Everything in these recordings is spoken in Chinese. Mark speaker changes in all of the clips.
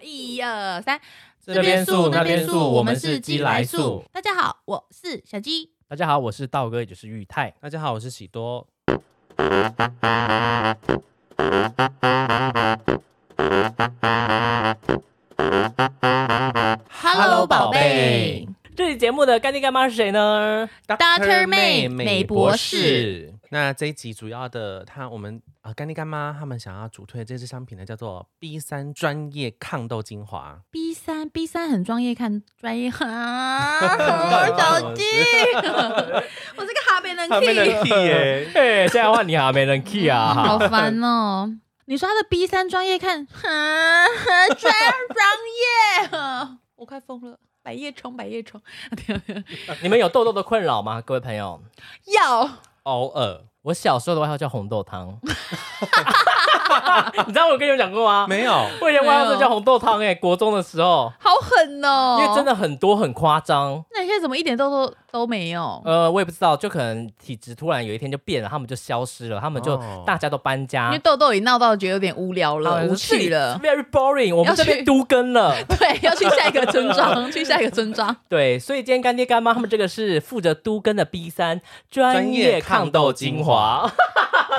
Speaker 1: 一二三，
Speaker 2: 这边素那边素，我们是
Speaker 1: 鸡
Speaker 2: 鸡来素。。
Speaker 1: 大家好，我是小鸡。
Speaker 3: 大家好，我是道哥，也就是玉泰。
Speaker 2: 大家好，我是喜多。
Speaker 1: Hello，宝贝。
Speaker 4: 这期节目的干爹干妈是谁呢？
Speaker 1: Dr. May，美博士。
Speaker 2: 那这一集主要的，他我们啊、呃干爹干妈他们想要主推这支商品呢，叫做 B 三专业抗痘精华。
Speaker 1: B 三 B 三很专业，看专业 啊，手机， 我这个哈贝能 key，
Speaker 2: 啊耶！
Speaker 3: 哎、现在换你啊，没人 key
Speaker 1: 好
Speaker 3: 啊。
Speaker 1: 烦哦。你说他的 B 三专业看，啊，专专业， 我快疯了，百叶窗，百叶窗，
Speaker 3: 你们有痘痘的困扰吗，各位朋友？
Speaker 1: 要
Speaker 2: 偶尔
Speaker 3: 我小时候的外号叫红 豆汤，
Speaker 4: 你知道我跟你们讲过
Speaker 1: 哦
Speaker 4: 吗？
Speaker 2: 没有，
Speaker 3: 我以前外号就叫红豆汤哎、国中的时候，
Speaker 1: 好狠哦，
Speaker 3: 因为真，的很多很夸张。
Speaker 1: 那你现在怎么一点痘痘都没有？
Speaker 3: 呃，我也不知道，就可能体质突然有一天就变了，他们就消失了，他们就、
Speaker 2: 哦
Speaker 3: 大家都搬家
Speaker 1: 因为，痘痘已经闹到觉啊得有点无聊
Speaker 3: 他
Speaker 1: 了，
Speaker 3: 们
Speaker 1: 无
Speaker 3: 说这里
Speaker 1: 趣了。
Speaker 3: ，very boring。我们这边都更了，
Speaker 1: 对，要去下一个村庄， 去下一个村庄。
Speaker 3: 对，所以今天干爹干妈他们这个是负责都根的 B 三专业抗痘精华，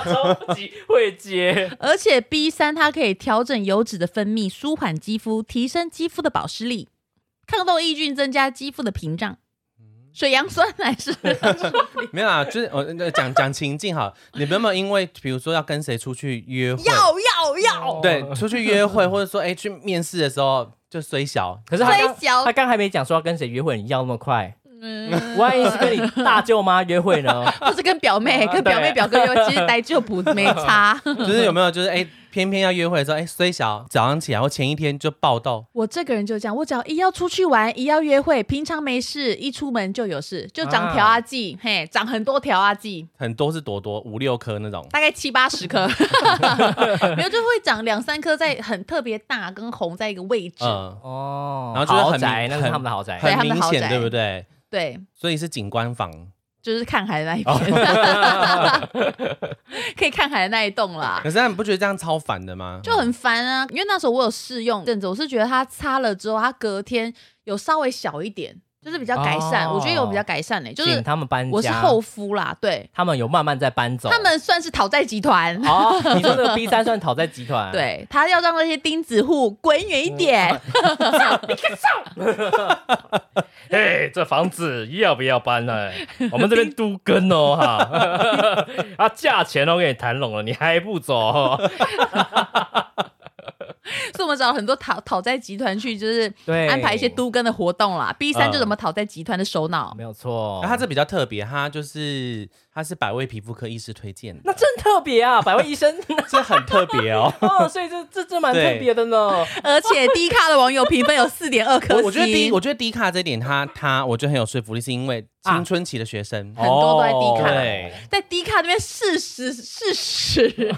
Speaker 3: 超级会接。
Speaker 1: 而且 B 三它可以调整油脂的分泌，舒缓肌肤，提升肌肤的保湿力，抗痘抑菌，增加肌肤的屏障。水杨酸奶是
Speaker 2: 没有啊，就是我呃讲讲情境哈，你们有没有因为比如说要跟谁出去约会，
Speaker 1: 要要
Speaker 2: 对，
Speaker 3: 哦
Speaker 2: 出去约会或者说哎、去面试的时候就虽小，
Speaker 3: 可是他
Speaker 1: 虽
Speaker 3: 刚
Speaker 1: 小
Speaker 3: 他刚还没讲说要跟谁约会，你要那么快？
Speaker 1: 嗯，
Speaker 3: 万一是跟你大舅妈约 会呢？
Speaker 1: 不是跟表妹、跟表妹、
Speaker 3: 对
Speaker 1: 表哥有， 其实呆就不没差。
Speaker 2: 就是有没有就是哎、偏偏要约会的时候哎、虽小早上起来或前一天就爆痘，
Speaker 1: 我这个人就这样，我只要一要出去玩，一要约会，平常没事，一出门就有事，就长调啊剂，嘿，长很多调啊剂。
Speaker 2: 很多是朵朵五六颗那种。
Speaker 1: 大概七八十 颗，没有就会长两三颗，在很特别大跟红在一个位置，
Speaker 2: 嗯，
Speaker 3: 哦，
Speaker 2: 然后就是很
Speaker 3: 豪宅，
Speaker 2: 明
Speaker 3: 那是他们的豪宅。
Speaker 1: 对
Speaker 2: 很
Speaker 1: 他们的
Speaker 2: 明
Speaker 1: 豪
Speaker 2: 显，
Speaker 1: 宅
Speaker 2: 对不对？
Speaker 1: 对，
Speaker 2: 所以是景观房，
Speaker 1: 就是看海的那一边，
Speaker 3: 哦
Speaker 1: 可以看海的那一栋啦
Speaker 2: 可。是你不觉得这样超烦的吗？
Speaker 1: 就很烦啊，因为那时候我有试用一阵子，我是觉得它擦了之后，它隔天有稍微小一点，就是比较改善，
Speaker 3: 哦
Speaker 1: 我觉得有比较改善呢、欸就
Speaker 3: 请
Speaker 1: 是
Speaker 3: 他们搬家，
Speaker 1: 我是后夫啦，对
Speaker 3: 他们有慢慢在搬走。
Speaker 1: 他们算是讨债集团，
Speaker 3: 哦，你说这个 B 三算讨债集团？，
Speaker 1: 对他要让那些钉子户滚远一
Speaker 3: 嗯
Speaker 1: 点，
Speaker 3: 嘿，这房子要不要搬呢？ 我们这边都跟哦哈， 啊，价钱都给你谈拢了，你还不走？
Speaker 1: 所以我们找了很多讨讨债集团去，就是
Speaker 3: 对，
Speaker 1: 安排一些都跟的活动啦。B 三
Speaker 2: 嗯
Speaker 1: 就怎么讨债集团的首脑，
Speaker 3: 没有错。
Speaker 2: 然后它这比较特别，它就是它是百位皮肤科医师推荐的，
Speaker 3: 那真特别 啊，百位医生
Speaker 2: 这很特别 哦。
Speaker 3: 哦，所以这这这蛮特别的呢。
Speaker 1: 而且低咖的网友评分有四点二颗
Speaker 2: 我
Speaker 1: 星，
Speaker 2: 我觉得低，我觉得低卡这一点它，它我觉得很有说服力，是因为青春期的学生，
Speaker 1: 啊
Speaker 2: 哦
Speaker 1: 很多都在
Speaker 3: 哦
Speaker 1: 低卡
Speaker 3: 对，
Speaker 1: 在低咖那边事实事实，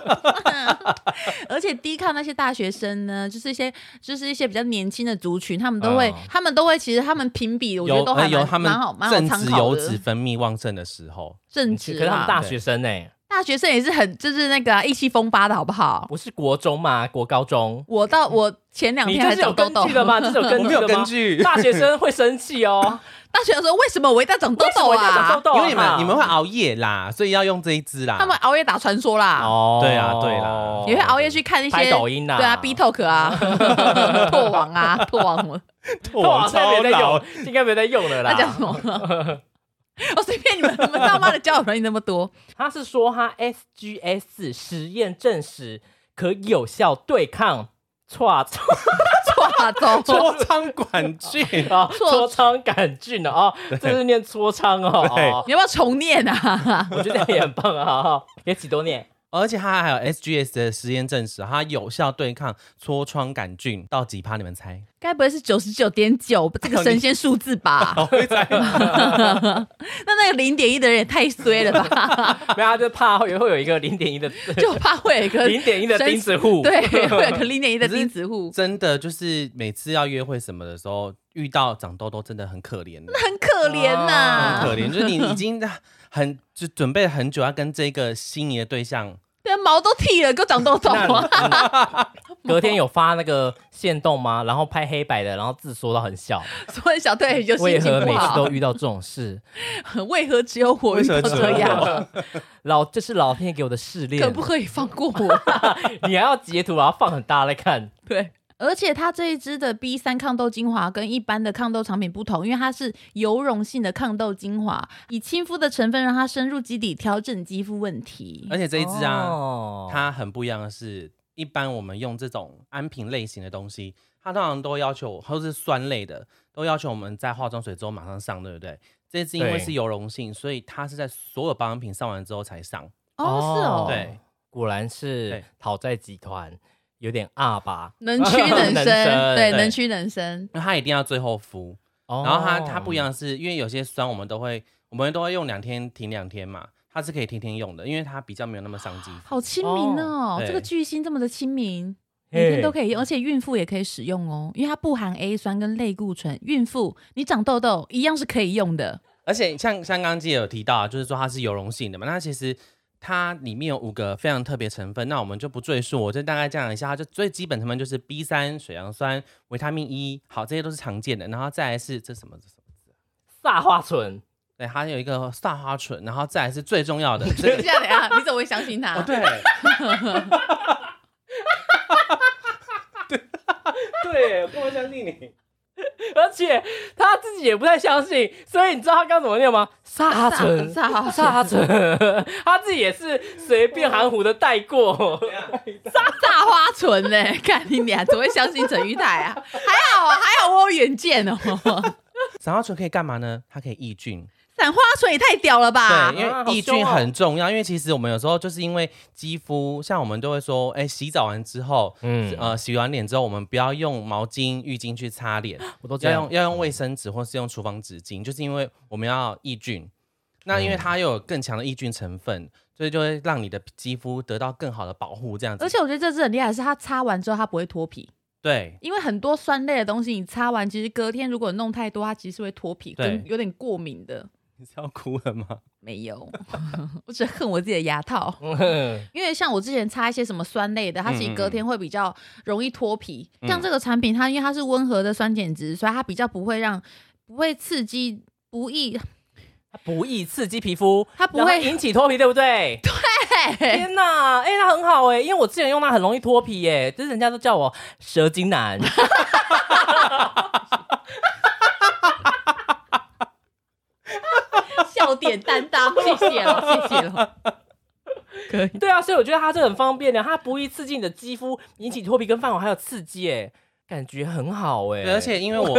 Speaker 1: 而且低咖那些大学生呢，就是一些就是一些比较年轻的族群，他们都会、
Speaker 2: 嗯
Speaker 1: 他们都会，其实他们评比我觉
Speaker 2: 有
Speaker 1: 得都还
Speaker 2: 呃
Speaker 1: 蛮
Speaker 2: 有他们
Speaker 1: 蛮好蛮好
Speaker 2: 正
Speaker 1: 参
Speaker 2: 值
Speaker 1: 考
Speaker 2: 油脂
Speaker 1: 的，
Speaker 2: 分泌旺盛的时候，
Speaker 1: 正
Speaker 3: 可
Speaker 1: 值
Speaker 3: 是他啊们
Speaker 1: 啦，
Speaker 3: 大学生呢，
Speaker 1: 大学生也是很就是那个啊意气风发的好不好？
Speaker 3: 不是国中嘛，国高中。
Speaker 1: 我到我前两
Speaker 3: 你
Speaker 1: 天
Speaker 3: 这
Speaker 1: 还
Speaker 3: 是有
Speaker 1: 长
Speaker 3: 根
Speaker 1: 痘痘
Speaker 3: 据，的吗？这是有根
Speaker 2: 我
Speaker 3: 据
Speaker 2: 没
Speaker 3: 的
Speaker 2: 有
Speaker 3: 吗？
Speaker 2: 根据
Speaker 3: 大学生会生气哦，
Speaker 1: 大学的时候为什么我一定要 长痘
Speaker 3: 为什
Speaker 1: 痘
Speaker 3: 么一定要长
Speaker 1: 啊
Speaker 3: 痘？痘啊
Speaker 2: 因为你们你们会熬夜啦，所以要用这一支啦。
Speaker 1: 他们熬夜打传说啦，
Speaker 3: 哦
Speaker 2: 对啊对啦
Speaker 1: 也会熬夜去看一
Speaker 3: 拍
Speaker 1: 些
Speaker 3: 抖音啊
Speaker 1: 对啊，B Talk 啊，拓网啊，拓网文，
Speaker 2: 我
Speaker 3: 哇，现在
Speaker 2: 超
Speaker 3: 没在
Speaker 2: 老
Speaker 3: 用，应该没在用了
Speaker 1: 那
Speaker 3: 啦。
Speaker 1: 讲什么？ 我随便你们，你们大妈的交友软件那么多，
Speaker 3: 他是说他 SGS 实验证实可有效对抗痤
Speaker 1: 错
Speaker 3: 疮。
Speaker 1: 走。
Speaker 2: 搓汤管菌，
Speaker 3: 啊，
Speaker 1: 错
Speaker 3: 痤疮杆菌的啊，这是念痤疮哦。
Speaker 2: 对
Speaker 3: 哦
Speaker 1: 你要不要重念啊？
Speaker 3: 我觉得也很棒啊，哈也几 多年。
Speaker 2: 而且它还有 SGS 的实验证实，它有效对抗痤疮杆菌到几趴？你们猜？
Speaker 1: 该不会是九十九点九这个神仙数字吧？ 那那个零点一的人也太衰了吧？
Speaker 3: 没有，他就怕会会有一个零点一的
Speaker 1: 就怕会有一个
Speaker 3: 零点一的钉子户。
Speaker 1: 对，会有个零点一的钉子 户，
Speaker 2: 真的就是每次要约会什么的时候，遇到长痘痘真的很可怜的，
Speaker 1: 很可怜
Speaker 2: 很
Speaker 1: 呐、
Speaker 2: 可怜。就是你已经很就准备很久要跟这个心仪的对象，
Speaker 1: 对啊，毛都剃了，给我长痘痘啊！
Speaker 5: 么
Speaker 3: 隔天有发那个线动吗？然后拍黑白的，然后字缩到很小。
Speaker 1: 所以小队就
Speaker 3: 嗯为
Speaker 1: 心
Speaker 3: 何
Speaker 1: 情不
Speaker 3: 每次都
Speaker 1: 好。
Speaker 3: 遇到这种事？
Speaker 1: 为何只有我
Speaker 2: 为
Speaker 1: 遇
Speaker 2: 什么
Speaker 1: 到
Speaker 2: 只有
Speaker 1: 这 样？
Speaker 3: 老这是老天给我的试炼
Speaker 1: 哎可，不可以放过我？
Speaker 3: 你还要截图，然后放很大来看。
Speaker 1: 对，而且它这一支的 B 三抗痘精华跟一般的抗痘产品不同，因为它是油溶性的抗痘精华，以亲肤的成分让它深入基底，调整肌肤问题
Speaker 2: 而。且这一支啊，
Speaker 3: 哦
Speaker 2: 它很不一样的是，一般我们用这种安瓶类型的东西，它通常都要求，或是酸类的，都要求我们在化妆水之后马上上，对不对？这支因为
Speaker 5: 对
Speaker 2: 是油溶性，所以它是在所有保养品上完之后才上。
Speaker 1: 哦，是哦，
Speaker 2: 对，
Speaker 3: 果然
Speaker 2: 对
Speaker 3: 是讨债集团，有点二吧。
Speaker 1: 能屈能伸，
Speaker 3: 能伸
Speaker 1: 对，
Speaker 2: 对
Speaker 1: 能屈能伸。
Speaker 2: 因为它一定要最后敷，
Speaker 3: 然
Speaker 2: 然后它它不一，
Speaker 3: 哦
Speaker 2: 样的是，因为有些酸我们都会，我们都会用两天停两天嘛，它是可以天天用的，因为它比较没有那么伤肌肤。
Speaker 1: 好亲民哦，
Speaker 2: 哦
Speaker 1: 这个巨星这么的亲民，
Speaker 3: 嘿
Speaker 1: 每天都可以用，而且孕妇也可以使用哦，因为它不含 A 酸跟类固醇，孕妇你长痘痘一样是可以用的。
Speaker 2: 而且像像刚刚记者有提到，啊，就是说它是油溶性的嘛，那其实它里面有五个非常特别成分，那我们就不赘述，我就大概讲一下，它就最基本成分就是 B 三水杨酸、维他命 E，好，这些都是常见的，然后再来是这什么这什么。
Speaker 3: 撒花唇，
Speaker 2: 对，它有一个萨花醇，然后再来是最重要的，这
Speaker 1: 等一
Speaker 2: 个
Speaker 1: 下，等一下，你怎么会相信他？
Speaker 2: 哦，对，
Speaker 3: 对，
Speaker 2: 我不相信你，
Speaker 3: 而且他自己也不太相信，所以你知道他刚怎么念吗？撒唇，
Speaker 1: 撒撒
Speaker 3: 撒唇， 他自己也是随便含糊的带过。
Speaker 2: 啊
Speaker 1: 大花唇呢、 看你俩怎么会相信陈玉泰啊？还好啊，还好我有远见哦。
Speaker 2: 散花醇可以干嘛呢？它可以抑菌，
Speaker 1: 散花唇也太屌了吧！
Speaker 2: 对，因
Speaker 3: 啊
Speaker 2: 为
Speaker 3: 好
Speaker 2: 抑
Speaker 3: 凶
Speaker 2: 菌
Speaker 3: 哦
Speaker 2: 很重要，因为其实我们有时候就是因为肌肤，像我们都会说，哎、洗澡完之后，
Speaker 5: 嗯
Speaker 2: 呃，洗完脸之后，我们不要用毛巾、浴巾去擦脸，
Speaker 3: 我都这
Speaker 2: 要
Speaker 3: 样
Speaker 2: 用，要用卫生纸或是用厨房纸巾，就是因为我们要抑菌。那因为它又有更强的抑菌成分，所以就会让你的肌肤得到更好的保护，这样子。
Speaker 1: 而且我觉得这支很厉害，是它擦完之后它不会脱皮，
Speaker 2: 对
Speaker 1: 因为很多酸类的东西你擦完，其实隔天如果弄太多，它其实会脱皮，
Speaker 2: 对
Speaker 1: 跟有点过敏的。
Speaker 2: 你是要哭了吗？
Speaker 1: 没有， 我只恨我自己的牙套，因为像我之前擦一些什么酸类的，它其实隔天会比较容易脱皮。
Speaker 2: 嗯
Speaker 1: 像这个产品，它因为它是温和的酸碱值，所以它比较不会让不会刺激不易，
Speaker 3: 不易刺激皮肤，
Speaker 1: 它不
Speaker 3: 然后
Speaker 1: 会
Speaker 3: 引起脱皮，对不对？天哪，哎、那很好哎、因为我之前用它很容易脱皮哎、就是人家都叫我蛇精男。
Speaker 1: 笑点担当，谢谢哦了，谢谢了。 可 以，
Speaker 3: 对啊，所以我觉得它这很方便的，它不易刺激你的肌肤，引起脱皮跟泛黄还有刺激哎、感觉很好哎、
Speaker 2: 对，而且因为我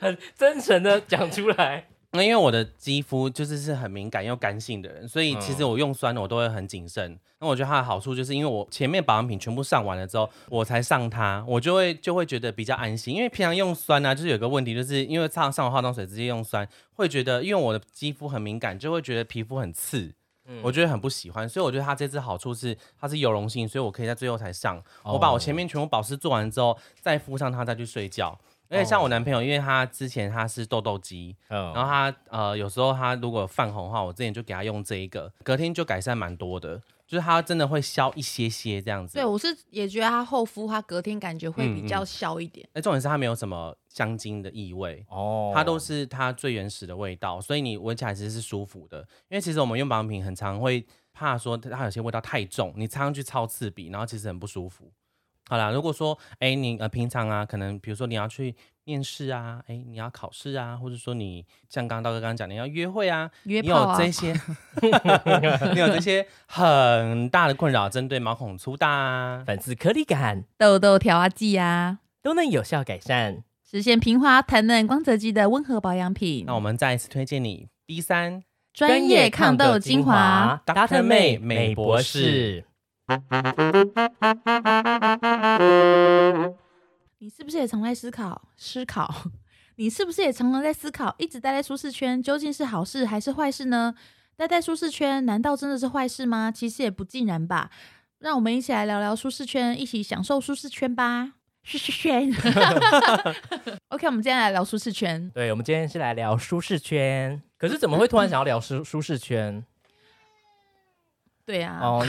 Speaker 3: 很真诚的讲出来。
Speaker 2: 那因为我的肌肤就是是很敏感又干性的人，所以其实我用酸的我都会很谨慎。那我觉得它的好处就是因为我前面保养品全部上完了之后，我才上它，我就会就会觉得比较安心。因为平常用酸啊，就是有个问题，就是因为上上完化妆水直接用酸，会觉得因为我的肌肤很敏感，就会觉得皮肤很刺。我觉得很不喜欢，所以我觉得它这支好处是它是油溶性，所以我可以在最后才上。 我把我前面全部保湿做完之后，再敷上它再去睡觉。而且像我男朋友，因为他之前他是痘痘肌，
Speaker 3: 哦
Speaker 5: 嗯，
Speaker 2: 然后他呃，有时候他如果泛红的话，我之前就给他用这一个，隔天就改善蛮多的，就是他真的会消一些些这样子。
Speaker 1: 对我是也觉得它厚敷，它隔天感觉会比较消一点。
Speaker 2: 哎，重点是它没有什么香精的异味，
Speaker 5: 哦
Speaker 2: 它都是它最原始的味道，所以你闻起来其实是舒服的。因为其实我们用保养品很常会怕说它有些味道太重，你擦上去超刺鼻，然后其实很不舒服。好啦，如果说哎、你呃平常啊，可能比如说你要去面试啊，哎、你要考试啊，或者说你像刚刚道哥刚刚讲的你要约会啊，
Speaker 1: 约
Speaker 2: 你
Speaker 1: 炮
Speaker 2: 有
Speaker 1: 啊，
Speaker 2: 这些， 你有这些很大的困扰，针对毛孔粗大啊。
Speaker 3: 哦粉刺颗粒感
Speaker 1: 痘痘调啊剂啊，
Speaker 3: 都能有效改善。
Speaker 1: 实现平滑弹嫩光泽肌的温和保养品。
Speaker 2: 那我们再一次推荐你 B 三，
Speaker 1: 专业抗痘精华，
Speaker 2: Dr.
Speaker 3: ，Dr.
Speaker 2: May
Speaker 3: May
Speaker 2: 美
Speaker 3: 美
Speaker 2: 博
Speaker 3: 博
Speaker 2: 士
Speaker 3: 士。
Speaker 1: 你是不是也常在思考？思考， 你是不是也常常在思考？一直待在舒适圈究竟是好事还是坏事呢？待在舒适圈难道真的是坏事吗？其实也不尽然吧。让我们一起来聊聊舒适圈，一起享受舒适圈吧。舒适圈。OK，我们今天来聊舒适圈。
Speaker 3: 对，我们今天是来聊舒适圈，可是怎么会突然想要聊舒舒适圈？
Speaker 1: 对啊，
Speaker 3: 哦，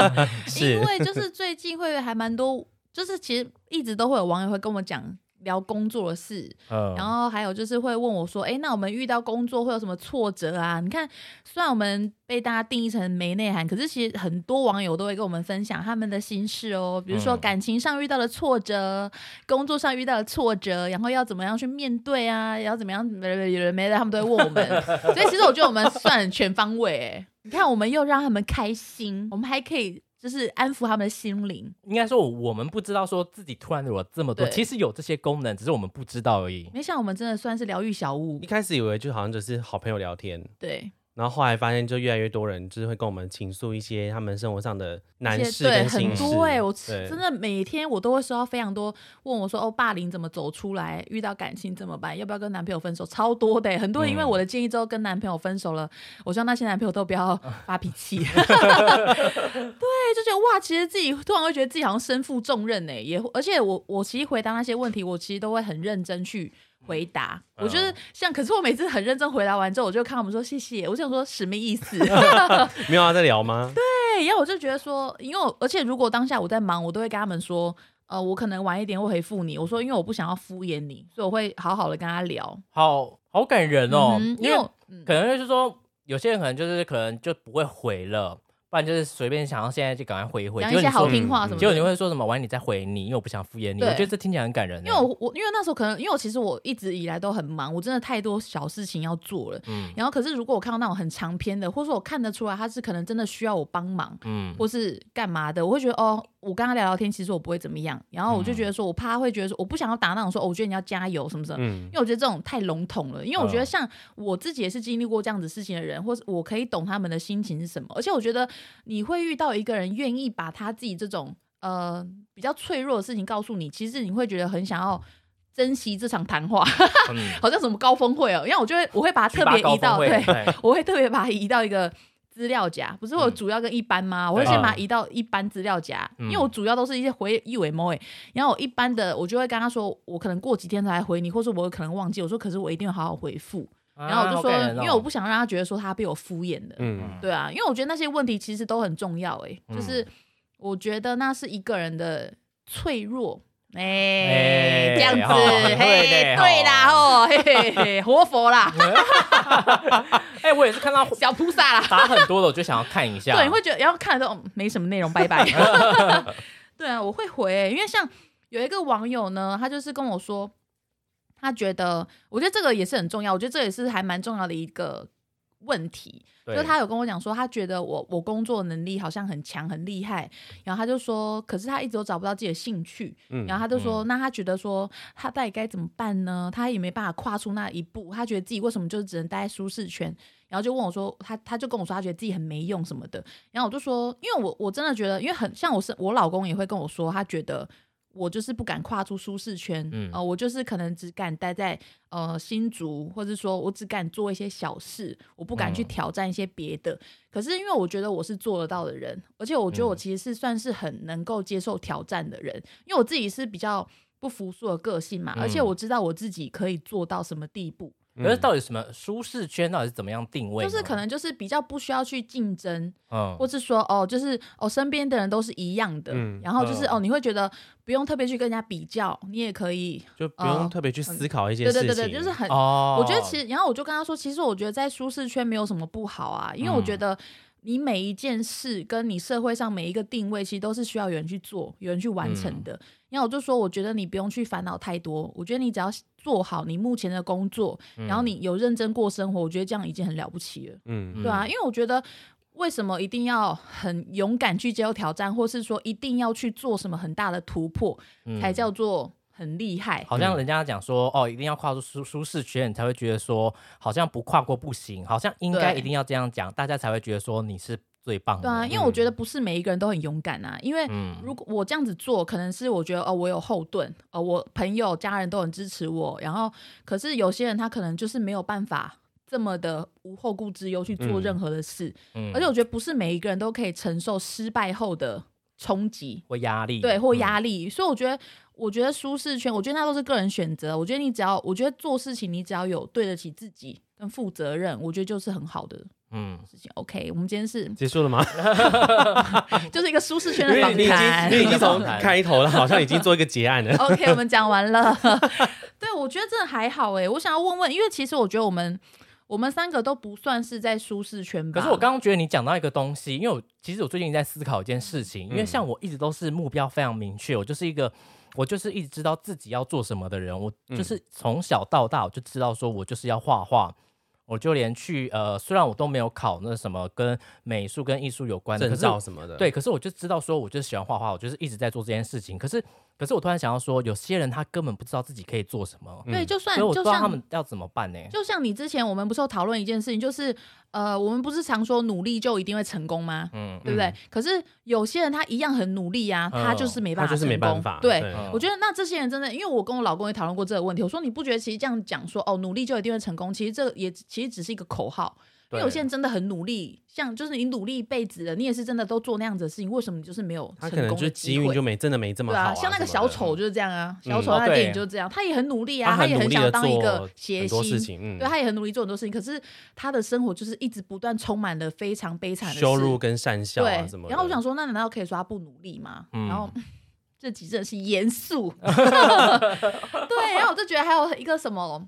Speaker 1: 因为就是最近会还蛮多就是其实一直都会有网友会跟我讲聊工作的事，
Speaker 3: 呃
Speaker 5: 嗯，
Speaker 1: 然后还有就是会问我说：“哎、那我们遇到工作会有什么挫折啊？”你看，虽然我们被大家定义成没内涵，可是其实很多网友都会跟我们分享他们的心事哦，比如说
Speaker 5: 嗯
Speaker 1: 感情上遇到的挫折，工作上遇到的挫折，然后要怎么样去面对啊，要怎么样没没没没的，他们都会问我们。 所以其实我觉得我们算很全方位、诶你看，我们又让他们开心，我们还可以就是安抚他们的心灵。
Speaker 3: 应该说我们不知道说自己突然有这么多，
Speaker 1: 对
Speaker 3: 其实有这些功能，只是我们不知道而已。
Speaker 1: 没想到我们真的算是疗愈小屋
Speaker 2: 一，开始以为就好像只是好朋友聊天，
Speaker 1: 对。
Speaker 2: 然后后来发现就越来越多人就是会跟我们倾诉一些他们生活上的难
Speaker 1: 一
Speaker 2: 事
Speaker 1: 些对
Speaker 2: 跟
Speaker 1: 很
Speaker 2: 心事。
Speaker 1: 多哎、我
Speaker 2: 对
Speaker 1: 真的每天我都会收到非常多问我说哦，霸凌怎么走出来？遇到感情怎么办？要不要跟男朋友分手？超多的、欸，很多人因
Speaker 2: 嗯
Speaker 1: 为我的建议之后跟男朋友分手了。我希望那些男朋友都不 要发脾气。对，就觉得哇，其实自己突然会觉得自己好像身负重任哎、也而且我我其实回答那些问题，我其实都会很认真去。回答，我觉
Speaker 2: 嗯
Speaker 1: 得像，可是我每次很认真回答完之后，我就看他们说谢谢，我想说什么意思？
Speaker 2: 没有要再聊吗？
Speaker 1: 对，然后我就觉得说，因为我而且如果当下我在忙，我都会跟他们说，呃，我可能晚一点会回复你。我说，因为我不想要敷衍你，所以我会好好的跟他聊。
Speaker 3: 好好感人哦，
Speaker 1: 嗯哼因
Speaker 3: 因
Speaker 1: 为
Speaker 3: 为
Speaker 1: 我嗯
Speaker 3: 可能就是说有些人可能就是可能就不会回了，不然就是随便想要现在就赶快回一回，
Speaker 1: 讲
Speaker 3: 结
Speaker 1: 一些
Speaker 3: 果你
Speaker 1: 好
Speaker 3: 说。嗯
Speaker 1: 听话什么
Speaker 3: 结
Speaker 1: 的。
Speaker 3: 果你会说什么？晚一点再回你，因为我不想敷衍你。我
Speaker 1: 对
Speaker 3: 觉得这听起来很感人。
Speaker 1: 因为我我因为那时候可能因为我其实我一直以来都很忙，我真的太多小事情要做了。
Speaker 3: 嗯
Speaker 1: 然后可是如果我看到那种很长篇的，或者说我看得出来他是可能真的需要我帮忙，
Speaker 3: 嗯，
Speaker 1: 或是干嘛的，我会觉得哦，我跟他聊聊天，其实我不会怎么样。然后我
Speaker 3: 嗯
Speaker 1: 就觉得说，我怕他会觉得说，我不想要打那种说，哦我觉得你要加油什么什么。
Speaker 2: 嗯
Speaker 1: 因，为我觉得这种太笼统了，因为我觉得像我自己也是经历过这样子事情的人，或是我可以懂他们的心情是什么。而且我觉得你会遇到一个人愿意把他自己这种呃比较脆弱的事情告诉你，其实你会觉得很想要珍惜这场谈话，
Speaker 3: 嗯
Speaker 1: 好像什么高峰会哦、因为我就会我会把它特别移到对，
Speaker 3: 对，
Speaker 1: 我会特别把它移到一个资料夹，不是我有主要跟一般吗？我会先把它移到一般资料夹，
Speaker 3: 嗯
Speaker 1: 因为我主要都是一些回一尾猫诶，然后我一般的我就会跟他说，我可能过几天才回你，或者我可能忘记，我说可是我一定会好好回复， 然后我就
Speaker 3: 啊
Speaker 1: 说，
Speaker 3: 哦
Speaker 1: 因为我不想让他觉得说他被我敷衍的，
Speaker 2: 嗯，
Speaker 1: 对啊，因为我觉得那些问题其实都很重要诶，就是我觉得那是一个人的脆弱。哎、
Speaker 3: 哎
Speaker 1: 这样子，
Speaker 3: 好
Speaker 1: 嘿，
Speaker 3: 很会呢
Speaker 1: 对啦，哦，嘿嘿嘿，活佛啦，
Speaker 3: 哎、我也是看到
Speaker 1: 小菩萨啦，
Speaker 3: 打很多的，我就想要看一下。
Speaker 1: 对，你会觉得然后看了都、嗯没什么内容，拜 拜。对啊，我会回、因为像有一个网友呢，他就是跟我说，他觉得，我觉得这个也是很重要，我觉得这也是还蛮重要的一个问题。
Speaker 3: 对
Speaker 1: 就他有跟我讲说，他觉得我我工作能力好像很强很厉害，然后他就说，可是他一直都找不到自己的兴趣，
Speaker 2: 嗯
Speaker 1: 然后他就说，那他觉得说他到底该怎么办呢？他也没办法跨出那一步，他觉得自己为什么就只能待在舒适圈？然后就问我说，他他就跟我说，他觉得自己很没用什么的。然后我就说，因为我我真的觉得，因为很像我是我老公也会跟我说，他觉得我就是不敢跨出舒适圈，
Speaker 3: 嗯
Speaker 1: 呃，我就是可能只敢待在呃新竹，或者说我只敢做一些小事，我不
Speaker 2: 嗯
Speaker 1: 敢去挑战一些别的。可是因为我觉得我是做得到的人，而且我觉得
Speaker 2: 嗯
Speaker 1: 我其实是算是很能够接受挑战的人，因为我自己是比较不服输的个性嘛，而且
Speaker 2: 嗯
Speaker 1: 我知道我自己可以做到什么地步，
Speaker 3: 可是到底什么舒适圈到底是怎么样定位呢？
Speaker 2: 哦
Speaker 1: 就是可能就是比较不需要去竞争，
Speaker 3: 嗯
Speaker 1: 或是说哦，就是哦，身边的人都是一样的，
Speaker 2: 嗯
Speaker 1: 然后就是、
Speaker 3: 嗯
Speaker 1: 哦，你会觉得不用特别去跟人家比较，你也可以，
Speaker 2: 就不用
Speaker 1: 哦
Speaker 2: 特别去思考一些
Speaker 1: 对
Speaker 2: 事
Speaker 1: 对
Speaker 2: 情，
Speaker 1: 对对，就是很。
Speaker 3: 哦，
Speaker 1: 我觉得其实，然后我就跟他说，其实我觉得在舒适圈没有什么不好啊，因为我觉得你每一件事跟你社会上每一个定位，其实都是需要有人去做、有人去完成的。然后我就说，我觉得你不用去烦恼太多，我觉得你只要做好你目前的工作，然后你有认真过生活，我觉得这样已经很了不起了。
Speaker 2: 嗯
Speaker 1: 对啊，因为我觉得为什么一定要很勇敢去接受挑战，或是说一定要去做什么很大的突破，才叫做很厉害？
Speaker 3: 好像人家讲说，哦，一定要跨出舒舒适圈，你才会觉得说，好像不跨过不行，好像应该
Speaker 1: 对
Speaker 3: 一定要这样讲，大家才会觉得说你是最棒的。
Speaker 1: 对啊，因为我觉得不是每一个人都很勇敢啊，因为如果我这样子做，可能是我觉得哦，我有后盾，哦，我朋友、家人都很支持我，然后可是有些人他可能就是没有办法。这么的无后顾之忧去做
Speaker 2: 嗯
Speaker 1: 任何的事，而且我觉得不是每一个人都可以承受失败后的冲击，
Speaker 3: 或压力，
Speaker 1: 对，或
Speaker 3: 嗯
Speaker 1: 压力。所以我觉得，我觉得舒适圈，我觉得那都是个人选择。我觉得你只要，我觉得做事情你只要有对得起自己跟负责任，我觉得就是很好的。
Speaker 5: 嗯，
Speaker 1: 事情。OK，我们今天是
Speaker 6: 结束了 吗？
Speaker 1: 就是一个舒适圈的
Speaker 2: 因为
Speaker 1: 访
Speaker 2: 你已经
Speaker 1: 谈
Speaker 2: 你。已经从开头了，好像已经做一个结案 了。
Speaker 1: OK，我们讲完了。 对，我觉得真的还好哎、我想要问问，因为其实我觉得我们我们三个都不算是在舒适圈吧。
Speaker 3: 可是我刚刚觉得你讲到一个东西，因为我其实我最近在思考一件事情，因为
Speaker 5: 嗯
Speaker 3: 像我一直都是目标非常明确，我就是一个我就是一直知道自己要做什么的人，我
Speaker 1: 嗯
Speaker 3: 就是从小到大我就知道说我就是要画画。我就连去呃，虽然我都没有考那什么跟美术跟艺术有关的
Speaker 2: 证
Speaker 3: 可是
Speaker 2: 照什么的，
Speaker 3: 对，可是我就知道说，我就是喜欢画画，我就是一直在做这件事情。可是，可是我突然想要说，有些人他根本不知道自己可以做什么，
Speaker 2: 嗯
Speaker 1: 对，就算
Speaker 3: 所以我不
Speaker 1: 就
Speaker 3: 知道
Speaker 1: 像
Speaker 3: 他们要怎么办呢？
Speaker 1: 就像你之前我们不是有讨论一件事情，就是呃，我们不是常说努力就一定会成功吗？
Speaker 3: 嗯，
Speaker 1: 对不对？可是有些人他一样很努力呀、
Speaker 3: 嗯
Speaker 1: 他就是没办
Speaker 6: 他
Speaker 1: 法，
Speaker 6: 就是没办法。
Speaker 1: 对。
Speaker 2: 嗯
Speaker 6: 对，
Speaker 1: 我觉得那这些人真的，因为我跟我老公也讨论过这个问题，我说你不觉得其实这样讲说哦努力就一定会成功，其实这也其实只是一个口号，因为有些人真的很努力，像就是你努力一辈子了，你也是真的都做那样子的事情，为什么你就是没有
Speaker 2: 他
Speaker 1: 成
Speaker 2: 可能
Speaker 1: 功的
Speaker 2: 就是机
Speaker 1: 机
Speaker 2: 运
Speaker 1: 会？
Speaker 2: 就没真的没这么
Speaker 1: 对
Speaker 2: 好、
Speaker 1: 啊，像那个
Speaker 2: 什么
Speaker 1: 小
Speaker 2: 的
Speaker 1: 丑就是这样啊，小
Speaker 2: 嗯
Speaker 1: 丑
Speaker 2: 哦
Speaker 1: 他的电影
Speaker 3: 对
Speaker 1: 就是这样，他也很努力啊，
Speaker 2: 他很
Speaker 1: 也
Speaker 2: 努
Speaker 1: 很
Speaker 2: 力
Speaker 1: 想
Speaker 2: 地
Speaker 1: 当一个
Speaker 2: 做
Speaker 1: 谐
Speaker 2: 很多事
Speaker 1: 星，
Speaker 2: 情，嗯，
Speaker 1: 对，他也很努力做很多事情，可是他的生活就是一直不断充满了非常悲惨的事
Speaker 2: 羞辱跟善笑
Speaker 1: 对
Speaker 2: 啊什么，的。
Speaker 1: 然后我想说，那难道可以说他不努力吗？
Speaker 5: 嗯
Speaker 1: 然后这集真的是严 肃，对，然后我就觉得还有一个什么，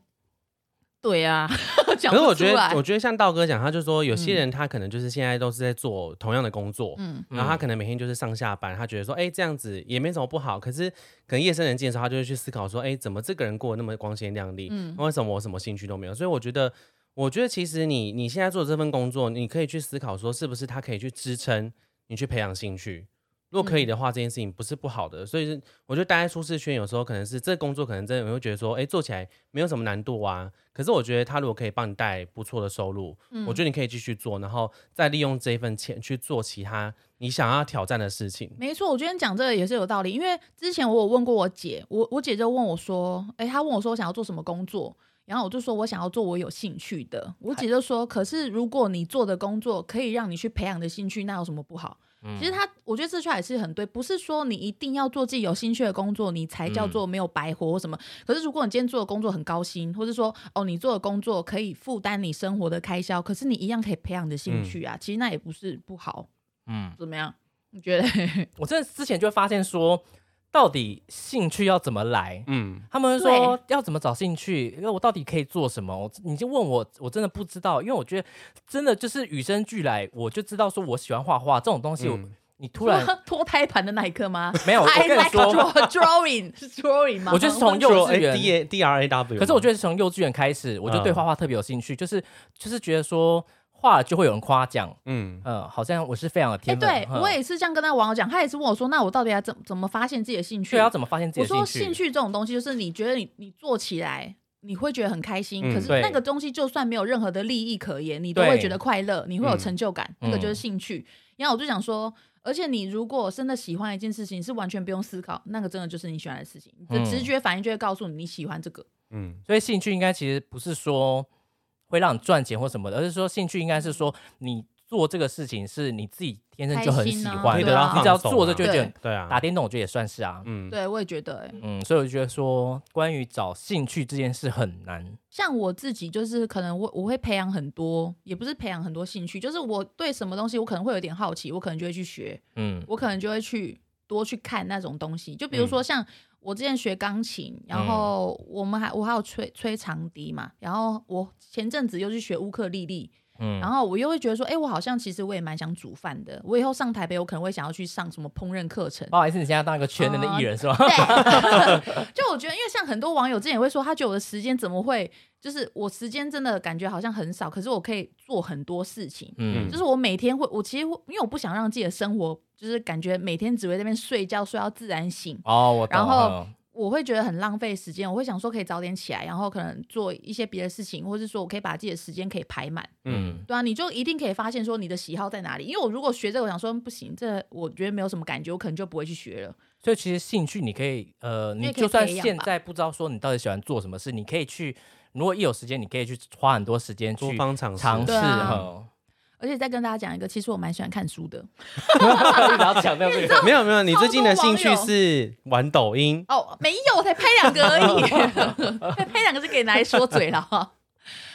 Speaker 1: 对啊， 讲
Speaker 2: 可是
Speaker 1: 不
Speaker 2: 我
Speaker 1: 出
Speaker 2: 觉
Speaker 1: 来
Speaker 2: 得，我觉得像道哥讲，他就说有些人他可能就是现在都是在做同样的工作，
Speaker 1: 嗯，
Speaker 2: 然后他可能每天就是上下班，他觉得说，哎、这样子也没什么不好。可是可能夜深人静的时候，他就会去思考说，哎、怎么这个人过得那么光鲜亮丽？
Speaker 1: 嗯
Speaker 2: 为什么我什么兴趣都没有？所以我觉得，我觉得其实你你现在做的这份工作，你可以去思考说，是不是他可以去支撑你去培养兴趣。如果可
Speaker 3: 嗯
Speaker 2: 以的话，这件事情不是不好的，所以是我觉得待在舒适圈有时候可能是这工作，可能真的你会觉得说，哎、做起来没有什么难度啊。可是我觉得他如果可以帮你带来不错的收入，
Speaker 1: 嗯
Speaker 2: 我觉得你可以继续做，然后再利用这一份钱去做其他你想要挑战的事情。
Speaker 1: 没错，我觉得你讲这个也是有道理，因为之前我有问过我姐，我我姐就问我说，哎、她问我说我想要做什么工作，然后我就说我想要做我有兴趣的，我姐就说，可是如果你做的工作可以让你去培养你的兴趣，那有什么不好？其实她，我觉得这句话也是很对，不是说你一定要做自己有兴趣的工作，你才叫做没有白活或什么。可是如果你今天做的工作很高薪，或是说哦你做的工作可以负担你生活的开销，可是你一样可以培养你的兴趣啊，其实那也不是不好，
Speaker 5: 嗯，
Speaker 1: 怎么样？你觉得？
Speaker 3: 我真的之前就会发现说，到底兴趣要怎么来？
Speaker 2: 嗯，
Speaker 3: 他们会说哦要怎么找兴趣？那我到底可以做什么？我你就问我，我真的不知道，因为我觉得真的就是与生俱来，我就知道说我喜欢画画这种
Speaker 2: 嗯
Speaker 3: 东西我。你突然
Speaker 1: 脱脱胎盘的那一刻吗？
Speaker 3: 没有，我
Speaker 1: I
Speaker 3: 跟你
Speaker 1: like
Speaker 3: 说，
Speaker 1: draw- drawing 是 drawing 吗？
Speaker 3: 我就是从幼稚
Speaker 2: A
Speaker 3: 园
Speaker 2: D A D R A W，
Speaker 3: 可是我觉得从幼稚园开始，我就对
Speaker 2: 嗯
Speaker 3: 画画特别有兴趣，就是就是觉得说画了就会有人夸奖，
Speaker 2: 嗯，
Speaker 3: 嗯，好像我是非常有
Speaker 1: 哎，
Speaker 3: 天分。
Speaker 1: 对
Speaker 3: 嗯
Speaker 1: 我也是这样跟那个网友讲，他也是问我说，那我到底要怎怎么发现自己的兴趣
Speaker 3: 对？要怎么发现自己
Speaker 1: 我
Speaker 3: 的
Speaker 1: 说
Speaker 3: 兴
Speaker 1: 兴趣这种东西，就是你觉得你你做起来。你会觉得很开心，
Speaker 2: 嗯
Speaker 1: 可是
Speaker 3: 对
Speaker 1: 那个东西就算没有任何的利益可言，你都
Speaker 3: 对
Speaker 1: 会觉得快乐，你会有成就感，那
Speaker 3: 嗯
Speaker 1: 个就是兴趣。然后我就想说，而且你如果真的喜欢一件事情，是完全不用思考，那个真的就是你喜欢的事情，你的
Speaker 3: 嗯
Speaker 1: 直觉反应就会告诉你你喜欢这个。
Speaker 2: 嗯，
Speaker 3: 所以兴趣应该其实不是说会让你赚钱或什么的，而是说兴趣应该是说你做这个事情是你自己天生就很喜
Speaker 1: 开
Speaker 3: 欢
Speaker 1: 心啊对啊
Speaker 3: 的，你只要做这就觉得
Speaker 2: 对
Speaker 3: 打
Speaker 2: 啊，
Speaker 3: 电动，我觉得也算是啊。
Speaker 2: 嗯，
Speaker 1: 对，我也觉得、欸，
Speaker 3: 嗯，所以我觉得说关于找兴趣这件事很难。
Speaker 1: 像我自己就是可能我我会培养很多，也不是培养很多兴趣，就是我对什么东西我可能会有点好奇，我可能就会去学，
Speaker 3: 嗯
Speaker 1: 我可能就会去多去看那种东西。就比如说像我之前学钢琴，然后我们还我还有吹吹长笛嘛，然后我前阵子又去学乌克丽丽，
Speaker 3: 嗯，
Speaker 1: 然后我又会觉得说，哎、我好像其实我也蛮想煮饭的，我以后上台北我可能会想要去上什么烹饪课程
Speaker 3: 不。好意思，你现在当一个全能
Speaker 1: 哦
Speaker 3: 的艺人是吧？
Speaker 1: 对， 就我觉得，因为像很多网友之前也会说，他觉得我的时间怎么会，就是我时间真的感觉好像很少，可是我可以做很多事情。
Speaker 3: 嗯
Speaker 1: 就是我每天会，我其实会因为我不想让自己的生活，就是感觉每天只会在那边睡觉，睡到自然醒，
Speaker 3: 哦，我懂
Speaker 1: 然后
Speaker 3: 了
Speaker 1: 我会觉得很浪费时间。我会想说可以早点起来，然后可能做一些别的事情，或是说我可以把自己的时间可以排满。
Speaker 3: 嗯
Speaker 1: 对啊，你就一定可以发现说你的喜好在哪里。因为我如果学这个，我想说不行，这我觉得没有什么感觉，我可能就不会去学了。
Speaker 3: 所以其实兴趣你可以，呃，
Speaker 1: 因
Speaker 3: 你
Speaker 1: 为可以
Speaker 3: 就算
Speaker 1: 培养
Speaker 3: 现
Speaker 1: 吧
Speaker 3: 在不知道说你到底喜欢做什么事，你可以去，如果一有时间，你可以去花很多时间
Speaker 2: 多
Speaker 3: 去
Speaker 2: 方尝试，
Speaker 3: 尝试。
Speaker 1: 对啊
Speaker 3: 嗯
Speaker 1: 而且再跟大家讲一个，其实我蛮喜欢看书的。啊
Speaker 3: 你只要强 调这个，
Speaker 2: 没有没有，你
Speaker 1: 超
Speaker 2: 最近
Speaker 1: 多
Speaker 2: 的兴
Speaker 1: 网
Speaker 2: 趣
Speaker 1: 友
Speaker 2: 是玩抖音，
Speaker 1: 哦，没有，我才拍两个而 已，才拍两个是可以拿来说嘴了。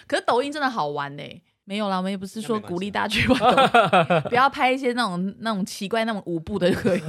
Speaker 1: 可是抖音真的好玩呢、欸没有啦，我们也不是
Speaker 2: 那没
Speaker 1: 说
Speaker 2: 关系
Speaker 1: 鼓励
Speaker 2: 啊
Speaker 1: 大家去玩抖音 不要拍一些那种那种奇怪那种舞步的就可 以。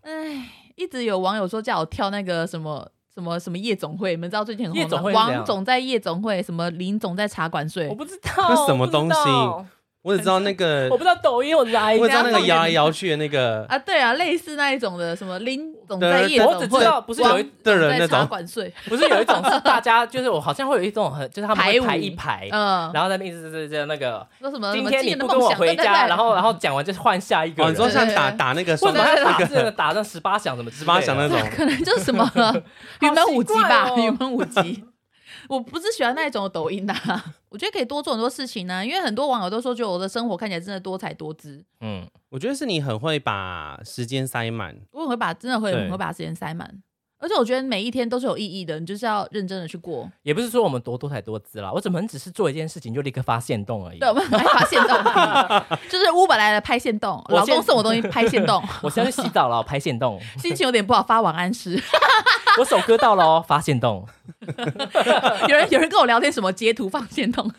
Speaker 1: 哎，一直有网友说叫我跳那个什么什么什么夜总会，你们知道最近很红
Speaker 3: 夜总
Speaker 1: 吗
Speaker 3: 会是怎
Speaker 1: 王
Speaker 3: 样
Speaker 1: 总在夜总会，什么林总在茶馆睡
Speaker 3: 我，不知 道
Speaker 2: 那什么
Speaker 3: 我不知
Speaker 2: 东西
Speaker 3: 道
Speaker 2: 我只知道那个
Speaker 3: 我不，知道抖音，我来
Speaker 2: 我只知道那个
Speaker 1: 人家
Speaker 2: 摇来摇去的那个，
Speaker 1: 啊，对啊，类似那一种的，什么林总在夜
Speaker 3: 我只
Speaker 1: 总会，
Speaker 3: 知道不是有一
Speaker 1: 王
Speaker 2: 的人
Speaker 1: 在
Speaker 2: 那
Speaker 1: 茶
Speaker 2: 种，
Speaker 1: 馆睡，
Speaker 3: 不是有一种是大家就是我好像会有一种很就是他们
Speaker 1: 排
Speaker 3: 会
Speaker 1: 舞
Speaker 3: 排一排，
Speaker 1: 嗯，
Speaker 3: 哎然后在那边一直在在那个
Speaker 1: 说什么什
Speaker 3: 今
Speaker 1: 么
Speaker 3: 天
Speaker 1: 今
Speaker 3: 你
Speaker 1: 的
Speaker 3: 不
Speaker 1: 梦
Speaker 3: 跟我
Speaker 1: 想，
Speaker 3: 回
Speaker 1: 对对
Speaker 3: 家，
Speaker 1: 对
Speaker 3: 然后然后讲完就换下一个
Speaker 2: 哦，
Speaker 3: 人，
Speaker 2: 你说像
Speaker 1: 对对
Speaker 2: 打
Speaker 1: 对
Speaker 2: 打那个
Speaker 3: 为
Speaker 2: 手
Speaker 3: 什么他打
Speaker 2: 那
Speaker 3: 字
Speaker 2: 个
Speaker 3: 打那十八响什么之
Speaker 2: 十
Speaker 3: 类的
Speaker 2: 八响那种，
Speaker 1: 可能就是什么 云门舞集吧
Speaker 3: 好奇怪，哦
Speaker 1: 云门舞集。我不是喜欢那一种抖音呐、 我觉得可以多做很多事情呢、啊因为很多网友都说，觉得我的生活看起来真的多彩多姿，
Speaker 3: 嗯，
Speaker 2: 我觉得是你很会把时间塞满，
Speaker 1: 我很会把真的会
Speaker 3: 对
Speaker 1: 很会把时间塞满，而且我觉得每一天都是有意义的，你就是要认真的去 过。
Speaker 3: 也不是说我们多多才多姿啦，我怎么只是做一件事情就立刻发现动而已
Speaker 1: 对，。我啊们还发现 动，就是乌本来了拍现动，
Speaker 3: 我
Speaker 1: 老
Speaker 3: 现
Speaker 1: 公送我东西拍现 动，
Speaker 3: 我现在去洗澡了，拍现动；
Speaker 1: 心情有点不好发晚安诗。
Speaker 3: 我手割到了哦，发现动。
Speaker 1: 有人有人跟我聊天，什么截图放现 动，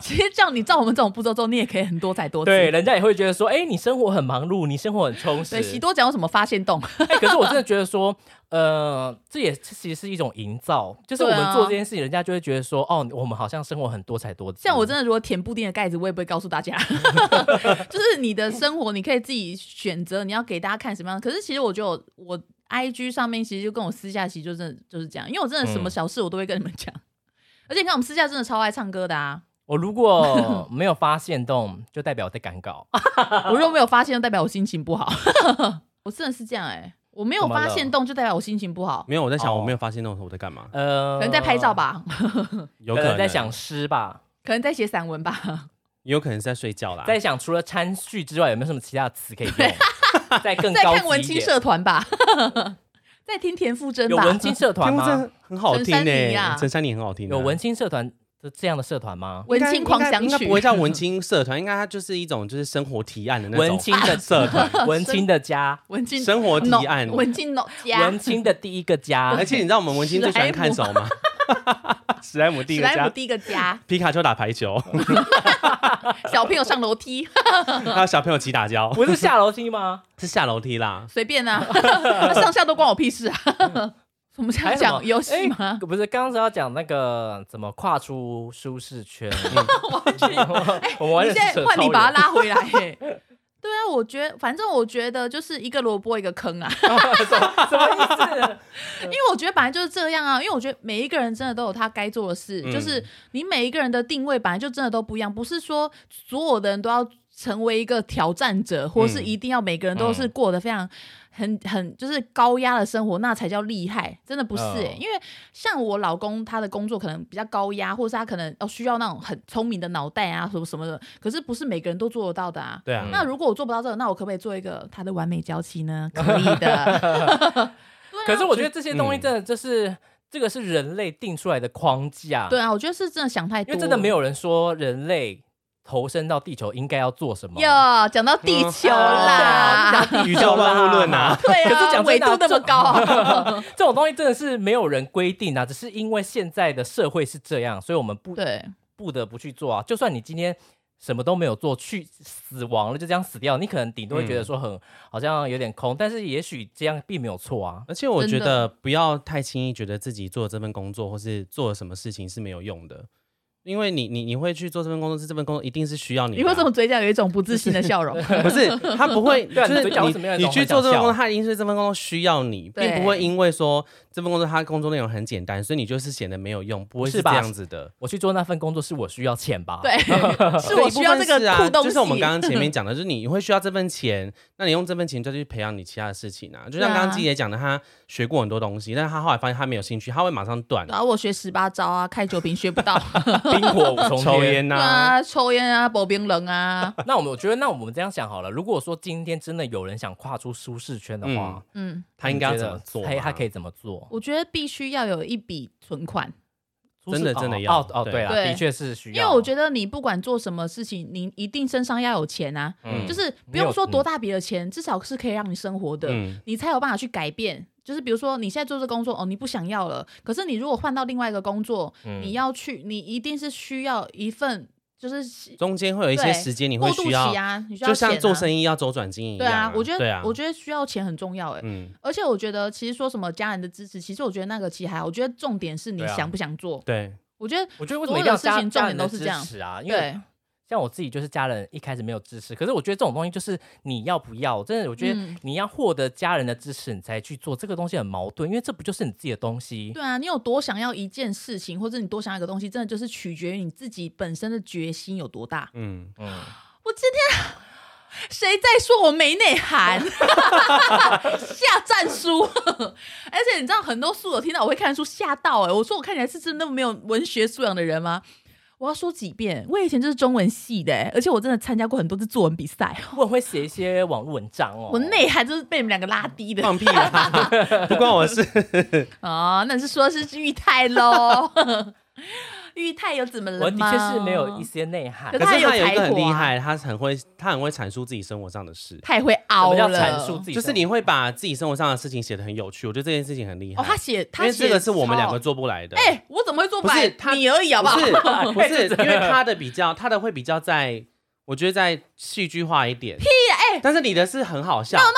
Speaker 1: 其实这样你照我们这种步骤做，你也可以很多彩多姿。
Speaker 3: 对，人家也会觉得说，哎，你生活很忙碌，你生活很充实
Speaker 1: 对，。喜多讲有什么发现动，
Speaker 3: 哎，可是我真的觉得说，呃，这也其实是一种营造，就是我
Speaker 1: 对啊
Speaker 3: 们做这件事情，人家就会觉得说，哦，我们好像生活很多才多姿。
Speaker 1: 像我真的，如果舔布丁的盖子，我也不会告诉大 家。 就是你的生活，你可以自己选择你要给大家看什么样。可是其实我觉得我我 I G 上面其实就跟我私下其实就真的就是这样，因为我真的
Speaker 3: 嗯
Speaker 1: 什么小事我都会跟你们讲。而且你看我们私下真的超爱唱歌的啊！
Speaker 3: 我如 果没有发现动，就代表我在赶稿。
Speaker 1: 啊我如果没有发现，就代表我心情不好。 我真的是这样哎、我没有
Speaker 3: 怎么
Speaker 1: 发
Speaker 3: 了
Speaker 1: 现动，就代表我心情不好，
Speaker 2: 没有我在想
Speaker 3: 哦
Speaker 2: 我没有发现那种我在干嘛，
Speaker 3: 呃，
Speaker 1: 可能在拍照，吧，
Speaker 2: 有
Speaker 3: 可
Speaker 2: 可
Speaker 3: 能
Speaker 2: 能
Speaker 3: 在想，诗吧，
Speaker 1: 可能在写散文吧。
Speaker 2: 也有可能是在睡觉啦，
Speaker 3: 在想除了餐序之外，有没有什么其他的词可以 用？再更
Speaker 1: 在
Speaker 3: 高级
Speaker 1: 看
Speaker 3: 一
Speaker 1: 文青
Speaker 3: 点
Speaker 1: 社团吧， 在听田馥甄
Speaker 3: 有
Speaker 1: 吧，
Speaker 3: 文青社团
Speaker 2: 天 空真
Speaker 3: 吗？
Speaker 2: 的很好听
Speaker 1: 陈珊妮
Speaker 2: 呢，
Speaker 1: 啊
Speaker 2: 陈珊妮很好听啊，
Speaker 3: 有文青社团的这样的社团吗？
Speaker 1: 文青狂想
Speaker 2: 应该
Speaker 1: 曲
Speaker 2: 不会叫文青社团，应该它就是一种就是生活提案的那种
Speaker 1: 哦
Speaker 3: 文青的
Speaker 2: 社 团，
Speaker 3: 文青的家，
Speaker 1: 文青
Speaker 2: 生活提案
Speaker 1: No，。文青 no 家
Speaker 3: 文青的第一个家
Speaker 2: 而。且你知道我们文青最喜欢看什么吗？史莱姆第一
Speaker 1: 史
Speaker 2: 个
Speaker 1: 莱姆
Speaker 2: 家，
Speaker 1: 第一个家，
Speaker 2: 皮卡丘打排 球，
Speaker 1: 小朋友上楼梯
Speaker 2: 还有小朋友骑打胶，
Speaker 3: 不是下楼梯吗？
Speaker 2: 是下楼梯啦。
Speaker 1: 随便啊， 那上下都关我屁事啊。 我们
Speaker 3: 嗯还
Speaker 1: 想
Speaker 3: 有什么
Speaker 1: 讲游戏
Speaker 3: 哎
Speaker 1: 吗？
Speaker 3: 不是，刚刚是要讲那个怎么跨出舒适 圈。 我完
Speaker 1: 哎你现
Speaker 3: 全是
Speaker 1: 在
Speaker 3: 扯
Speaker 1: 换你
Speaker 3: 超
Speaker 1: 把它
Speaker 3: 远
Speaker 1: 拉回来、欸。对啊，我觉得反正我觉得就是一个萝卜一个坑啊，
Speaker 3: 什么意思？
Speaker 1: 因为我觉得本来就是这样啊，因为我觉得每一个人真的都有他该做的事，
Speaker 2: 嗯
Speaker 1: 就是你每一个人的定位本来就真的都不一样，不是说所有的人都要成为一个挑战者，或
Speaker 3: 嗯
Speaker 1: 是一定要每个人都是过得非常。很很就是高压的生活，那才叫厉害，真的不是、欸
Speaker 3: 哦
Speaker 1: 因为像我老公，他的工作可能比较高压，或是他可能哦需要那种很聪明的脑袋啊，什么什么的。可是不是每个人都做得到的啊。
Speaker 3: 嗯
Speaker 2: 对啊，
Speaker 1: 那如果我做不到这个，那我可不可以做一个他的完美娇妻 呢？可以的。 啊
Speaker 3: 可是我觉得这些东西真的就是这个是人类定出来的框架。
Speaker 1: 对，啊，我觉得是真的想太多
Speaker 3: 因
Speaker 1: 了，
Speaker 3: 为真的没有人说人类投身到地球应该要做什么。啊
Speaker 1: 哟，讲到地球啦，
Speaker 2: 宇宙万物论嗯啊，
Speaker 1: 对
Speaker 3: 可是
Speaker 1: 啊，
Speaker 3: 讲
Speaker 1: 纬
Speaker 3: 真嗯的
Speaker 1: 度那
Speaker 3: 啊
Speaker 1: 么高 啊，
Speaker 3: 这种东西真的是没有人规定啊，只是因为现在的社会是这样，所以我们不
Speaker 1: 对，
Speaker 3: 不得不去做啊。就算你今天什么都没有做，去死亡了就这样死掉，你可能顶多会觉得说很、好像有点
Speaker 2: 嗯
Speaker 3: 空，但是也许这样并没有错 啊。
Speaker 2: 而且我觉
Speaker 1: 真
Speaker 2: 得
Speaker 1: 的
Speaker 2: 不要太轻易觉得自己做这份工作或是做了什么事情是没有用的，因为你你你会去做这份工作，是这份工作一定是需要你的啊。
Speaker 1: 你为什么嘴角有一种不自信的笑容？
Speaker 2: 不是，他不会，
Speaker 3: 对
Speaker 2: 就
Speaker 3: 啊你
Speaker 2: 是
Speaker 3: 嘴角为什么要有
Speaker 2: 你
Speaker 3: 一
Speaker 2: 你
Speaker 3: 种
Speaker 2: 去
Speaker 3: 很
Speaker 2: 做这份
Speaker 3: 想
Speaker 2: 工作，
Speaker 3: 笑
Speaker 2: 他一定是这份工作需要你，
Speaker 1: 对
Speaker 2: 并不会因为说这份工作他工作内容很简单，所以你就是显得没有用，不会
Speaker 3: 是
Speaker 2: 是这
Speaker 3: 吧
Speaker 2: 样子的。
Speaker 3: 我去做那份工作是我需要钱吧？
Speaker 1: 对，是
Speaker 2: 对
Speaker 1: 我
Speaker 2: 一部
Speaker 1: 需要这
Speaker 2: 分是
Speaker 1: 个
Speaker 2: 啊，
Speaker 1: 互动
Speaker 2: 就
Speaker 1: 性。
Speaker 2: 是我们刚刚前 面讲的，就是你会需要这份钱，那你用这份钱再去培养你其他的事情啊。就像
Speaker 1: 对啊
Speaker 2: 刚刚季姐讲的，他学过很多东西，但是他后来发现他没有兴趣，他会马上 断
Speaker 1: 然后我学十八招啊，开酒瓶学不 到，
Speaker 3: 冰火五重
Speaker 2: 抽
Speaker 3: 天。
Speaker 1: 对
Speaker 2: 烟呐。
Speaker 1: 啊，抽烟啊，保冰冷啊，
Speaker 3: 那我们我觉得，那我们这样想好了，如果说今天真的有人想跨出舒适圈的话，
Speaker 1: 嗯，
Speaker 2: 他应该要怎么
Speaker 3: 你觉得
Speaker 2: 做啊？
Speaker 3: 他他可
Speaker 2: 以
Speaker 3: 以怎么做？
Speaker 1: 我觉得必须要有一笔存款，
Speaker 2: 真的
Speaker 3: 舒适
Speaker 2: 真的
Speaker 3: 哦
Speaker 2: 要
Speaker 3: 哦哦，
Speaker 2: 对
Speaker 3: 对了，
Speaker 1: 对
Speaker 3: 的确是需
Speaker 1: 因
Speaker 3: 要，
Speaker 1: 为我觉
Speaker 3: 得
Speaker 1: 得你不管做什么事情，你一定身上要有钱啊，
Speaker 3: 嗯
Speaker 1: 就是不用说多大笔的钱，至少是可以让你生活的。
Speaker 2: 嗯，
Speaker 1: 你才有办法去改变。就是比如说，你现在做这工作，哦，你不想
Speaker 2: 嗯
Speaker 1: 要了，可是你如果换到另外一个工作，你要去，你一定是需要一份就是
Speaker 2: 中间会有一些
Speaker 1: 对
Speaker 2: 时间你会
Speaker 1: 过渡
Speaker 2: 需
Speaker 1: 期
Speaker 2: 要，
Speaker 1: 啊，你需要
Speaker 2: 就
Speaker 1: 钱
Speaker 2: 像
Speaker 1: 啊
Speaker 2: 做生意要周转经营一
Speaker 1: 对
Speaker 2: 样、
Speaker 1: 啊，我觉
Speaker 2: 对
Speaker 1: 得、
Speaker 2: 啊，
Speaker 1: 我觉得需要钱很重要哎、
Speaker 2: 嗯，
Speaker 1: 而且我觉得其实说什么家人的支持，其实我觉得那个其实还好，我觉得重点是你
Speaker 5: 对啊
Speaker 1: 想不想做。
Speaker 2: 对，
Speaker 1: 我觉得
Speaker 3: 我觉得为什
Speaker 1: 所有
Speaker 3: 么一定要
Speaker 1: 的事
Speaker 3: 家
Speaker 1: 情重
Speaker 3: 家
Speaker 1: 点
Speaker 3: 人
Speaker 1: 都
Speaker 3: 的
Speaker 1: 是
Speaker 3: 支
Speaker 1: 这样，
Speaker 3: 持啊？因为
Speaker 1: 对，
Speaker 3: 像我自己就是家人一开始没有支持，可是我觉得这种东西就是你要不要，真的，我觉
Speaker 1: 嗯
Speaker 3: 得你要获得家人的支持，你才去做这个东西很矛盾，因为这不就是你自己的东西。
Speaker 1: 对啊，你有多想要一件事情，或者你多想要一个东西，真的就是取决于你自己本身的决心有多大。
Speaker 2: 嗯，
Speaker 3: 嗯，
Speaker 1: 我今天谁在说我没内涵？ 下战书， 而且你知道很多书友听到我会看书吓到哎、我说我看起来是真的没有文学素养的人吗？我要说几遍，我以前就是中文系的、欸，而且我真的参加过很多次作文比赛，
Speaker 2: 哦
Speaker 3: 我很会写一些网络文章哦。
Speaker 1: 我内涵就是被你们两个拉低的
Speaker 2: 放屁 啦，不关我事。
Speaker 1: 哦，那是说是裕泰喽， 裕泰有怎么了
Speaker 3: 我的
Speaker 1: 吗？
Speaker 3: 确是没有一些内涵
Speaker 1: 可
Speaker 2: 可
Speaker 1: 是
Speaker 2: 是
Speaker 1: 他
Speaker 2: 他
Speaker 1: 有
Speaker 2: 有一个
Speaker 1: 才
Speaker 2: 很厉
Speaker 1: 华
Speaker 2: 害，他很会，他很会阐述自己生活上的事，
Speaker 1: 太会
Speaker 3: 什
Speaker 1: 凹
Speaker 3: 么
Speaker 1: 了，
Speaker 3: 叫阐述自己？
Speaker 2: 就是你会把自己生活上的事情写得很有趣，我觉得这件事情很厉害。
Speaker 1: 哦，他写
Speaker 2: 因
Speaker 1: 他
Speaker 2: 为
Speaker 1: 写
Speaker 2: 这个是我们两个
Speaker 1: 超。
Speaker 2: 做不来的。
Speaker 1: 哎、我怎么会做
Speaker 2: 不是
Speaker 1: 白？
Speaker 2: 他
Speaker 1: 你而已好不好？ 哎
Speaker 2: 是不 是，因为他的比较，他的会比较在，我觉得在戏剧化一点。屁
Speaker 1: 哎
Speaker 2: 但是你的是很好笑。
Speaker 1: no no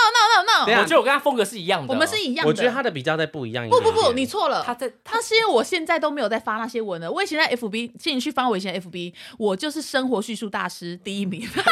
Speaker 1: no，
Speaker 2: 等一
Speaker 3: 我
Speaker 2: 下
Speaker 3: 觉得我跟他风格是一样的。
Speaker 1: 我们是一样的。
Speaker 2: 哦我觉得他的比较在不一样一
Speaker 1: 不
Speaker 2: 点
Speaker 1: 不
Speaker 2: 点。
Speaker 1: 不，你错了。
Speaker 3: 他在
Speaker 1: 他是因为我现在都没有在发那些文了。我以前在 FB，请你去翻我以前的 FB，我就是生活叙述大师第一名。 哎、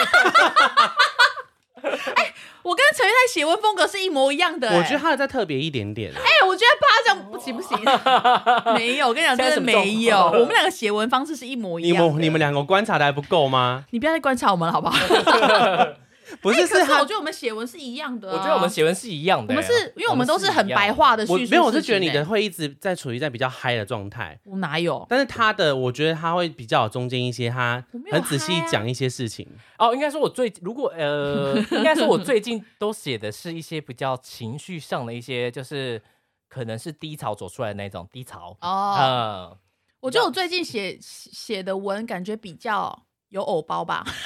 Speaker 1: 我跟陈玉泰写文风格是一模一样的、哎
Speaker 2: 我觉得他的再特别一点点。
Speaker 1: 哎、我觉得巴掌不行不行，
Speaker 2: 哦
Speaker 1: 没有，我跟 你讲，真的没
Speaker 3: 现在
Speaker 1: 有
Speaker 3: 什么。状况
Speaker 1: 我们两个写文方式是一模一
Speaker 2: 你
Speaker 1: 样的。
Speaker 2: 们你们两个观察的还不够吗？
Speaker 1: 你不要再观察我们了，好不好？
Speaker 2: 不是，
Speaker 1: 哎可是我
Speaker 2: 他
Speaker 1: 觉。得我们写文是一样的、啊。
Speaker 3: 我觉得我们写文是一样
Speaker 1: 我
Speaker 3: 的欸。
Speaker 1: 们
Speaker 2: 啊
Speaker 1: 是因为我们都是很
Speaker 3: 一样
Speaker 1: 白话的叙
Speaker 2: 我
Speaker 1: 述事情、
Speaker 2: 没有，我是觉得你的
Speaker 1: 哎
Speaker 2: 会一直在处于在比较嗨的状态，
Speaker 1: 我哪有？
Speaker 2: 但是他的我觉得他会比较有中间一些，他
Speaker 1: 我没有
Speaker 2: 很仔细
Speaker 1: 嗨啊
Speaker 2: 讲一些事情。
Speaker 3: 哦，应该说我最如果呃，应该说我最近都写的是一些比较情绪上的一些，就是可能是低潮走出来的那种低潮。
Speaker 1: 哦、
Speaker 3: 嗯，
Speaker 1: 我觉得我最近写写的文感觉比较有偶包吧。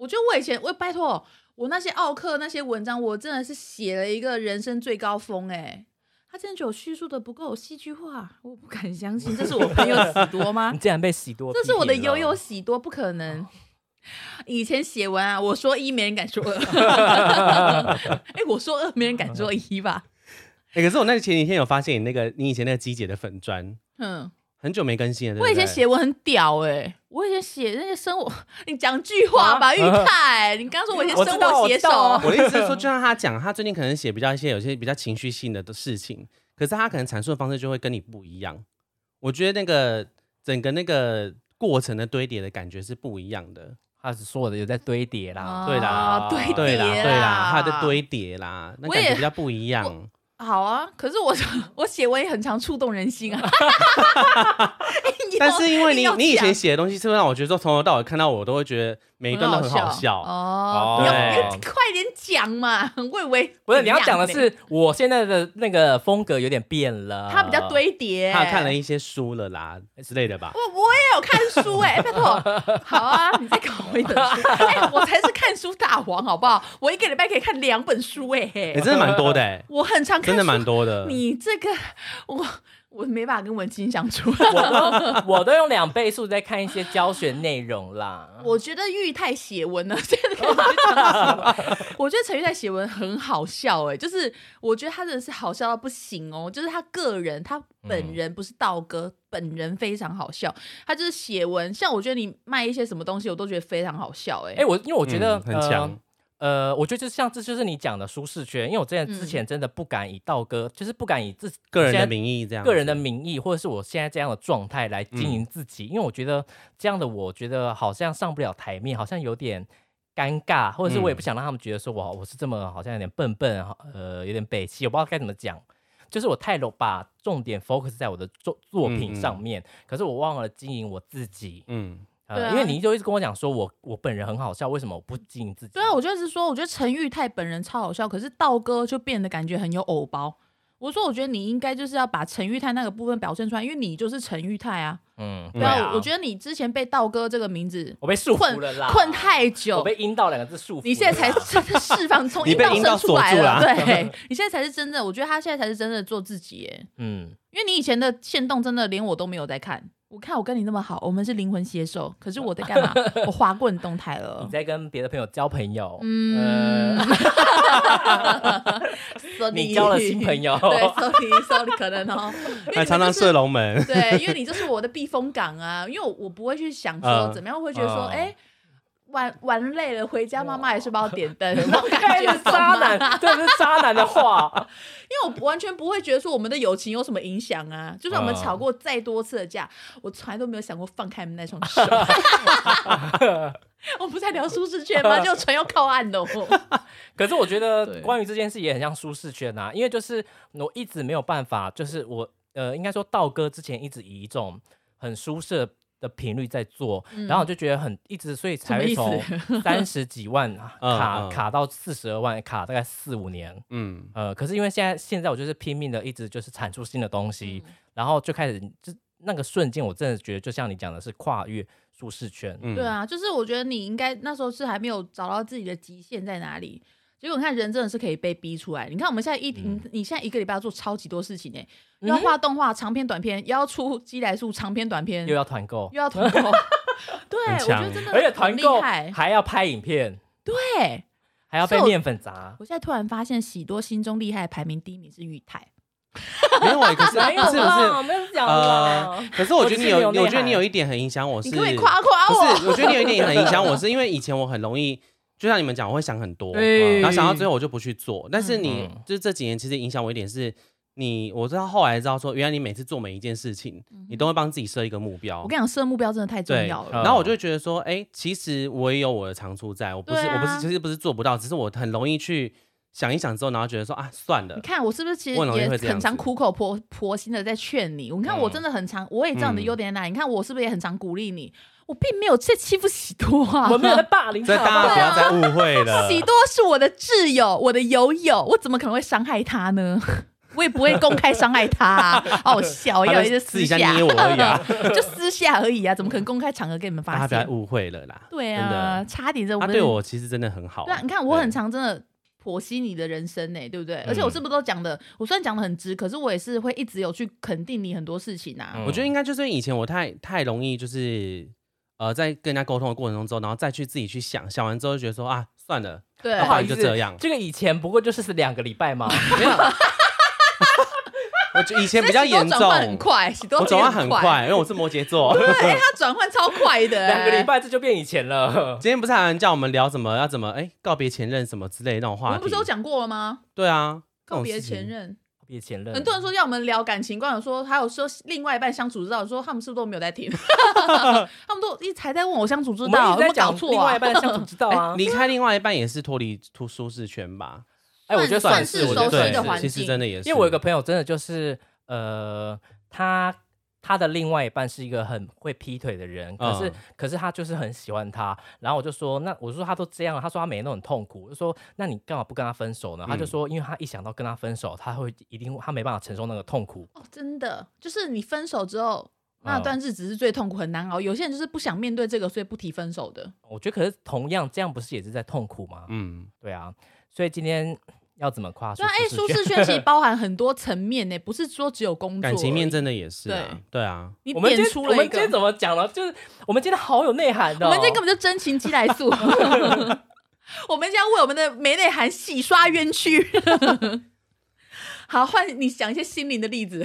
Speaker 1: 我觉得我以前，我拜托我那些奥克那些文章，我真的是写了一个人生最高峰哎、他真的觉得我叙述的不够有戏剧化，我不敢相信，这是我朋友喜多吗
Speaker 3: 你？竟然被洗多，
Speaker 1: 这是我的悠悠。喜多，不可能。以前写文啊，我说一，没人敢说 二。哎、我说二，没人敢说一吧？
Speaker 2: 哎、可是我那前几天有发现你那个你以前那个机姐的粉砖
Speaker 1: 嗯，
Speaker 2: 很久没更新了，对不
Speaker 1: 我以前
Speaker 2: 对
Speaker 1: 写文很屌哎、我以前写那些生活， 你讲句话
Speaker 2: 啊
Speaker 1: 吧，玉泰，你刚说我以前
Speaker 3: 我
Speaker 1: 生
Speaker 3: 知道
Speaker 1: 活
Speaker 3: 我
Speaker 1: 写
Speaker 3: 知
Speaker 1: 手
Speaker 3: 道啊，
Speaker 2: 我的意思是说，就像他讲，他最近可能写比较一些有些比较情绪性的的事情，可是他可能阐述的方式就会跟你不一样。我觉得那个整个那个过程的堆叠的感觉是不一样的。
Speaker 3: 他只说我的有在堆叠啦，
Speaker 2: 对啦
Speaker 1: 啊对
Speaker 2: 对啦，对啦，他
Speaker 1: 的
Speaker 2: 在堆叠啦，那
Speaker 1: 我
Speaker 2: 感觉
Speaker 1: 也
Speaker 2: 比较不一样。
Speaker 1: 好啊。可是我 我写文也很常触动人心啊，硬要
Speaker 2: 但是因为你
Speaker 1: 硬要
Speaker 2: 你以前
Speaker 1: 讲
Speaker 2: 写的东西，是不是让我觉得说从头到尾看到我都会觉得每一段都很好笑？
Speaker 1: 哦。
Speaker 3: 哦
Speaker 1: 你要你
Speaker 2: 对
Speaker 1: 要快点讲嘛，我以为
Speaker 3: 不是你要
Speaker 1: 怎样
Speaker 3: 讲的
Speaker 1: 呢
Speaker 3: 是我现在的那个风格有点变了，
Speaker 1: 他比较。堆叠，
Speaker 2: 啊他有看了一些书了啦之类的吧？
Speaker 1: 我我也有看书哎、欸，拜 托，好啊，你再搞我一本 书，哎、我才是看书大王好不好？我一个礼拜可以看两本书哎、
Speaker 2: 哎、真的蛮多的、欸，
Speaker 1: 我很常看
Speaker 2: 真的蛮
Speaker 1: 书
Speaker 2: 多的。
Speaker 1: 你这个我我没办法跟文青相处。
Speaker 3: 我我都用两倍速在看一些教学内 容啦。
Speaker 1: 我觉得玉泰写文呢， 这个我觉得他写文哦 我觉得陈玉泰写文很好笑哎、就是我觉得他真的是好笑到不行哦，就是他个人他
Speaker 2: 嗯
Speaker 1: 本人不是道哥、本人非常好笑，他就是写文，像我觉得你卖一些什么东西，我都觉得非常好笑哎、
Speaker 3: 哎、我因为我觉得、
Speaker 2: 嗯很强
Speaker 3: 呃。呃，我觉得就像这就是你讲的舒适圈，因为我之前
Speaker 1: 嗯
Speaker 3: 之前真的不敢以道哥，就是不敢以自己
Speaker 2: 个人
Speaker 3: 现在
Speaker 2: 的名义这样子，嗯
Speaker 3: 个人的名义，或者是我现在这样的状态来经营自己，因为我觉得这样的我觉得好像上不了台面，好像有点尴尬，或者是我也
Speaker 2: 嗯
Speaker 3: 不想让他们觉得说我我是这么好像有点笨笨，呃，有点北气，我不知道该怎么讲。就是我太容把重点 focus 在我的作作品上面，可是我忘了经营我自己。
Speaker 2: 嗯。
Speaker 1: 对
Speaker 3: 呃，
Speaker 1: 啊
Speaker 3: 因为你就一直跟我讲说我我本人很好笑，为什么我不经营自己？
Speaker 1: 对啊，我就是说，我觉得陈玉泰本人超好笑，可是道哥就变得感觉很有偶包。我说，我觉得你应该就是要把陈玉泰那个部分表现出来，因为你就是陈玉泰啊。
Speaker 3: 嗯，
Speaker 1: 对啊，我觉得你之前被道哥这个名字
Speaker 3: 我被束
Speaker 1: 困
Speaker 3: 缚了啦，
Speaker 1: 困太
Speaker 3: 我
Speaker 1: 久，
Speaker 3: 被“阴道”两个字束缚了啦，
Speaker 1: 你现在才真的释放从
Speaker 2: 你
Speaker 1: 阴
Speaker 2: 被
Speaker 1: 道
Speaker 2: 阴道
Speaker 1: 生出来
Speaker 2: 锁住啦
Speaker 1: 了。对，你现在才是真的，我觉得他现在才是真的做自己耶，
Speaker 3: 嗯，
Speaker 1: 因为你以前的线动真的连我都没有在看，我看我跟你那么好，我们是灵魂携手，可是我在 干嘛？我滑过你动态了
Speaker 3: 你。在跟别的朋友交朋友，
Speaker 1: 嗯，Sorry
Speaker 3: 你交了新朋友
Speaker 1: 呃 对，sorry，sorry，可能 哦，因为
Speaker 2: 还常常射龙门，
Speaker 1: 对，因为你就是我的避风港啊，因为我不会去想说
Speaker 2: 嗯
Speaker 1: 怎么样，我会觉得说，
Speaker 3: 嗯
Speaker 1: 哎、玩玩累了回家，妈妈也是帮我点灯，那种感
Speaker 3: 这
Speaker 1: 觉
Speaker 3: 是渣
Speaker 1: 懂吗
Speaker 3: 男，这是渣男的 话。
Speaker 1: 因为我不完全不会觉得说我们的友情有什么影响啊，就算我们
Speaker 3: 嗯
Speaker 1: 吵过再多次的架，我从来都没有想过放开你们那双 手。我们不是在聊舒适圈吗？就船要靠岸 了哦。
Speaker 3: 可是我觉
Speaker 1: 对
Speaker 3: 得关于这件事也很像舒适圈啊，因为就是我一直没有办法，就是我呃，应该说道哥之前一直以一种很舒适的频率在做，然后我就觉得很一直，所以才会
Speaker 1: 嗯什么
Speaker 3: 从
Speaker 1: 意
Speaker 3: 三十几万啊
Speaker 2: 嗯
Speaker 3: 卡
Speaker 2: 嗯
Speaker 3: 卡到四十二万，卡大概四五年。
Speaker 2: 嗯，
Speaker 3: 呃，可是因为现在现在我就是拼命的一直就是产出新的东西，
Speaker 1: 嗯
Speaker 3: 然后就开始就那个瞬间，我真的觉得就像你讲的是跨越舒适圈，
Speaker 2: 嗯
Speaker 1: 对，啊，就是我觉得你应该那时候是还没有找到自己的极限在哪里。结果你看，人真的是可以被逼出来。你看我们现在一，你你现在一个礼拜要做超级多事情呢、又要画动画、长篇、短篇，又要出基来数、长篇、短篇，
Speaker 3: 又要团购，
Speaker 1: 又要团购。 对，我
Speaker 2: 很
Speaker 1: 觉得
Speaker 2: 强
Speaker 1: 真的
Speaker 3: 而且
Speaker 1: 很
Speaker 3: 团
Speaker 1: 厉
Speaker 3: 购
Speaker 1: 害
Speaker 3: 还要拍影片，
Speaker 1: 对。
Speaker 3: 还要被
Speaker 1: 所以我
Speaker 3: 面粉砸。
Speaker 1: 我现在突然发现，喜多心中厉害的排名第一名是玉泰，
Speaker 2: 没有啊，可是
Speaker 3: 没有
Speaker 2: 不是不
Speaker 3: 啦，
Speaker 2: 是，
Speaker 3: 没有讲
Speaker 2: 呃
Speaker 1: 啊
Speaker 3: 啦。，
Speaker 2: 可是我觉得你有，
Speaker 3: 我只
Speaker 2: 我觉得
Speaker 3: 是没有内涵
Speaker 2: 你有一点很影响我是，
Speaker 1: 你可不可以夸夸
Speaker 2: 不
Speaker 1: 我？
Speaker 2: 是，我觉得你有一点很影响我，是因为以前我很容易，就像你们讲，我会想很多，嗯
Speaker 3: 对
Speaker 2: 然后想到最后我就不去做。但是你、
Speaker 3: 嗯
Speaker 2: 就是这几年其实影响我一点是，你我知道后来知道说，原来你每次做每一件事情，你都会帮自己设一个目标
Speaker 1: 我。跟你讲，设目标真的太重
Speaker 2: 对，
Speaker 1: 要了。
Speaker 2: 然后我就会觉得说，哎、其实我也有我的长处在，我不是、
Speaker 1: 对啊
Speaker 2: 我不是其实不是做不到，只是我很容易去想一想之后，然后觉得说啊，算了
Speaker 1: 你，看我是不是其实
Speaker 2: 我很容易
Speaker 1: 也
Speaker 2: 会这样
Speaker 1: 很常
Speaker 2: 子嗯
Speaker 1: 苦口婆婆心的在劝你？你看我真的很常，我也知道你的优点在哪里。你看我是不是也很常鼓励你？我并没有在欺负喜多啊，
Speaker 3: 呃我没有在霸凌
Speaker 2: 这
Speaker 3: 他，
Speaker 2: 大家不要再误会了。
Speaker 1: 喜多是我的挚友，我的友友，我怎么可能会伤害他呢？ 我也不会公开伤害他、啊，哦，小
Speaker 2: 他
Speaker 1: 要
Speaker 2: 在
Speaker 1: 一些
Speaker 2: 私
Speaker 1: 私
Speaker 2: 底下
Speaker 1: 下
Speaker 2: 捏我而已啊
Speaker 1: 就私下而已啊，怎么可能公开场合给你们发
Speaker 2: 大家不要
Speaker 1: 现？
Speaker 2: 误会了啦。
Speaker 1: 对
Speaker 2: 真
Speaker 1: 啊，
Speaker 2: 的
Speaker 1: 差点这
Speaker 2: 他
Speaker 1: 们
Speaker 2: 对我其实真的很好。
Speaker 1: 对啊，你看我很常真的剖析你的人生呢、对不对？而
Speaker 3: 嗯
Speaker 1: 且我是不是都讲的，我虽然讲的很直，可是我也是会一直有去肯定你很多事情啊。
Speaker 3: 嗯
Speaker 2: 我觉得应该就是以前我太太容易就是呃，在跟人家沟通的过程中之后，然后再去自己去想，想完之后就觉得说啊，算了，
Speaker 1: 对
Speaker 3: 不，哦好意思，
Speaker 2: 就这样
Speaker 3: 这个以前不过就是两个礼 拜嘛，
Speaker 2: 没有。我就以前比
Speaker 1: 所
Speaker 2: 较
Speaker 1: 以喜多
Speaker 2: 严重
Speaker 1: 转，换很快，喜多
Speaker 2: 我转换
Speaker 1: 很
Speaker 2: 很快，，因为我是摩羯 座。
Speaker 1: 对，他转换超快的、
Speaker 3: 两个礼
Speaker 1: 欸。
Speaker 3: 拜这就变以前了。
Speaker 2: 今天不是还有人叫我们聊什么要怎么哎、告别前任什么之类的那种
Speaker 1: 我
Speaker 2: 话
Speaker 1: 们
Speaker 2: 题？
Speaker 1: 不是有讲过了吗？
Speaker 2: 对啊，这
Speaker 1: 告
Speaker 3: 哦
Speaker 2: 种
Speaker 1: 别
Speaker 2: 事情
Speaker 1: 前任，
Speaker 3: 别前任，
Speaker 1: 很多人说要我们聊感情观，有说还有说另外一半相处之道，说他们是不是都没有在听？ 他们都一直还在问我相处之
Speaker 3: 我们
Speaker 1: 道，
Speaker 3: 一
Speaker 1: 有没
Speaker 3: 直在
Speaker 1: 有搞
Speaker 3: 讲
Speaker 1: 错
Speaker 3: 另外
Speaker 1: 啊哎
Speaker 3: 一？半的相处之道 啊。
Speaker 2: 离开另外一半也是脱离出舒适圈吧？
Speaker 3: 哎，我觉得
Speaker 1: 算
Speaker 3: 是，
Speaker 1: 是
Speaker 3: 我觉
Speaker 1: 熟
Speaker 3: 得
Speaker 1: 悉
Speaker 3: 算
Speaker 1: 的环
Speaker 3: 是，
Speaker 2: 对，其实
Speaker 1: 境
Speaker 2: 真的也是，
Speaker 3: 因为我有一个朋友真的就是呃，他他的另外一半是一个很会劈腿的人，可是、
Speaker 2: 嗯
Speaker 3: 可是他就是很喜欢他，然后我就说那我说他都这样了，他说他每天都很痛苦，我就说那你干嘛不跟他分手呢？他就
Speaker 2: 嗯
Speaker 3: 说因为他一想到跟他分手，他会一定他没办法承受那个痛苦，
Speaker 1: 哦，真的，就是你分手之后那
Speaker 2: 嗯
Speaker 1: 段日子是最痛苦、很难熬。有些人就是不想面对这个，所以不提分手的。
Speaker 3: 我觉得可是同样这样不是也是在痛苦吗？
Speaker 2: 嗯，
Speaker 3: 对啊，所以今天要怎么跨出
Speaker 1: 对啊，哎、
Speaker 3: 舒
Speaker 1: 舒
Speaker 3: 适圈？
Speaker 1: 适圈其实包含很多层面呢、不是说只有工作而已。
Speaker 2: 感情面真的也是啊，对啊，
Speaker 1: 你
Speaker 3: 我们今
Speaker 1: 点
Speaker 3: 天
Speaker 1: 出
Speaker 3: 我
Speaker 1: 了
Speaker 3: 们
Speaker 1: 一
Speaker 3: 今天
Speaker 1: 个，
Speaker 3: 怎么讲了？就是我们今天好有内涵的、
Speaker 1: 我
Speaker 3: 哦，
Speaker 1: 们今天根本就真情激来素。 我们将为我们的没内涵洗刷冤屈。 好，换你讲一些心灵的例子。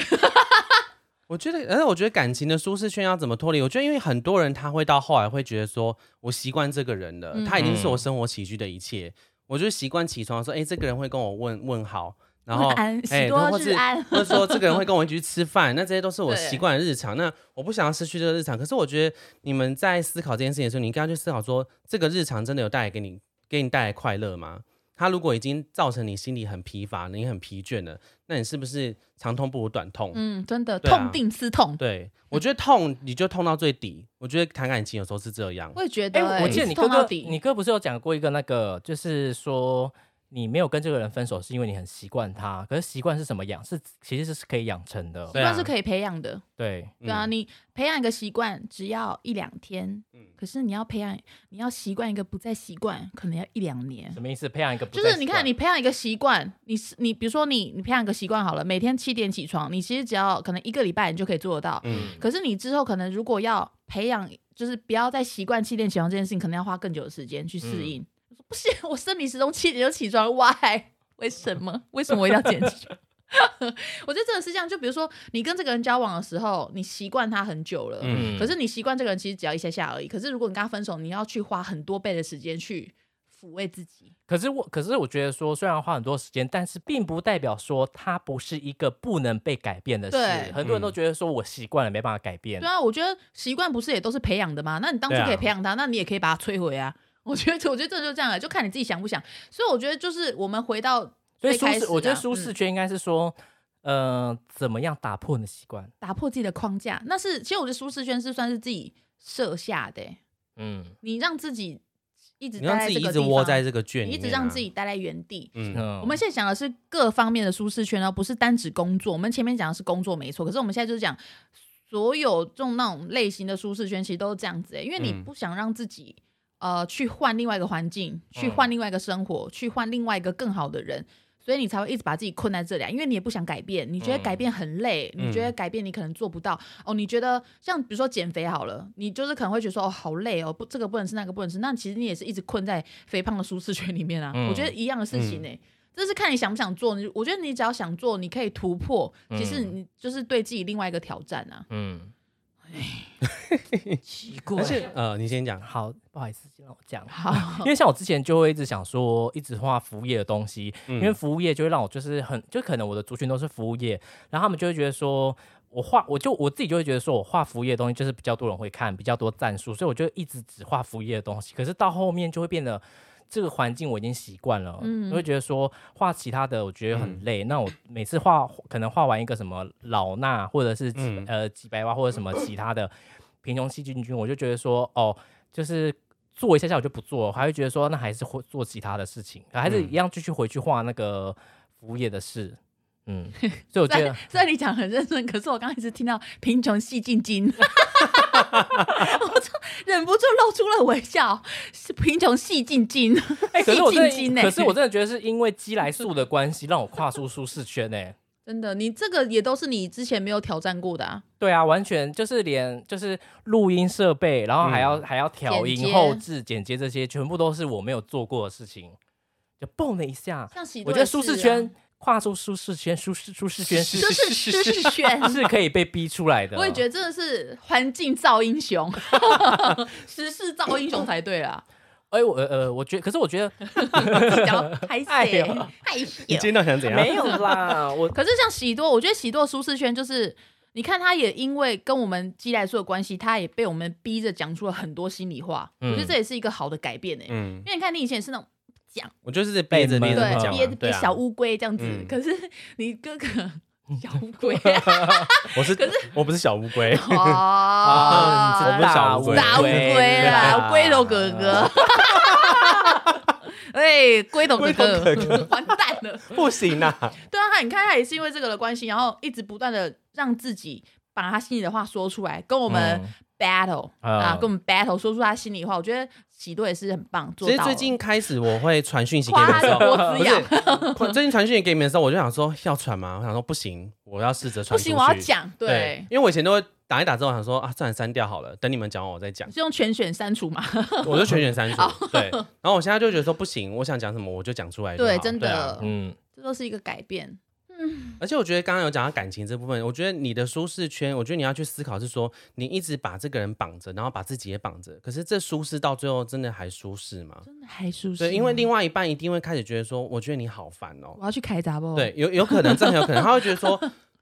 Speaker 2: 我觉得，而且我觉得感情的舒适圈要怎么脱离？我觉得，因为很多人他会到后来会觉得说，我习惯这个人了，
Speaker 1: 嗯
Speaker 2: 他已经是我生活起居的一切。我就习惯起床说，哎、这个人会跟我问问好，然后
Speaker 1: 问安
Speaker 2: 哎，
Speaker 1: 喜多
Speaker 2: 或
Speaker 1: 日
Speaker 2: 是
Speaker 1: 安
Speaker 2: 或者说这个人会跟我一起去吃饭，那这些都是我
Speaker 1: 对
Speaker 2: 习惯的日常。那我不想要失去这个日常，可是我觉得你们在思考这件事情的时候，你应该要去思考说，这个日常真的有带来给你给你带来快乐吗？他如果已经造成你心里很疲乏，你很疲倦了，那你是不是长痛不如短痛？
Speaker 1: 嗯，真的、
Speaker 2: 对啊
Speaker 1: 痛定思痛，
Speaker 2: 对，我觉得痛你就痛到最底。我觉得谈感情有时候是这样
Speaker 1: 我，也觉得、
Speaker 3: 哎、
Speaker 1: 欸
Speaker 3: 我记得你哥
Speaker 1: 痛到
Speaker 3: 哥，
Speaker 1: 底
Speaker 3: 你哥不是有讲过一个那个，就是说你没有跟这个人分手，是因为你很习惯他。可是习惯是什么养？是其实是可以养成的。
Speaker 2: 对
Speaker 1: 习
Speaker 2: 啊
Speaker 1: 惯是可以培养的，
Speaker 3: 对
Speaker 1: 对啊，
Speaker 2: 嗯
Speaker 1: 你培养一个习惯只要一两天，
Speaker 2: 嗯
Speaker 1: 可是你要培养，你要习惯一个不再习惯，可能要一两年。
Speaker 3: 什么意思？培养一个不
Speaker 1: 就
Speaker 3: 再
Speaker 1: 是你
Speaker 3: 习
Speaker 1: 看，
Speaker 3: 惯
Speaker 1: 你培养一个习惯，你是你，比如说你你培养一个习惯好了，每天七点起床，你其实只要可能一个礼拜你就可以做得到。
Speaker 2: 嗯，
Speaker 1: 可是你之后可能如果要培养，就是不要再习惯七点起床这件事情，可能要花更久的时间去适应。
Speaker 2: 嗯
Speaker 1: 我说不行， 我生理时钟七点就起床，why？为什么？为什么我一定要坚持？ 我觉得这个是这样，就比如说你跟这个人交往的时候，你习惯他很久了，
Speaker 2: 嗯
Speaker 1: 可是你习惯这个人其实只要一下下而已。可是如果你跟他分手，你要去花很多倍的时间去抚慰自己。
Speaker 3: 可是我，可是我觉得说，虽然花很多时间，但是并不代表说它不是一个不能被改变的
Speaker 1: 对
Speaker 3: 事。很多人都
Speaker 2: 嗯
Speaker 3: 觉得说我习惯了，没办法改变
Speaker 1: 对。啊，我觉得习惯不是也都是培养的吗？那你当初
Speaker 3: 对啊
Speaker 1: 可以培养它，那你也可以把它摧毁啊。我觉得，我觉得这就这样了，就看你自己想不想。所以我觉得，就是我们回到
Speaker 3: 所
Speaker 1: 最
Speaker 3: 以舒
Speaker 1: 开始啊、
Speaker 3: 适，我觉得舒
Speaker 1: 嗯
Speaker 3: 适圈应该是说，呃，怎么样打破你的习惯？
Speaker 1: 打破自己的框架，那是其实我觉得舒适圈是算是自己设下的欸、
Speaker 3: 嗯
Speaker 1: 你让自己一直
Speaker 2: 你
Speaker 1: 待
Speaker 2: 让
Speaker 1: 在
Speaker 2: 自己
Speaker 1: 这
Speaker 2: 一
Speaker 1: 个
Speaker 2: 直
Speaker 1: 地
Speaker 2: 窝
Speaker 1: 方
Speaker 2: 在这个圈里
Speaker 1: 你一
Speaker 2: 面啊，
Speaker 1: 直让自己待在原地。
Speaker 2: 嗯，
Speaker 3: 嗯，
Speaker 1: 我们现在讲的是各方面的舒适圈哦，不是单指工作。我们前面讲的是工作没错，可是我们现在就是讲所有这种那种类型的舒适圈，其实都是这样子、欸，因为你
Speaker 2: 嗯
Speaker 1: 不想让自己、呃去换另外一个环境，去换另外一个生活，去换另外一个更好的人。所以你才会一直把自己困在这里、啊，因为你也不想改变，你觉得改变很累，
Speaker 2: 嗯
Speaker 1: 你觉得改变你可能做不到、哦。你觉得像比如说减肥好了，你就是可能会觉得说哦好累哦，不这个不能吃那个不能吃，那其实你也是一直困在肥胖的舒适圈里面啊。
Speaker 3: 嗯
Speaker 1: 我觉得一样的事情呢、这是看你想不想做。你我觉得你只要想做，你可以突破，
Speaker 3: 嗯
Speaker 1: 其实你就是对自己另外一个挑战啊。
Speaker 3: 嗯，哎奇怪
Speaker 2: 而，且呃，你先讲，
Speaker 3: 好，不好意思，让我讲。
Speaker 1: 好，
Speaker 3: 因为像我之前就会一直想说，一直画服务业的东西，
Speaker 2: 因
Speaker 3: 因为服务业就会让我就是很，就可能我的族群都是服务业，然后他们就会觉得说，我画我就我自己就会觉得说我画服务业的东西就是比较多人会看，比较多赞数，所以我就一直只画服务业的东西。可是到后面就会变得这个环境我已经习惯了，
Speaker 1: 嗯
Speaker 3: 嗯，会觉得说画其他的我觉得很累。那我每次画可能画完一个什么老衲或者是几、
Speaker 2: 嗯
Speaker 3: 呃几百万或者什么其他的贫穷细菌菌，我就觉得说哦，就是做一下下我就不做了，还会觉得说那还是会做其他的事情，还是一样继续回去画那个服务业的事。嗯，所以我觉
Speaker 1: 虽
Speaker 3: 得
Speaker 1: 然虽然你讲得很认真，可是我刚刚一直听到贫穷戏进京， 我就忍不住露出了微笑。是贫穷戏进京，
Speaker 3: 哎、可是我
Speaker 1: 戏进欸
Speaker 3: 真
Speaker 1: 京
Speaker 3: 的，
Speaker 1: 呢？
Speaker 3: 可是我真的觉得是因为鸡来素的关系，让我跨出舒适圈欸呢、
Speaker 1: 真的，你这个也都是你之前没有挑战过的啊。
Speaker 3: 对啊，完全就是连就是录音设备，然后还要、还要调
Speaker 1: 剪接
Speaker 3: 音、后置、剪接这些，全部都是我没有做过的事情，就蹦了一下。
Speaker 1: 像喜多也
Speaker 3: 我觉得舒
Speaker 1: 是啊
Speaker 3: 适圈，跨出舒适圈、舒适舒适圈是
Speaker 1: 就是 是就是圈。
Speaker 3: 是可以被逼出来的。啊
Speaker 1: 我也觉
Speaker 3: 得，
Speaker 1: 得真的是环境造英 雄，时势造英雄才对啊啦。
Speaker 3: 哎、我呃呃，我觉得，可是我觉得
Speaker 1: 比较害羞，
Speaker 3: 哎呦
Speaker 1: 害
Speaker 2: 你
Speaker 1: 羞。
Speaker 2: 今天到底想怎样？
Speaker 3: 没有 啦，我
Speaker 1: 可是像喜多，我觉得喜多的舒适圈就是，你看他也因为跟我们基来说的关系，他也被我们逼着讲出了很多心里话。
Speaker 3: 嗯
Speaker 1: 我觉得这也是一个好的改变诶、欸
Speaker 2: 嗯
Speaker 1: 因，为你看，你以前也是那种
Speaker 2: 我就是憋着
Speaker 3: 被
Speaker 2: 憋
Speaker 3: 闷
Speaker 2: 着不
Speaker 1: 对
Speaker 2: 讲
Speaker 1: 憋
Speaker 2: 嘛，对
Speaker 1: 憋
Speaker 2: 啊
Speaker 1: 小，乌龟这样子，
Speaker 2: 嗯
Speaker 1: 可是你哥哥小乌 龟
Speaker 2: 我是我不是小乌 龟，
Speaker 3: 啊
Speaker 1: 哦，
Speaker 2: 我不是小乌龟
Speaker 1: 大乌龟啦，龟头哥
Speaker 3: 嗯
Speaker 1: 哥。哎，龟头哥
Speaker 2: 龟头
Speaker 1: 哥， 完蛋了！
Speaker 2: 不行啊，
Speaker 1: 对啊，他你看他也是因为这个的关系，然后一直不断的让自己把他心里的话说出来，跟我
Speaker 3: 我
Speaker 1: 们
Speaker 2: 嗯
Speaker 1: battle、
Speaker 3: 啊
Speaker 1: 啊，跟我们 battle 说出他心里话。我觉得喜多也是很棒，做
Speaker 2: 其实
Speaker 1: 到了。
Speaker 2: 最近开始我会传讯息给你
Speaker 1: 夸他
Speaker 2: 们的时
Speaker 1: 的
Speaker 2: 候，
Speaker 1: 脖子痒，
Speaker 2: 不是最近传讯息给你们的时候，我就想说要传吗？我想说不行，我要试着
Speaker 1: 不
Speaker 2: 传出去。
Speaker 1: 行，我要讲，对
Speaker 2: 对，，因为我以前都会打一打之后想说啊，算了，删掉好了，等你们讲完我再 讲
Speaker 1: 你，是用全选删除嘛？
Speaker 2: 我就全选删除。对，然后我现在就觉得说不行，我想讲什么我就讲出来就好。
Speaker 1: 对，真
Speaker 2: 对啊
Speaker 1: 的，
Speaker 3: 嗯。
Speaker 1: 这都是一个改变。
Speaker 2: 而且我觉得刚刚有讲到感情这部分，我觉得你的舒适圈，我觉得你要去思考是说，你一直把这个人绑着，然后把自己也绑着，可是这舒适到最后真的还舒适吗？
Speaker 1: 真的还舒适吗，
Speaker 2: 对，因为另外一半一定会开始觉得说，我觉得你好烦哦、
Speaker 1: 我要去开闸不？
Speaker 2: 对，有有可能，真的有可能，他会觉得 说，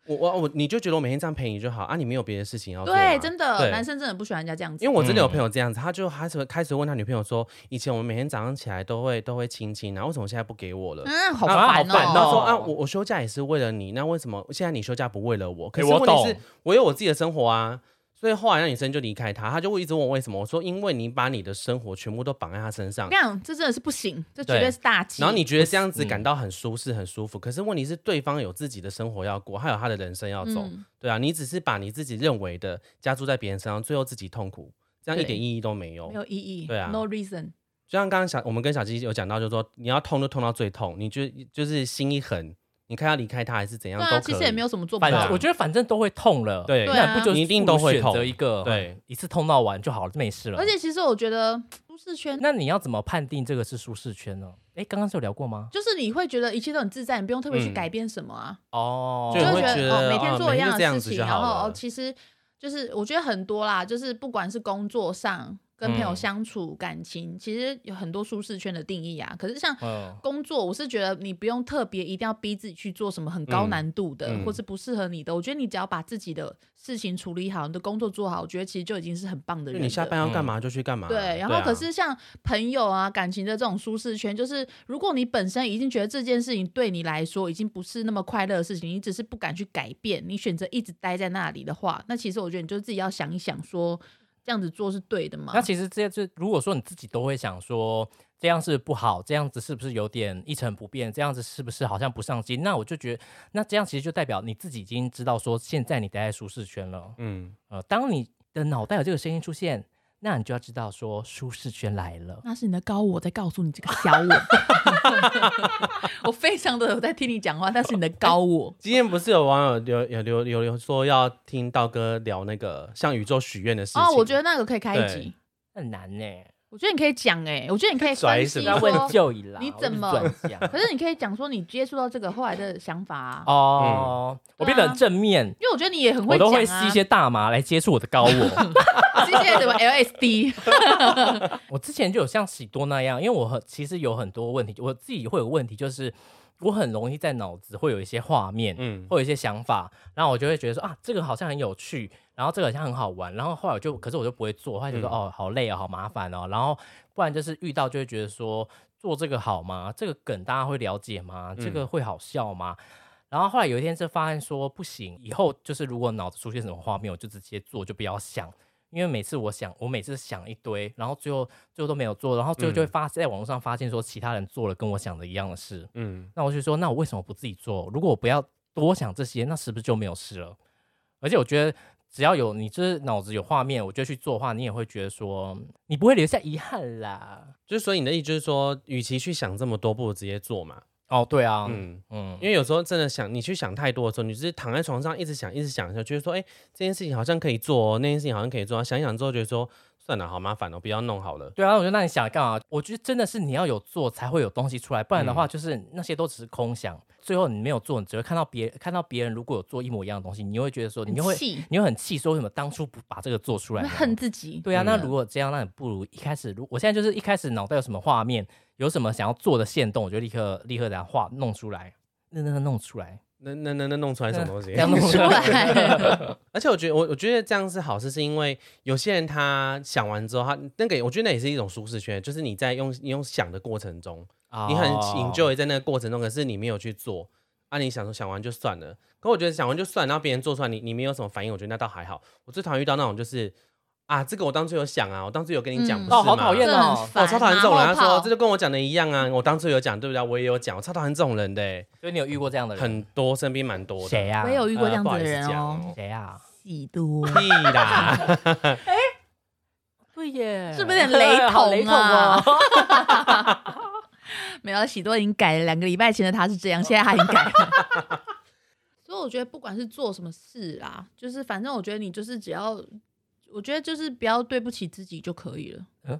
Speaker 2: 我我我，你就觉得我每天这样陪你就好啊，你没有别的事情要做吗。
Speaker 1: 对，真的，
Speaker 2: 对
Speaker 1: 男生真的不喜欢人家这样子
Speaker 2: 因。为我真的有朋友这样子，他就开始开始问他女朋友说，以前我们每天早上起来都会都会亲亲，然后为什么现在不给我了？
Speaker 1: 嗯，好
Speaker 3: 啊
Speaker 1: 烦
Speaker 3: 好烦
Speaker 2: 然后
Speaker 1: 哦
Speaker 3: 哦。
Speaker 2: 说啊，我我休假也是为了你，那为什么现在你休假不为了我？可
Speaker 5: 欸
Speaker 2: 是
Speaker 5: 我
Speaker 2: 问题是，
Speaker 5: 懂
Speaker 2: 我有我自己的生活啊，所以后来那女生就离开他，他就一直问我为什么，我说因为你把你的生活全部都绑在他身上
Speaker 1: 我跟，你讲，这真的是不行，这绝
Speaker 3: 对
Speaker 1: 对是大忌。嗯
Speaker 2: 然后你觉得这样子感到很舒适、很舒服，可是问题是对方有自己的生活要过，还有他的人生要走，
Speaker 1: 嗯
Speaker 2: 对啊，你只是把你自己认为的加注在别人身上，最后自己痛苦，这样一点意义都没有。
Speaker 1: 没有意义，
Speaker 2: 对啊
Speaker 1: n o reason。
Speaker 2: 就像刚刚小我们跟小鸡有讲到，就是说你要痛就痛到最痛，你就就是心一狠，你看要离开他还是怎样
Speaker 1: 对
Speaker 2: 都可
Speaker 1: 啊，
Speaker 2: 以。
Speaker 1: 其实也没有什么做不
Speaker 3: 反
Speaker 1: 到
Speaker 3: 正、
Speaker 2: 对啊
Speaker 3: 我觉得反正都会痛了，
Speaker 2: 对
Speaker 1: 对啊
Speaker 3: 那不就
Speaker 2: 你一定都会痛
Speaker 3: 选择一个，
Speaker 2: 对，
Speaker 3: 一次痛到完就好了，没事了。
Speaker 1: 而且其实我觉得舒适圈，
Speaker 3: 那你要怎么判定这个是舒适圈呢？哎，刚刚是有聊过吗？
Speaker 1: 就是你会觉得一切都很自在，你不用特别去
Speaker 2: 嗯
Speaker 1: 改变什么啊，
Speaker 3: 哦，
Speaker 2: 就
Speaker 1: 就
Speaker 2: 会
Speaker 1: 会
Speaker 2: 觉
Speaker 1: 觉
Speaker 2: 得
Speaker 1: 哦，每
Speaker 2: 哦
Speaker 1: 天做
Speaker 2: 每
Speaker 1: 一
Speaker 2: 天
Speaker 1: 样
Speaker 2: 这样
Speaker 1: 的
Speaker 2: 子
Speaker 1: 事
Speaker 2: 就
Speaker 1: 情，然
Speaker 2: 好
Speaker 1: 后
Speaker 2: 了
Speaker 1: 哦，其实就是我觉得很多啦，就是不管是工作上跟朋友
Speaker 3: 嗯
Speaker 1: 相处、感情，其实有很多舒适圈的定义啊。可是像
Speaker 2: 哦
Speaker 3: 嗯，
Speaker 1: 工作，我是觉得你不用特别一定要逼自己去做什么很高
Speaker 2: 嗯
Speaker 1: 难度的，
Speaker 2: 嗯
Speaker 1: 或是不适合你的。我觉得你只要把自己的事情处理好，你的工作做好，我觉得其实就已经是很棒的
Speaker 2: 就
Speaker 1: 人了。
Speaker 2: 你下班要干嘛就去干嘛。
Speaker 1: 嗯对，然
Speaker 2: 啊
Speaker 1: 后可是像朋友啊、感情的这种舒适圈，就是如果你本身已经觉得这件事情对你来说已经不是那么快乐的事情，你只是不敢去改变，你选择一直待在那里的话，那其实我觉得你就自己要想一想说，这样子做是对的
Speaker 2: 啊
Speaker 1: 吗
Speaker 3: 那？其实这这，如果说你自己都会想说这样是不好，这样子是不是有点一成不变，这样子是不是好像不上进？那我就觉得，那这样其实就代表你自己已经知道说，现在你待在舒适圈了。
Speaker 2: 嗯，
Speaker 3: 呃，当你的脑袋有这个声音出现，那你就要知道说舒适圈来了。
Speaker 1: 那是你的高我在告诉你这个小我， 我非常的有在听你讲话，但是你的高我，
Speaker 2: 今天不是有网友留有留有留说要听道哥聊那个向宇宙许愿的事情
Speaker 1: 哦，我觉得那个可以开一
Speaker 2: 对
Speaker 1: 集，
Speaker 3: 很难呢、
Speaker 1: 我觉得你可以讲哎、我觉得你可以
Speaker 2: 拽
Speaker 1: 分
Speaker 2: 什
Speaker 1: 析
Speaker 2: 么
Speaker 3: 要问
Speaker 1: 说，
Speaker 3: 就以啦，
Speaker 1: 你
Speaker 3: 我
Speaker 1: 怎
Speaker 3: 就
Speaker 1: 么
Speaker 3: 转向
Speaker 1: 可是你可以讲说你接触到这个后来的想法、啊。
Speaker 3: 哦，我变得很正面，
Speaker 1: 因为我觉得你也很会
Speaker 3: 我
Speaker 1: 讲、啊，啊
Speaker 3: 都会吸一些大麻来接触我的高我。
Speaker 1: 吸一些什么 LSD，
Speaker 3: 我之前就有像喜多那样，因为我很其实有很多问题，我自己会有问题，就是我很容易在脑子会有一些画面，
Speaker 2: 嗯
Speaker 3: 会有一些想法，然后我就会觉得说啊，这个好像很有趣，然后这个好像很好玩，然后后来我就，可是我就不会做，后来就说、
Speaker 2: 嗯
Speaker 3: 哦，好累哦，好麻烦哦，然后不然就是遇到就会觉得说做这个好吗？这个梗大家会了解吗？这
Speaker 2: 嗯
Speaker 3: 个会好笑吗？然后后来有一天就发现说不行，以后就是如果脑子出现什么画面，我就直接做，就不要想。因为每次我想，我每次想一堆，然后最后最后都没有做，然后最后就会发、在网络上发现说其他人做了跟我想的一样的事，
Speaker 2: 嗯，
Speaker 3: 那我就说，那我为什么不自己做？如果我不要多想这些，那是不是就没有事了？而且我觉得，只要有你就是脑子有画面，我就去做的话，你也会觉得说，嗯你不会留下遗憾啦。
Speaker 2: 就是所以你的意思就是说，与其去想这么多，不如直接做嘛。
Speaker 3: 哦，对啊，嗯
Speaker 2: 嗯，
Speaker 3: 嗯，
Speaker 2: 因为有时候真的想你去想太多的时候，你就是躺在床上一直想一直想的时候，觉得说，哎、这件事情好像可以做、哦，那件事情好像可以做、啊，想一想之后觉得说，算了，好麻烦哦，不要弄好了。
Speaker 3: 对啊，我觉得那你想干嘛？我觉得真的是你要有做才会有东西出来，不然的
Speaker 2: 嗯
Speaker 3: 话就是那些都只是空想，最后你没有做，你只会看到别看到别人如果有做一模一样的东西，你又会觉得说，你又会
Speaker 1: 很气
Speaker 3: 你又很气，说为什么当初不把这个做出来
Speaker 1: 会
Speaker 3: 呢？
Speaker 1: 恨自己。
Speaker 3: 对啊，
Speaker 2: 嗯
Speaker 3: 那如果这样，那你不如一开始，如我现在就是一开始脑袋有什么画面，有什么想要做的线动，我就立刻立刻给它画弄出来，那那那弄出来，
Speaker 2: 那那那那弄出来什么东西
Speaker 3: 这？样弄出
Speaker 1: 出
Speaker 3: 来。哦
Speaker 1: 来，
Speaker 2: 而且我觉得我我觉得这样是好事，是因为有些人他想完之后，他那个我觉得那也是一种舒适圈，就是你在用你用想的过程中，你很
Speaker 3: 哦
Speaker 2: enjoy 在那个过程中，可是你没有去做。啊，你想说想完就算了，可我觉得想完就算，然后别人做出来，你你没有什么反应，我觉得那倒还好。我最讨厌遇到那种就是啊，这个我当初有想啊，我当初有跟你讲，
Speaker 1: 嗯
Speaker 2: 不是
Speaker 3: 哦好
Speaker 2: 吗
Speaker 3: 讨厌
Speaker 1: 这很
Speaker 2: 我
Speaker 1: 烦。啊
Speaker 2: 超讨厌这种人，
Speaker 1: 马
Speaker 2: 啊他
Speaker 1: 后
Speaker 2: 说
Speaker 1: 炮
Speaker 2: 这就跟我讲的一样啊，我当初有讲对不对？我也有讲，我超讨厌这种人的欸、
Speaker 3: 所以你有遇过这样的人？
Speaker 2: 很多身边蛮多的。
Speaker 3: 谁呀？
Speaker 1: 我也有遇过这样子
Speaker 2: 呃
Speaker 1: 的人
Speaker 2: 不好意思
Speaker 1: 哦，
Speaker 2: 讲
Speaker 3: 谁啊呀？
Speaker 1: 喜多
Speaker 2: 屁啦！
Speaker 3: 对耶，
Speaker 1: 是不是有点雷
Speaker 3: 好雷
Speaker 1: 同
Speaker 3: 同哦
Speaker 1: 啊？没有，啊喜多已经改了，两个礼拜前的他是这样，现在他已经改了。 所以我觉得不管是做什么事啦，就是反正我觉得你就是只要，我觉得就是不要对不起自己就可以了。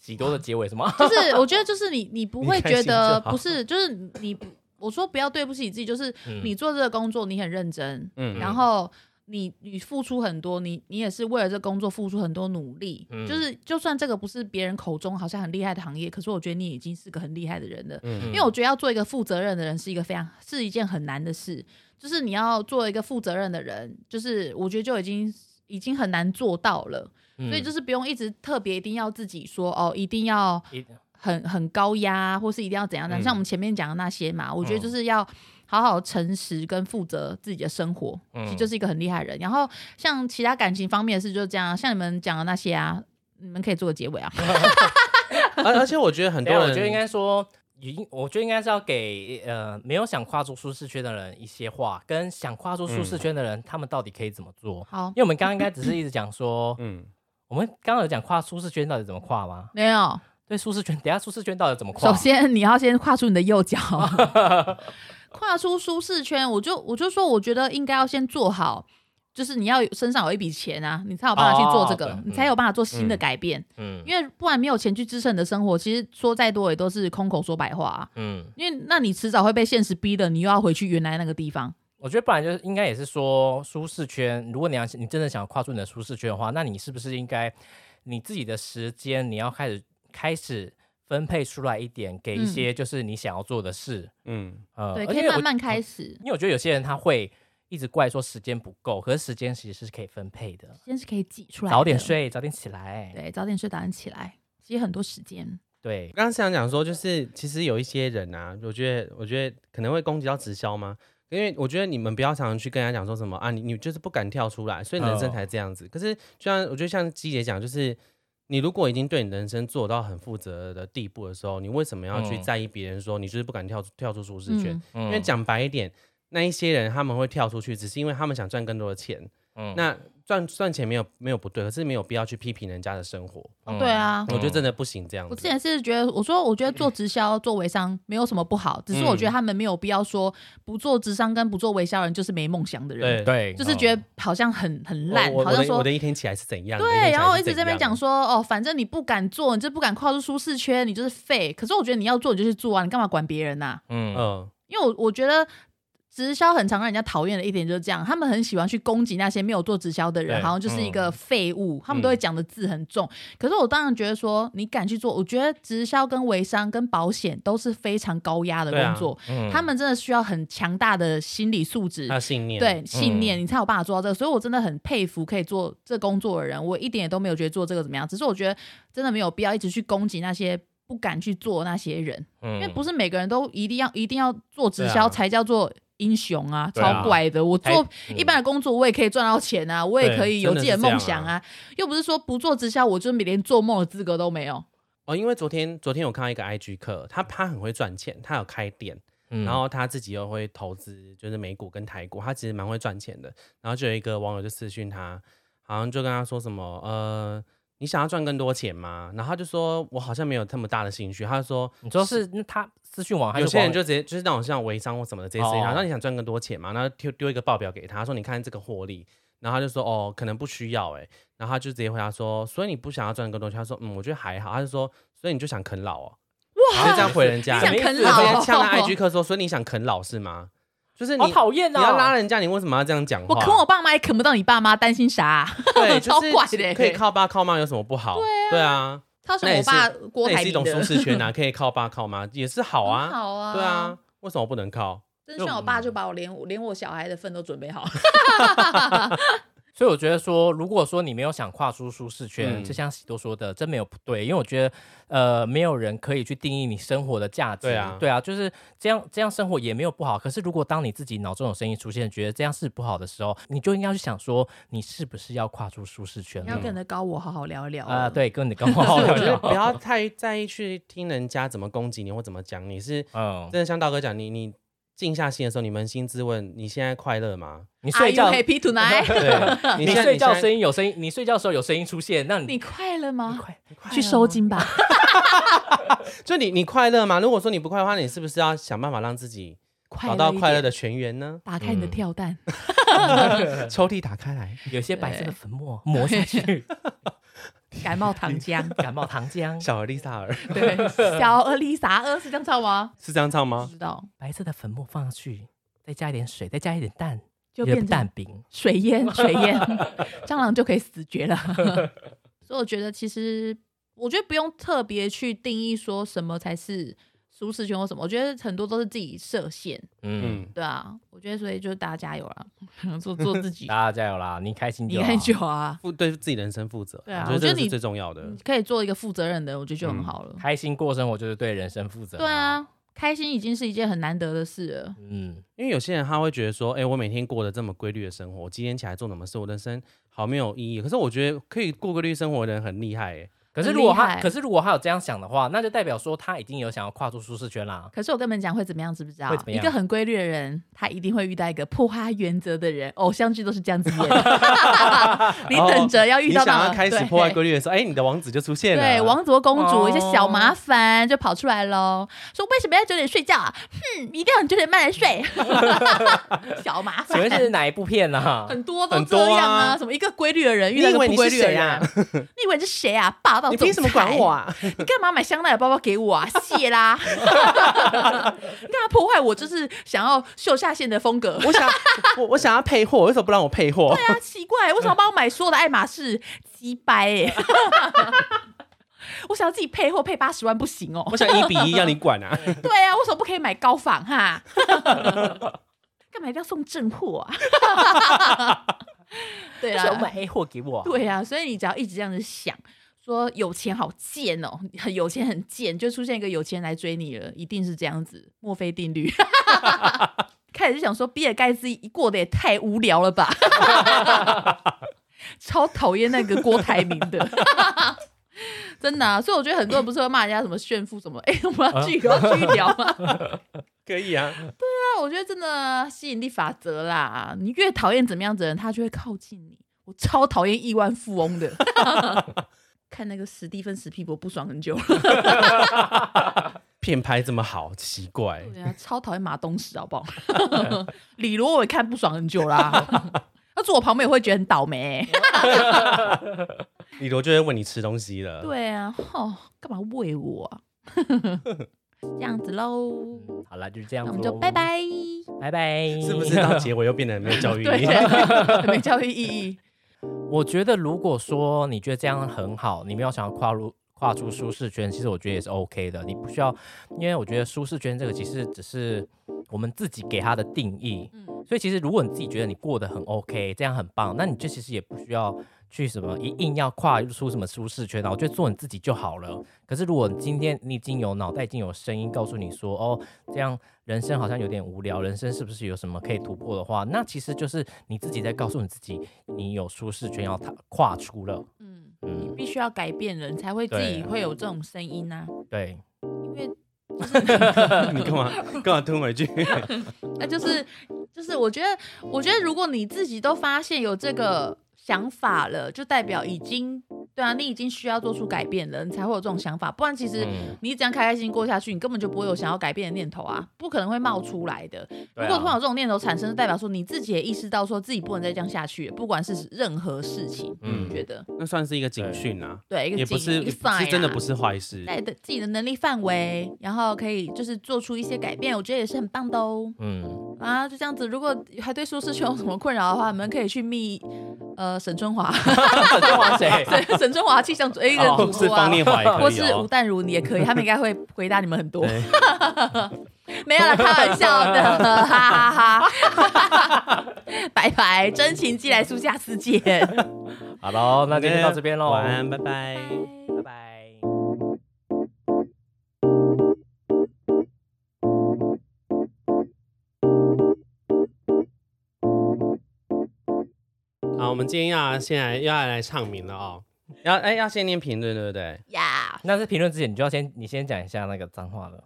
Speaker 3: 喜多的结尾什么？
Speaker 1: 就是我觉得就是你你不会
Speaker 2: 你开
Speaker 1: 觉
Speaker 2: 心
Speaker 1: 得
Speaker 2: 就好
Speaker 1: 不是，就是你不我说不要对不起你自己，就是
Speaker 3: 嗯
Speaker 1: 你做这个工作你很认真，
Speaker 2: 嗯
Speaker 1: 然后你你付出很多，你你也是为了这工作付出很多努力，
Speaker 3: 嗯
Speaker 1: 就是就算这个不是别人口中好像很厉害的行业，可是我觉得你已经是个很厉害的人了。
Speaker 2: 嗯
Speaker 1: 因为我觉得要做一个负责任的人是一个非常是一件很难的事，就是你要做一个负责任的人，就是我觉得就已经已经很难做到了，所
Speaker 2: 嗯
Speaker 1: 以就是不用一直特别一定要自己说哦，一定要
Speaker 3: 一
Speaker 1: 很很高压，或是一定要怎样的，
Speaker 2: 嗯
Speaker 1: 像我们前面讲的那些嘛，我觉得就是要好好诚实跟负责自己的生活，其实
Speaker 2: 嗯
Speaker 1: 就是一个很厉害的人。然后像其他感情方面的事，就是这样，啊像你们讲的那些啊，你们可以做个结尾啊。
Speaker 2: 嗯而而且我觉得很多
Speaker 3: 对，
Speaker 2: 人，
Speaker 3: 我觉得应该说，已经我觉得应该是要给呃没有想跨出舒适圈的人一些话，跟想跨出舒适圈的人，他们到底可以怎么做？
Speaker 1: 好
Speaker 3: 因，为我们刚刚应该只是一直讲说，
Speaker 2: 嗯，
Speaker 3: 我们刚刚有讲跨舒适圈到底怎么跨吗？
Speaker 1: 没有。
Speaker 3: 对，舒适圈，等一下舒适圈到底怎么跨？
Speaker 1: 首先，你要先跨出你的右脚， 跨出舒适圈。我就我就说，我觉得应该要先做好，就是你要有身上有一笔钱啊，你才有办法去做这个，
Speaker 3: 哦
Speaker 1: 你才有办法做新的改变。
Speaker 3: 嗯
Speaker 1: 因为不然没有钱去支撑你的生活，其实说再多也都是空口说白话、啊。
Speaker 3: 嗯，
Speaker 1: 因为那你迟早会被现实逼的，你又要回去原来那个地方。
Speaker 3: 我觉得不然就是应该也是说舒适圈，如果你要你真的想跨出你的舒适圈的话，那你是不是应该你自己的时间你要开始开始分配出来一点，给一些就是你想要做的事，
Speaker 2: 嗯，
Speaker 3: 呃，
Speaker 1: 嗯对，
Speaker 3: 而
Speaker 1: 可以
Speaker 3: 且我
Speaker 1: 慢慢开始，
Speaker 3: 因为我觉得有些人他会一直怪说时间不够，可是时间其实是可以分配的，
Speaker 1: 先是可以挤出来，
Speaker 3: 早点，睡，早点起来。
Speaker 1: 对，早点睡，早点起来，其实很多时间。
Speaker 3: 对，
Speaker 2: 刚刚想讲说，就是其实有一些人啊，我觉得我觉得可能会攻击到直销吗？因为我觉得你们不要常常去跟人家讲说什么啊，你你就是不敢跳出来，所以人
Speaker 3: 嗯
Speaker 2: 生才这样子。可是就像我觉得像鸡姐讲，就是你如果已经对你人生做到很负责的地步的时候，你为什么要去
Speaker 3: 嗯
Speaker 2: 在意别人说你就是不敢跳出跳出舒适圈？
Speaker 1: 嗯，
Speaker 3: 因
Speaker 2: 因为讲白一点，那一些人他们会跳出去，只是因为他们想赚更多的钱。
Speaker 3: 嗯
Speaker 2: 那赚赚钱没有没有不对，可是没有必要去批评人家的生活。
Speaker 3: 嗯
Speaker 1: 哦对啊，
Speaker 2: 我觉得真的不行这样
Speaker 1: 我之
Speaker 2: 子。
Speaker 1: 前是觉得，我说我觉得做直销、做微商没有什么不好，只是我觉
Speaker 2: 嗯
Speaker 1: 得他们没有必要说不做直商跟不做微商的人就是没梦想的人，
Speaker 2: 对，哦
Speaker 3: 对，
Speaker 1: 就是觉得好像很很烂，
Speaker 2: 我我
Speaker 1: 好像
Speaker 2: 我的
Speaker 1: 说
Speaker 2: 我的一天起来是怎样？
Speaker 1: 对，然后
Speaker 2: 一
Speaker 1: 一直这边讲说哦，反正你不敢做，你就不敢跨出舒适圈，你就是废。可是我觉得你要做，你就去做啊，你干嘛管别人呐、
Speaker 3: 嗯嗯
Speaker 2: 嗯，
Speaker 1: 因为我我觉得直销很常让人家讨厌的一点就是这样，他们很喜欢去攻击那些没有做直销的人，
Speaker 2: 对嗯
Speaker 1: 好像就是一个废物，他们都会讲的字很重。可是我当然觉得说，你敢去做，我觉得直销跟微商跟保险都是非常高压的
Speaker 2: 对啊
Speaker 1: 工作，
Speaker 3: 嗯
Speaker 1: 他们真的需要很强大的心理素质
Speaker 2: 还。有信念，嗯
Speaker 1: 对信念，你才有办法做到这个。所以我真的很佩服可以做这工作的人，我一点也都没有觉得做这个怎么样，只是我觉得真的没有必要一直去攻击那些不敢去做那些人，因为不是每个人都一定要一定要做直
Speaker 2: 嗯对
Speaker 1: 销
Speaker 2: 啊
Speaker 1: 才叫做。英雄啊，
Speaker 5: 对啊
Speaker 1: 超怪的！我
Speaker 3: 才
Speaker 1: 做
Speaker 3: 嗯
Speaker 1: 一般的工作，我也可以赚到钱啊，我也可以有自己的
Speaker 2: 真的是
Speaker 1: 梦想啊，又不是说不做直销，我就连做梦的资格都没有。
Speaker 2: 哦，因为昨天昨天我看到一个 IG 课，他他很会赚钱，他有开店，
Speaker 3: 嗯
Speaker 2: 然后他自己又会投资，就是美股跟台股，他其实蛮会赚钱的。然后就有一个网友就私讯他，好像就跟他说什么，呃，你想要赚更多钱吗？然后他就说，我好像没有这么大的兴趣。他就说，
Speaker 3: 你说是那他私讯啊网还是
Speaker 2: 有些人
Speaker 3: 网
Speaker 2: 就直接就是那种像微商或什么的这些事情，
Speaker 3: 哦
Speaker 2: 然后你想赚更多钱嘛，然后丢丢一个报表给他，说你看这个获利，然后他就说哦，可能不需要哎、欸然后他就直接回答说，所以你不想要赚更多钱？他说嗯，我觉得还好。他就说，所以你就想啃老哦，哇，就这样回人家，欸
Speaker 1: 你想啃
Speaker 2: 我直接
Speaker 1: 老哦
Speaker 2: 呛他 IG 课说，所以你想啃老是吗？就是你
Speaker 3: 好讨厌哦，
Speaker 2: 你要拉人家，你为什么要这样讲话？
Speaker 1: 我啃我爸妈也啃不到你爸妈，担心啥、啊？
Speaker 2: 对，
Speaker 1: 超怪
Speaker 2: 就
Speaker 1: 的欸
Speaker 2: 是可以靠爸靠妈有什么不好？对啊，
Speaker 1: 他说
Speaker 2: 那
Speaker 1: 我
Speaker 2: 也是
Speaker 1: 爸
Speaker 2: 那
Speaker 1: 郭
Speaker 2: 也
Speaker 1: 台
Speaker 2: 是一
Speaker 1: 铭
Speaker 2: 种
Speaker 1: 的，
Speaker 2: 舒适圈啊，可以靠爸靠妈也是好
Speaker 1: 很
Speaker 2: 啊，
Speaker 1: 好啊，
Speaker 2: 对啊，，为什么不能靠？
Speaker 1: 真像我爸就把我连我连我小孩的份都准备好了。
Speaker 3: 所以我觉得说，如果说你没有想跨出舒适圈，
Speaker 2: 嗯
Speaker 3: 就像喜多说的，真没有不对，因为我觉得，呃，没有人可以去定义你生活的价值。
Speaker 2: 对啊
Speaker 3: 就是这样，这样生活也没有不好。可是如果当你自己脑中有声音出现，觉得这样是不好的时候，你就应该去想说，你是不是要跨出舒适
Speaker 2: 嗯
Speaker 3: 圈
Speaker 1: 你
Speaker 3: 了
Speaker 1: 要跟着高我好好聊一聊
Speaker 3: 啊、
Speaker 1: 啊，
Speaker 3: 对，跟 你刚好
Speaker 2: 所以
Speaker 3: 聊
Speaker 2: 我觉得
Speaker 3: 聊。
Speaker 2: 不要太在意去听人家怎么攻击你或怎么讲你，是
Speaker 3: 嗯
Speaker 2: 真，的像道哥讲，你你静下心的时候，你扪心自问，你现在快乐 吗？
Speaker 3: 你
Speaker 1: ，Are you
Speaker 3: 睡觉，
Speaker 1: happy tonight？
Speaker 2: 对，
Speaker 3: 你
Speaker 2: 现在
Speaker 3: 睡觉声
Speaker 2: 音
Speaker 3: 音有声音，你睡觉的时候有声音出现，那你
Speaker 1: 你快乐吗？
Speaker 3: 快
Speaker 1: 去收金吧。
Speaker 2: 嗯就你你快乐吗？如果说你不快乐的话，你是不是要想办法让自己
Speaker 1: 快
Speaker 2: 找
Speaker 1: 乐
Speaker 2: 到
Speaker 1: 一
Speaker 2: 快乐
Speaker 1: 点，
Speaker 2: 的泉源呢？
Speaker 1: 打开你的跳蛋。
Speaker 2: 抽屉打开来，
Speaker 3: 有些白色的粉末磨 下去，，
Speaker 1: 感冒糖浆
Speaker 3: 感冒糖浆，
Speaker 2: 小丽萨尔
Speaker 1: 对，小鹅丽莎鹅是这样唱吗？
Speaker 2: 是这样唱
Speaker 1: 不
Speaker 2: 吗？
Speaker 1: 知道，
Speaker 3: 白色的粉末放上去，再加一点水，再加一点蛋，
Speaker 1: 就
Speaker 3: 你的
Speaker 1: 变成
Speaker 3: 蛋饼。
Speaker 1: 水 淹，水淹，蟑螂就可以死 绝了。所以我觉得，其实我觉得不用特别去定义说什么才是舒适圈或什么，我觉得很多都是自己设限。
Speaker 3: 嗯，
Speaker 2: 嗯，
Speaker 1: 对啊，我觉得所以就是大家加油啦， 做做自己，
Speaker 3: 大家加油啦！你开心
Speaker 1: 你
Speaker 3: 就好。
Speaker 1: 很久啊，
Speaker 2: 负对自己人生负责，
Speaker 1: 对啊
Speaker 2: 我觉
Speaker 1: 我觉
Speaker 2: 得
Speaker 1: 得
Speaker 2: 这
Speaker 1: 你
Speaker 2: 是最重要的
Speaker 1: 嗯你。可以做一个负责任的人，我觉得就很好了。
Speaker 3: 嗯开心过生活就是对人生负责。
Speaker 1: 对，啊，开心已经是一件很难得的事了。
Speaker 3: 嗯，
Speaker 2: 因为有些人他会觉得说，哎、我每天过得这么规律的生活，我今天起来做什么事，我人生好没有意义。可是我觉得可以过规律生活的人很厉害、哎，
Speaker 3: 可是
Speaker 1: 很
Speaker 3: 如果
Speaker 1: 厉
Speaker 3: 他，
Speaker 1: 害
Speaker 3: 可是如果他有这样想的话，那就代表说他一定有想要跨出舒适圈 啦。
Speaker 1: 可是我跟你们讲会怎么样，知不知道
Speaker 3: 会怎？么
Speaker 1: 一
Speaker 3: 样
Speaker 1: 个很规律的人，他一定会遇到一个破坏他原则的人。偶像剧都是这样子演 的，你等着要遇
Speaker 2: 哦你
Speaker 1: 到
Speaker 2: 想
Speaker 1: 那
Speaker 2: 要
Speaker 1: 种
Speaker 2: 开始
Speaker 1: 对
Speaker 2: 破坏规律的时候，哎、你的王子就出现了。
Speaker 1: 对，王子和公主
Speaker 3: 哦
Speaker 1: 一些小麻烦就跑出来喽，说为什么要九点睡觉啊？哼，一定要九点半来 睡，小麻
Speaker 3: 请问
Speaker 1: 烦。
Speaker 3: 是哪一部片啊？
Speaker 1: 很多都
Speaker 2: 很多
Speaker 1: 这样啊，
Speaker 2: 啊
Speaker 1: 什么一个规律的人遇
Speaker 2: 你
Speaker 1: 到一
Speaker 2: 以
Speaker 1: 个
Speaker 2: 为
Speaker 1: 不
Speaker 2: 你
Speaker 1: 规
Speaker 2: 是
Speaker 1: 律的
Speaker 2: 谁
Speaker 1: 人，
Speaker 2: 啊？
Speaker 1: 你以为你是谁啊？霸道
Speaker 2: 你
Speaker 1: 总
Speaker 2: 凭什么管
Speaker 1: 裁
Speaker 2: 我 啊？
Speaker 1: 你干嘛买香奈儿包包给我啊？谢啦！你干嘛破坏我就是想要秀下限的风格？
Speaker 2: 我想我我想要配货，为什么不让我配货？
Speaker 1: 对啊，奇怪，为什么帮我买所有的爱马仕？鸡掰哎！ 我想要自己配货配八十万不行哦、
Speaker 2: 我想一比一让你管啊！
Speaker 1: 对啊，为什么不可以买高仿哈？ 干嘛一定要送正货啊？ 对
Speaker 3: 为什么
Speaker 1: 啊，
Speaker 3: 买黑货给我啊？
Speaker 1: 对啊，所以你只要一直这样子想，说有钱好贱哦，很有钱很贱，就出现一个有钱人来追你了，一定是这样子，墨菲定律。 开始就想说，比尔盖茨一过得也太无聊了吧， 超讨厌那个郭台铭的。 真的啊、所以我觉得很多人不是会骂人家什么炫富什么，哎、我们要继续要继续聊吗？
Speaker 2: 可以啊，
Speaker 1: 那我觉得真的吸引力法则啦，你越讨厌怎么样子的人，他就会靠近你。我超讨厌亿万富翁的， 看那个史蒂芬史皮博不爽很久了，
Speaker 2: 片拍这么好，奇怪。
Speaker 1: 对啊，超讨厌马东石，好不好？ 李罗我也看不爽很久啦，他坐我旁边也会觉得很倒霉、
Speaker 3: 啊
Speaker 2: 李罗就会问你吃东西了。，
Speaker 1: 对啊，哦，干嘛喂我、啊？ 这样子喽，
Speaker 3: 嗯好了，就是这样
Speaker 1: 那
Speaker 3: 子
Speaker 1: 我们
Speaker 3: 咯，
Speaker 1: 就拜拜。
Speaker 3: 拜拜，
Speaker 2: 是不是到结尾又变得很没有教育
Speaker 1: 对
Speaker 2: 意义？，
Speaker 1: 没教育意义。
Speaker 3: 我觉得，如果说你觉得这样很好，你没有想要跨入跨出舒适圈，其实我觉得也是 OK 的。你不需要，因为我觉得舒适圈这个其实只是我们自己给它的定义。
Speaker 1: 嗯
Speaker 3: 所以其实如果你自己觉得你过得很 OK，这样很棒，那你就其实也不需要去什么一硬要跨出什么舒适圈啊。我觉得做你自己就好了。可是如果你今天你已经有脑袋已经有声音告诉你说，哦，这样人生好像有点无聊，人生是不是有什么可以突破的话？那其实就是你自己在告诉你自己，你有舒适圈要踏跨出了。
Speaker 1: 嗯，
Speaker 3: 嗯，
Speaker 1: 必须要改变人才会自己
Speaker 3: 对
Speaker 1: 会有这种声音啊，
Speaker 3: 对，
Speaker 1: 因为
Speaker 2: 你干嘛干嘛吞回去？
Speaker 1: 那就是就是，我觉得，我觉得如果你自己都发现有这个想法了，就代表已经对啊，你已经需要做出改变了，你才会有这种想法。不然其实
Speaker 3: 嗯
Speaker 1: 你这样开开心心过下去，你根本就不会有想要改变的念头啊，不可能会冒出来的。
Speaker 3: 对
Speaker 1: 如
Speaker 3: 啊
Speaker 1: 果突然有这种念头产生，就代表说你自己也意识到说自己不能再这样下去了，不管是任何事情，
Speaker 3: 嗯
Speaker 1: 你觉得
Speaker 2: 那算是一个警讯啊，
Speaker 1: 对一个
Speaker 2: 也
Speaker 1: 警
Speaker 2: 不是
Speaker 1: 一个
Speaker 2: 也
Speaker 1: sign
Speaker 2: 是真的
Speaker 1: 啊
Speaker 2: 不是坏事。
Speaker 1: 在的自己的能力范围，然后可以就是做出一些改变，我觉得也是很棒的哦。
Speaker 3: 嗯，
Speaker 1: 啊，就这样子。如果还对舒适圈有什么困扰的话，你们可以去密呃沈春华，
Speaker 3: 哇塞，
Speaker 1: 沈沈春华气象主一个
Speaker 3: 哦
Speaker 1: 主
Speaker 2: 是
Speaker 1: 播啊
Speaker 2: 方，念华也
Speaker 1: 或
Speaker 2: 可以
Speaker 1: 是吴
Speaker 2: 哦。
Speaker 1: 淡如你也可以，他们应该会回答你们很多。
Speaker 2: 对
Speaker 1: 没有啦，开玩笑的，哈哈哈 拜拜，真情寄来书下次见。
Speaker 3: 好喽，那今天就到这边喽，
Speaker 2: 晚安，拜拜。
Speaker 3: 拜拜。
Speaker 6: 好，我们今天要先来要来唱名了哦。
Speaker 2: 要哎、要先念评论，对不对？
Speaker 1: 呀、
Speaker 3: 那在评论之前，你就要先你先讲一下那个脏话了。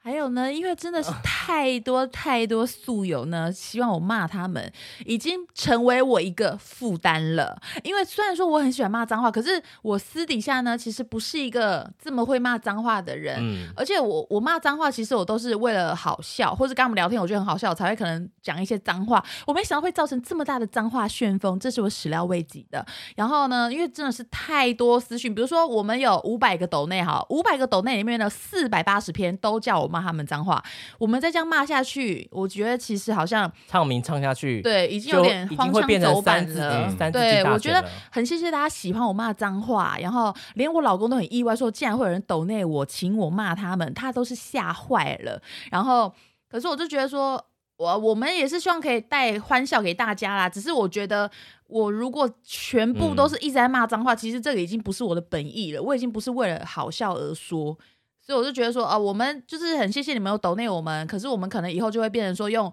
Speaker 1: 还有呢，因为真的是太多太多宿友呢，希望我骂他们，已经成为我一个负担了。因为虽然说我很喜欢骂脏话，可是我私底下呢，其实不是一个这么会骂脏话的人。
Speaker 3: 嗯，
Speaker 1: 而且我我骂脏话，其实我都是为了好笑，或是跟他们聊天，我觉得很好笑，我才会可能讲一些脏话。我没想到会造成这么大的脏话旋风，这是我始料未及的。然后呢，因为真的是太多私讯，比如说我们有五百个抖内哈，五百个抖内里面的四百八十篇都叫我骂他们脏话，我们再这样骂下去，我觉得其实好像
Speaker 3: 唱名唱下去，，
Speaker 1: 对已经有
Speaker 3: 就
Speaker 1: 点
Speaker 3: 已
Speaker 1: 荒
Speaker 3: 经会变
Speaker 1: 腔走
Speaker 3: 成
Speaker 1: 板
Speaker 3: 三字
Speaker 1: 了。
Speaker 3: 经三字
Speaker 1: 对
Speaker 3: 经大
Speaker 1: 我觉
Speaker 3: 全
Speaker 1: 得
Speaker 3: 了
Speaker 1: 很谢谢大家喜欢我骂脏话，然后连我老公都很意外，说竟然会有人抖内我，请我骂他们，他都是吓坏了。然后，可是我就觉得说，我我们也是希望可以带欢笑给大家啦。只是我觉得，我如果全部
Speaker 3: 嗯
Speaker 1: 都是一直在骂脏话，其实这个已经不是我的本意了，我已经不是为了好笑而说。所以我就觉得说，啊，我们就是很谢谢你们有抖内我们，可是我们可能以后就会变成说用，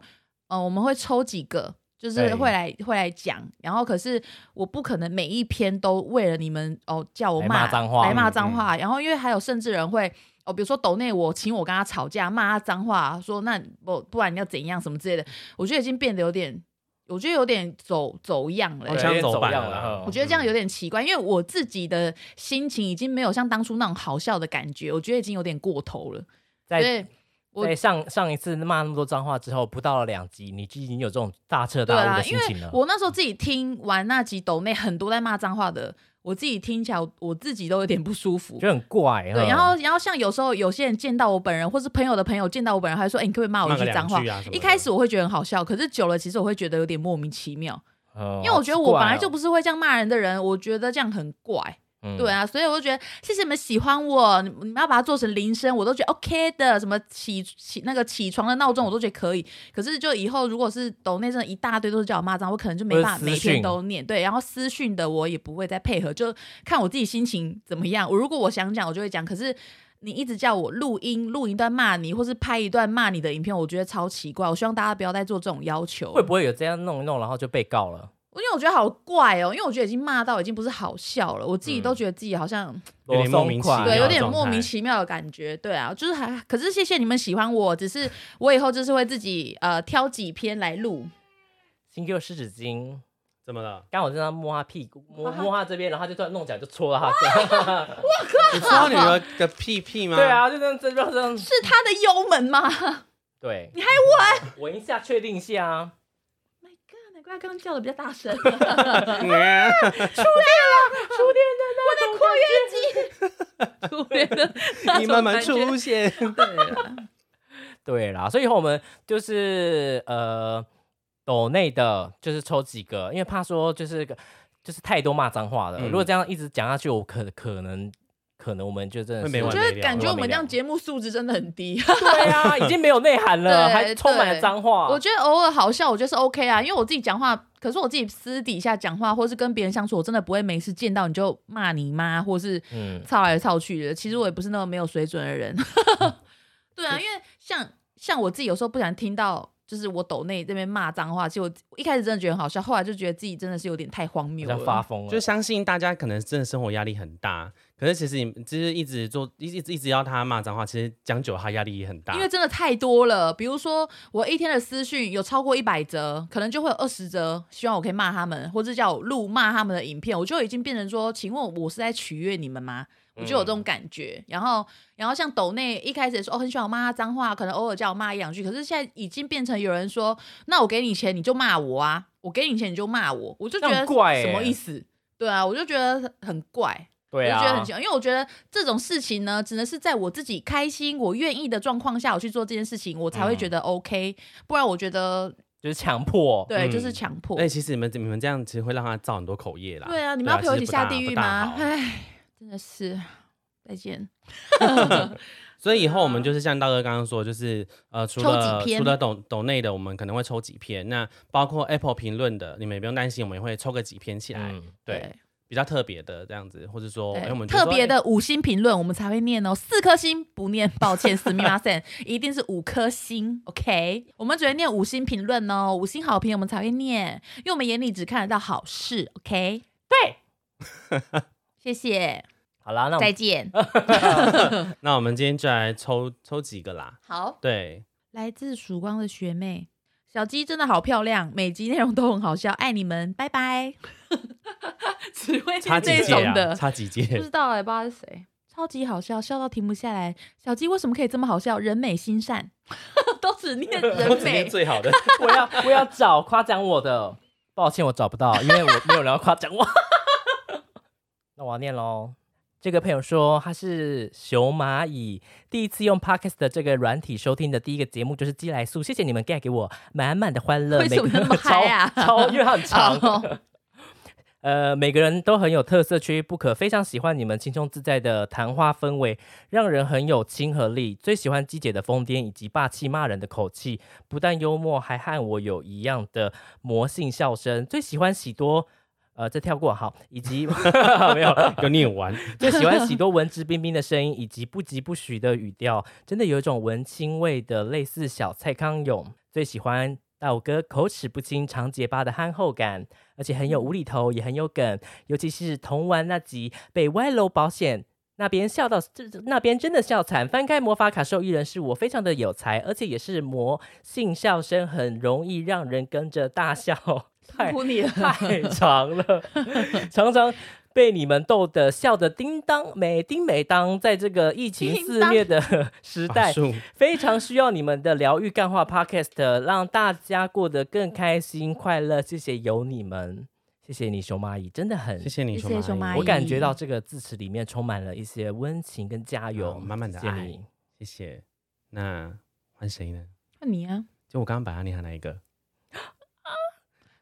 Speaker 1: 呃，我们会抽几个，就是
Speaker 5: 对
Speaker 1: 会来会来讲，然后可是我不可能每一篇都为了你们哦叫我
Speaker 3: 来
Speaker 1: 骂
Speaker 3: 骂脏话
Speaker 1: 来骂
Speaker 5: 嗯
Speaker 1: 脏话，然后因为还有甚至人会。哦，比如说抖内我请我跟他吵架，骂他脏话，说那我不然你要怎样什么之类的，我觉得已经变得有点，我觉得有点走走样了、欸
Speaker 2: 好
Speaker 5: 对
Speaker 2: 像哦
Speaker 5: 有点
Speaker 2: 走板
Speaker 5: 样
Speaker 2: 了
Speaker 6: 嗯
Speaker 5: 了
Speaker 1: 我觉得这样有点奇怪，因为我自己的心情已经没有像当初那种好笑的感觉，我觉得已经有点过头了。所
Speaker 3: 在
Speaker 1: 以我
Speaker 3: 在上上一次骂那么多脏话之后，不到了两集，你就已经有这种大彻
Speaker 1: 对
Speaker 3: 大悟
Speaker 1: 啊，
Speaker 3: 的
Speaker 1: 因
Speaker 3: 心情
Speaker 1: 为
Speaker 3: 了。
Speaker 1: 我那时候自己听完那集抖内很多在骂脏话的，我自己听起来我我自己都有点不舒服。
Speaker 3: 觉得很怪。
Speaker 1: 对，
Speaker 3: 嗯
Speaker 1: 然后然后像有时候有些人见到我本人，或是朋友的朋友见到我本人，还说：“哎、你可不可以骂我
Speaker 6: 骂
Speaker 1: 一
Speaker 6: 个
Speaker 1: 句
Speaker 6: 两
Speaker 1: 脏
Speaker 3: 哦
Speaker 1: 话
Speaker 6: 句？”啊什么的
Speaker 1: 一开始我会觉得很好笑，可是久了，其实我会觉得有点莫名其妙，
Speaker 3: 嗯
Speaker 1: 因为我觉得我本来就
Speaker 3: 好奇怪哦
Speaker 1: 不是会这样骂人的人，我觉得这样很怪。
Speaker 3: 嗯
Speaker 1: 对啊，所以我就觉得谢谢你们喜欢我，你你们要把它做成铃声，我都觉得 OK 的。什么起起那个起床的闹钟，我都觉得可以。可是就以后如果是抖内真的一大堆都是叫我骂脏，我可能就没
Speaker 3: 或者
Speaker 1: 办法
Speaker 3: 私
Speaker 1: 每天
Speaker 3: 讯
Speaker 1: 都念。对，然后私讯的我也不会再配合，就看我自己心情怎么样。我如果我想讲，我就会讲。可是你一直叫我录音，录一段骂你，或是拍一段骂你的影片，我觉得超奇怪。我希望大家不要再做这种要求。
Speaker 3: 会不会有这样弄一弄，然后就被告了？
Speaker 1: 因为我觉得好怪哦，因为我觉得已经骂到已经不是好笑了，我自己都觉得自己好像。
Speaker 2: 有点莫名其妙
Speaker 1: 对，
Speaker 2: 的
Speaker 1: 有点
Speaker 2: 状态
Speaker 1: 莫名其妙的感觉。对啊，就是还，可是谢谢你们喜欢我，只是我以后就是会自己呃挑几篇来录。
Speaker 3: 新给我湿纸巾，
Speaker 6: 怎么 了？
Speaker 3: 刚好在那摸他屁股，摸摸他这边，然后他就突然弄起来就戳到他 这样。
Speaker 2: 你知道你的个屁屁吗？
Speaker 3: 对，啊，就这样这样这样。
Speaker 1: 是他的幽门吗 ？My
Speaker 3: 对，你还闻？ 闻一下，确定一下啊。
Speaker 1: God，难怪他刚刚叫的比较大声，我的
Speaker 2: 嗯
Speaker 1: 括约肌， 初恋的那种
Speaker 2: 你慢慢
Speaker 1: 感觉
Speaker 2: 出现。
Speaker 1: 对啊
Speaker 3: 对啦，所以以后我们就是呃，抖内的，就是抽几个，因为怕说就是个就是太多骂脏话了。
Speaker 2: 嗯
Speaker 3: 如果这样一直讲下去，我可可能可能我们就真的
Speaker 2: 会
Speaker 3: 是
Speaker 2: 没
Speaker 1: 我
Speaker 2: 完
Speaker 1: 觉
Speaker 2: 没
Speaker 1: 得
Speaker 2: 了
Speaker 1: 感觉我们这样
Speaker 3: 完美了
Speaker 1: 节目素质真的很低。
Speaker 3: 对啊，已经没有内涵了，
Speaker 1: 对
Speaker 3: 还充满了
Speaker 1: 对
Speaker 3: 脏话。
Speaker 1: 我觉得偶尔好笑，我觉得是 OK 啊，因为我自己讲话，可是我自己私底下讲话，或是跟别人相处，我真的不会每次见到你就骂你妈，或是
Speaker 3: 嗯，
Speaker 1: 操来操去的。其实我也不是那么没有水准的人。
Speaker 3: 嗯
Speaker 1: 对啊，因为像像我自己有时候不想听到，就是我抖内这边骂脏话，其实我我一开始真的觉得很好笑，后来就觉得自己真的是有点太荒
Speaker 3: 好
Speaker 1: 谬
Speaker 3: 像发
Speaker 1: 了。
Speaker 3: 疯了，
Speaker 2: 就相信大家可能真的生活压力很大，可是其实你就是一直做，一直一直一直要他骂脏话，其实讲久了他压力也很大。
Speaker 1: 因为真的太多了，比如说我一天的私讯有超过一百则，可能就会有二十则，希望我可以骂他们，或者叫我录骂他们的影片，我就已经变成说，请问我是在取悦你们吗？
Speaker 3: 嗯
Speaker 1: 我就有这种感觉。然后，然后像抖内一开始也说哦很喜欢我骂他脏话，可能偶尔叫我骂一两句，可是现在已经变成有人说，那我给你钱你就骂我啊，我给你钱你就骂我，我就觉
Speaker 3: 那
Speaker 1: 得
Speaker 3: 很怪欸
Speaker 1: 什么意思？对啊，我就觉得很怪。
Speaker 3: 对
Speaker 1: 我就觉得
Speaker 3: 啊
Speaker 1: 很奇，怪，因为我觉得这种事情呢，只能是在我自己开心、我愿意的状况下，我去做这件事情，我才
Speaker 2: 嗯
Speaker 1: 会觉得 OK、不然我觉得，
Speaker 3: 就是强迫。
Speaker 1: 对，
Speaker 2: 嗯
Speaker 1: 就是强迫。
Speaker 2: 哎，其实你们你们这样其实会让他造很多口业啦。
Speaker 1: 对啊，你们要陪我一起下地狱吗？
Speaker 2: 其实不大不大好
Speaker 1: 唉，真的是，再见。
Speaker 2: 所以以后我们就是像大哥刚刚说，就是呃，除
Speaker 1: 抽
Speaker 2: 了
Speaker 1: 几篇
Speaker 2: 除了抖抖内的，我们可能会抽几篇，那包括 Apple 评论的，你们也不用担心，我们也会抽个几篇起来，
Speaker 3: 嗯，
Speaker 2: 对，比较特别的这样子，或者说，哎，我们就
Speaker 1: 特
Speaker 2: 说
Speaker 1: 别
Speaker 2: 哎
Speaker 1: 的五星评论我们才会念哦，四颗星不念，抱歉，死密马 森，一定是五颗星，OK？我们只会念五星评论哦，五星好评我们才会念，因为我们眼里只看得到好事，OK？
Speaker 3: 对，
Speaker 1: 谢谢，
Speaker 3: 好啦，那我
Speaker 1: 再
Speaker 3: 们
Speaker 1: 见。
Speaker 2: 那我们今天就来抽抽几个啦。
Speaker 1: 好。
Speaker 2: 对，
Speaker 1: 来自曙光的学妹，小鸡真的好漂亮，每集内容都很好笑，爱你们，拜拜。 只会
Speaker 2: 差
Speaker 1: 念这
Speaker 2: 几届
Speaker 1: 种
Speaker 2: 啊？
Speaker 1: 的，
Speaker 2: 差几
Speaker 1: 不
Speaker 2: 届？
Speaker 1: 知道哎、不知道是谁，超级好笑，笑到停不下来。小鸡为什么可以这么好笑？人美心善， 都只念
Speaker 2: 我
Speaker 1: 人
Speaker 2: 只念
Speaker 1: 美。
Speaker 2: 最好的。
Speaker 3: 我要我要找夸奖我的，抱歉我找不到，因为我没有人要夸奖我。 那我要念喽。这个朋友说他是熊蚂蚁，第一次用 Podcast 的这个软体收听的第一个节目就是《寄来素》，谢谢你们带给我满满的欢乐。
Speaker 1: 为什么
Speaker 3: 每个
Speaker 1: 那么嗨啊
Speaker 3: 超超，因为它很长。
Speaker 1: 哦
Speaker 3: 呃，每个人都很有特色，缺一不可。非常喜欢你们轻松自在的谈话氛围，让人很有亲和力。最喜欢鸡姐的疯癫以及霸气骂人的口气，不但幽默，还和我有一样的魔性笑声。最喜欢喜多呃，这跳过好，以及 没有了，
Speaker 2: 有念完，
Speaker 3: 就喜欢许多文质彬彬的声音，以及不疾不徐的语调，真的有一种文青味的，类似小蔡康永。最喜欢大五哥口齿不清、长结巴的憨厚感，而且很有无厘头，也很有梗。尤其是童玩那集被歪楼保险。那边笑到这这那边真的笑惨，翻开魔法卡兽艺人是我非常的有才，而且也是魔性笑声，很容易让人跟着大笑。 太
Speaker 1: 苦你了。
Speaker 3: 太长了，常常被你们逗得笑得叮当美叮美当。在这个疫情肆虐的时代
Speaker 2: 法，术
Speaker 3: 非常需要你们的疗愈干话 podcast，让大家过得更开心快乐。谢谢有你们，谢谢你熊蚂蚁，真的很
Speaker 2: 谢。谢你，
Speaker 1: 谢谢
Speaker 2: 熊
Speaker 1: 熊蚂
Speaker 2: 妈姨
Speaker 1: 蚁
Speaker 3: 我感觉到这个字词里面充满了一些温情跟加油，
Speaker 2: 哦满满的
Speaker 3: 谢谢
Speaker 2: 爱
Speaker 3: 你
Speaker 2: 谢谢。那换谁呢？
Speaker 1: 那你啊，
Speaker 2: 就我刚刚把他念哪一个？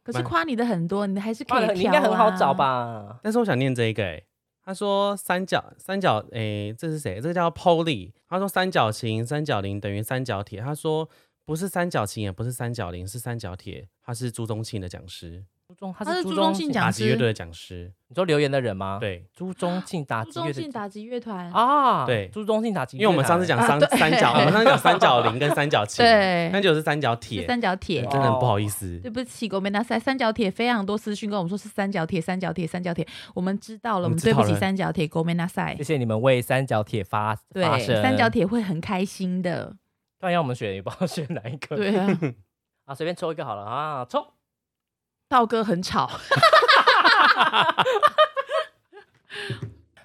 Speaker 1: 可是夸你的很多，你还是可
Speaker 3: 哇
Speaker 1: 以、啊挑。
Speaker 3: 你应该很好找？吧？
Speaker 2: 但是我想念这一个、欸，他说三角三角，诶、这是谁？这个叫 Polly。他说三角形三角零等于三角铁。他说不是三角形，也不是三角零，是三角铁。他是朱宗庆的讲师，
Speaker 3: 朱中，他
Speaker 1: 他是
Speaker 3: 朱
Speaker 1: 朱
Speaker 3: 中
Speaker 1: 宗庆
Speaker 2: 打
Speaker 1: 讲
Speaker 2: 击乐
Speaker 1: 师，
Speaker 2: 队的讲师。
Speaker 3: 你说留言的人吗？，
Speaker 2: 对，
Speaker 3: 朱中庆打
Speaker 1: 朱
Speaker 3: 击
Speaker 1: 宗
Speaker 3: 乐的
Speaker 1: 庆打击乐团，
Speaker 3: 啊，
Speaker 2: 对
Speaker 3: 朱中信打击乐团，
Speaker 2: 因为我们上次讲三、
Speaker 1: 啊对
Speaker 2: 三角，我们上次讲三角零跟三角琴，
Speaker 1: 对
Speaker 2: 三角是三角
Speaker 1: 是
Speaker 2: 铁，
Speaker 1: 三角铁哦
Speaker 2: 真。的很不好意思
Speaker 1: 对。不起，我没拿塞三角铁，非常多私讯跟我们说是三角铁，三角铁，三角铁。我们知道了，
Speaker 2: 我
Speaker 1: 我
Speaker 2: 们
Speaker 1: 们
Speaker 2: 知
Speaker 1: 对
Speaker 2: 道了
Speaker 1: 不起三角铁，我没拿塞
Speaker 3: 谢。谢你们为三角铁发
Speaker 1: 对
Speaker 3: 发，声。
Speaker 1: 三角，铁会很开心的。
Speaker 3: 突然要我们选，也不知道选哪一个。
Speaker 1: 对啊，
Speaker 3: 啊，随便抽一个好了啊，抽。
Speaker 1: 道哥很吵，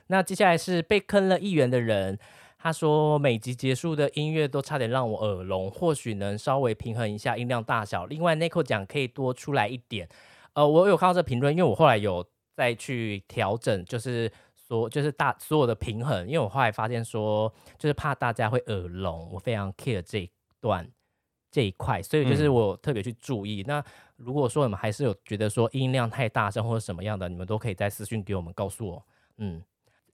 Speaker 3: 那接下来是被坑了一元的人，他说每集结束的音乐都差点让我耳聋，或许能稍微平衡一下音量大小。另外 Nico 奖可以多出来一点。呃，我有看到这评论，因为我后来有再去调整，就是所就是大所有的平衡，因为我后来发现说，就是怕大家会耳聋，我非常 care 这一段。这一块，所以就是
Speaker 2: 嗯
Speaker 3: 我特别去注意。那如果说你们还是有觉得说音量太大声或者什么样的，你们都可以在私讯给我们告诉我。嗯，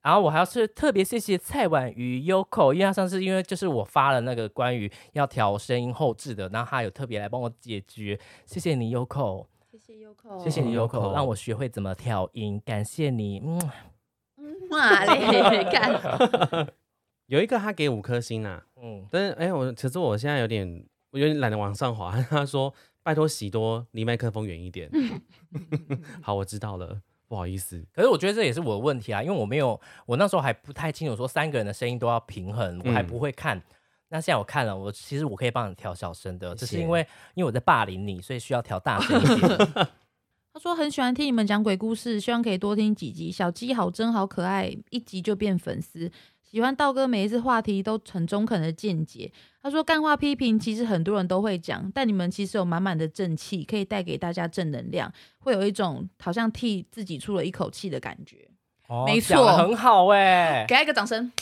Speaker 3: 然后我还要是特别谢谢蔡婉瑜 Yoko，因为他上次因为就是我发了那个关于要调声音后置的，然后他有特别来帮我解决，谢谢你 Yoko，
Speaker 1: 谢谢优酷
Speaker 3: 谢谢你
Speaker 2: Yoko
Speaker 3: Yoko，让哦我学会怎么调音，感谢你，嗯，
Speaker 1: 哇嘞， 看
Speaker 2: 有一个他给五颗星啊，
Speaker 3: 嗯，
Speaker 2: 但是哎、我其实我现在有点，我有点懒得往上滑。 他说：“拜托喜多，离麦克风远 一点。”好，我知道了，不好意思。
Speaker 3: 可是我觉得这也是我的问题啊，因为我没有，我那时候还不太清楚说三个人的声音都要平衡，我还
Speaker 2: 嗯
Speaker 3: 不会看。那现在我看了，我其实我可以帮你调小声的，只
Speaker 2: 谢
Speaker 3: 是因为因为我在霸凌你，所以需要调大声一点。
Speaker 1: 他说很喜欢听你们讲鬼故事，希望可以多听几集。小鸡好真好可爱，一集就变粉丝。喜欢道哥每一次话题都很中肯的见解。他说干话批评其实很多人都会讲，但你们其实有满满的正气，可以带给大家正能量，会有一种好像替自己出了一口气的感觉。
Speaker 3: 哦
Speaker 1: 没
Speaker 3: 讲
Speaker 1: 错
Speaker 3: 得很好哎、
Speaker 1: 给他一个掌声。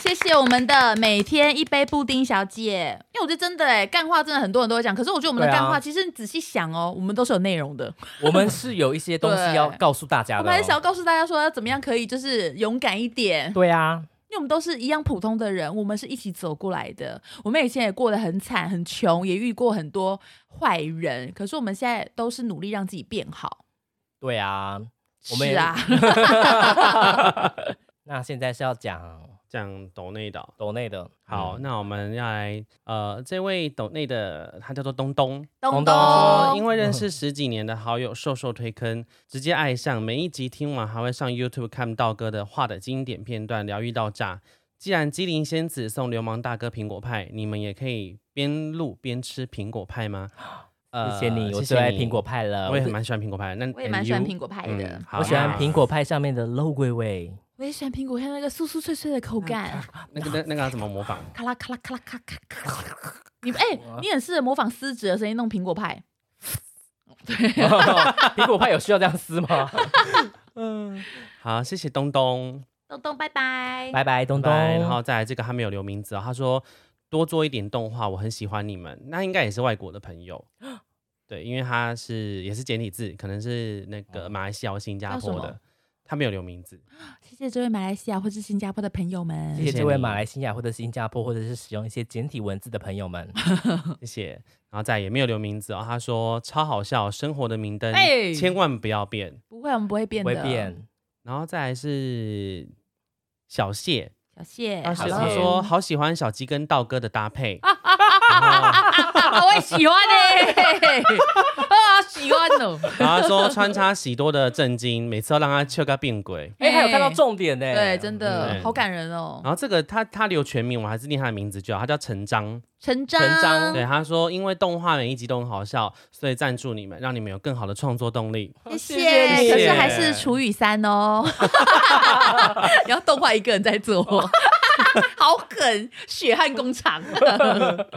Speaker 1: 谢谢我们的每天一杯布丁小姐，因为我觉得真的哎、干话真的很多人都会讲，可是我觉得我们的
Speaker 3: 对啊
Speaker 1: 干话，其实你仔细想哦，我们都是有内容的。
Speaker 3: 我们是有一些东西要告诉大家
Speaker 1: 我
Speaker 3: 的、
Speaker 1: 们还是想要
Speaker 3: 哦。
Speaker 1: 告诉大家说，要怎么样可以就是勇敢一点，
Speaker 3: 对啊，
Speaker 1: 因为我们都是一样普通的人，我们是一起走过来的。我们以前也过得很惨、很穷，也遇过很多坏人，可是我们现在都是努力让自己变好。
Speaker 3: 对啊。我们也
Speaker 1: 是 啊，
Speaker 3: 那现在是要讲
Speaker 2: 讲抖内岛，
Speaker 3: 抖内的，
Speaker 2: 好，
Speaker 3: 嗯
Speaker 2: 那我们要来呃，这位抖内的他叫做东东，
Speaker 1: 东
Speaker 3: 东
Speaker 2: 说因
Speaker 1: 东，
Speaker 2: 为认识十几年的好友瘦瘦推坑，直接爱上，每一集听完还会上 YouTube 看道哥的画的经典片段，疗愈到炸。既然机灵仙子送流氓大哥苹果派，你们也可以边录边吃苹果派吗？
Speaker 3: 谢谢你，我最爱苹果，派了。
Speaker 2: 我也很蛮喜欢苹果派。那
Speaker 1: 我也蛮喜欢苹果
Speaker 2: 果
Speaker 1: 派的，
Speaker 2: 好，啊
Speaker 3: 嗯我喜欢
Speaker 2: 那
Speaker 3: 苹果派上面的欸肉桂味。
Speaker 1: 我也喜欢苹果派那个酥酥脆脆的口
Speaker 3: 啊
Speaker 1: 感，
Speaker 2: 那个那那个要怎么模仿？
Speaker 1: 咔啦咔啦咔啦咔咔咔啦。你哎，你很适合模仿狮子的声音弄苹果派，
Speaker 3: 苹果派有需要这样撕吗？
Speaker 2: 好，谢谢东东。
Speaker 1: 东东拜 拜。
Speaker 3: 拜拜，东东。
Speaker 2: 拜然后再来这个他没有留名字、哦，他说多做一点动画，我很喜欢你们。那应该也是外国的 朋友，对，因为他是也是简体字，可能是那个马来西亚、或新加坡
Speaker 1: 哦叫什
Speaker 2: 的
Speaker 1: 么。
Speaker 2: 他没有留名字。
Speaker 1: 谢谢这位马来西亚或是新加坡的朋友们，
Speaker 3: 谢
Speaker 2: 谢
Speaker 3: 谢
Speaker 2: 谢
Speaker 3: 这位
Speaker 2: 你
Speaker 3: 马来西亚或者新加坡或者是使用一些简体文字的朋友们。
Speaker 2: 谢谢，然后再也没有留名字哦。他说超好笑，生活的明灯，
Speaker 1: 哎
Speaker 2: 千万不要变。
Speaker 1: 不会，我们不会变
Speaker 3: 不
Speaker 1: 的。
Speaker 3: 会变，
Speaker 2: 然后再来是小谢，
Speaker 1: 小谢，
Speaker 2: 他
Speaker 1: 哎好
Speaker 2: 说
Speaker 3: 啊谢
Speaker 2: 他
Speaker 1: 了
Speaker 2: 说好喜欢小鸡跟道哥的搭配，
Speaker 1: 我也喜欢 呢、啊，喜欢哦。
Speaker 2: 然后他说穿插喜多的震惊，每次都让他笑个变鬼。
Speaker 3: 哎、还有看到重点呢、
Speaker 1: 对，真的
Speaker 2: 嗯
Speaker 1: 好感人哦。
Speaker 2: 然后这个他他留全名，我还是念他的名字就好，他叫陈章。
Speaker 1: 成章，
Speaker 2: 陈章对他说，因为动画每一集都很好笑，所以赞助你们，让你们有更好的创作动力。
Speaker 1: 谢
Speaker 3: 谢
Speaker 1: 谢。
Speaker 3: 谢
Speaker 1: 可是还是除以三 哦，你要动画一个人在做，好狠，血汗工 厂。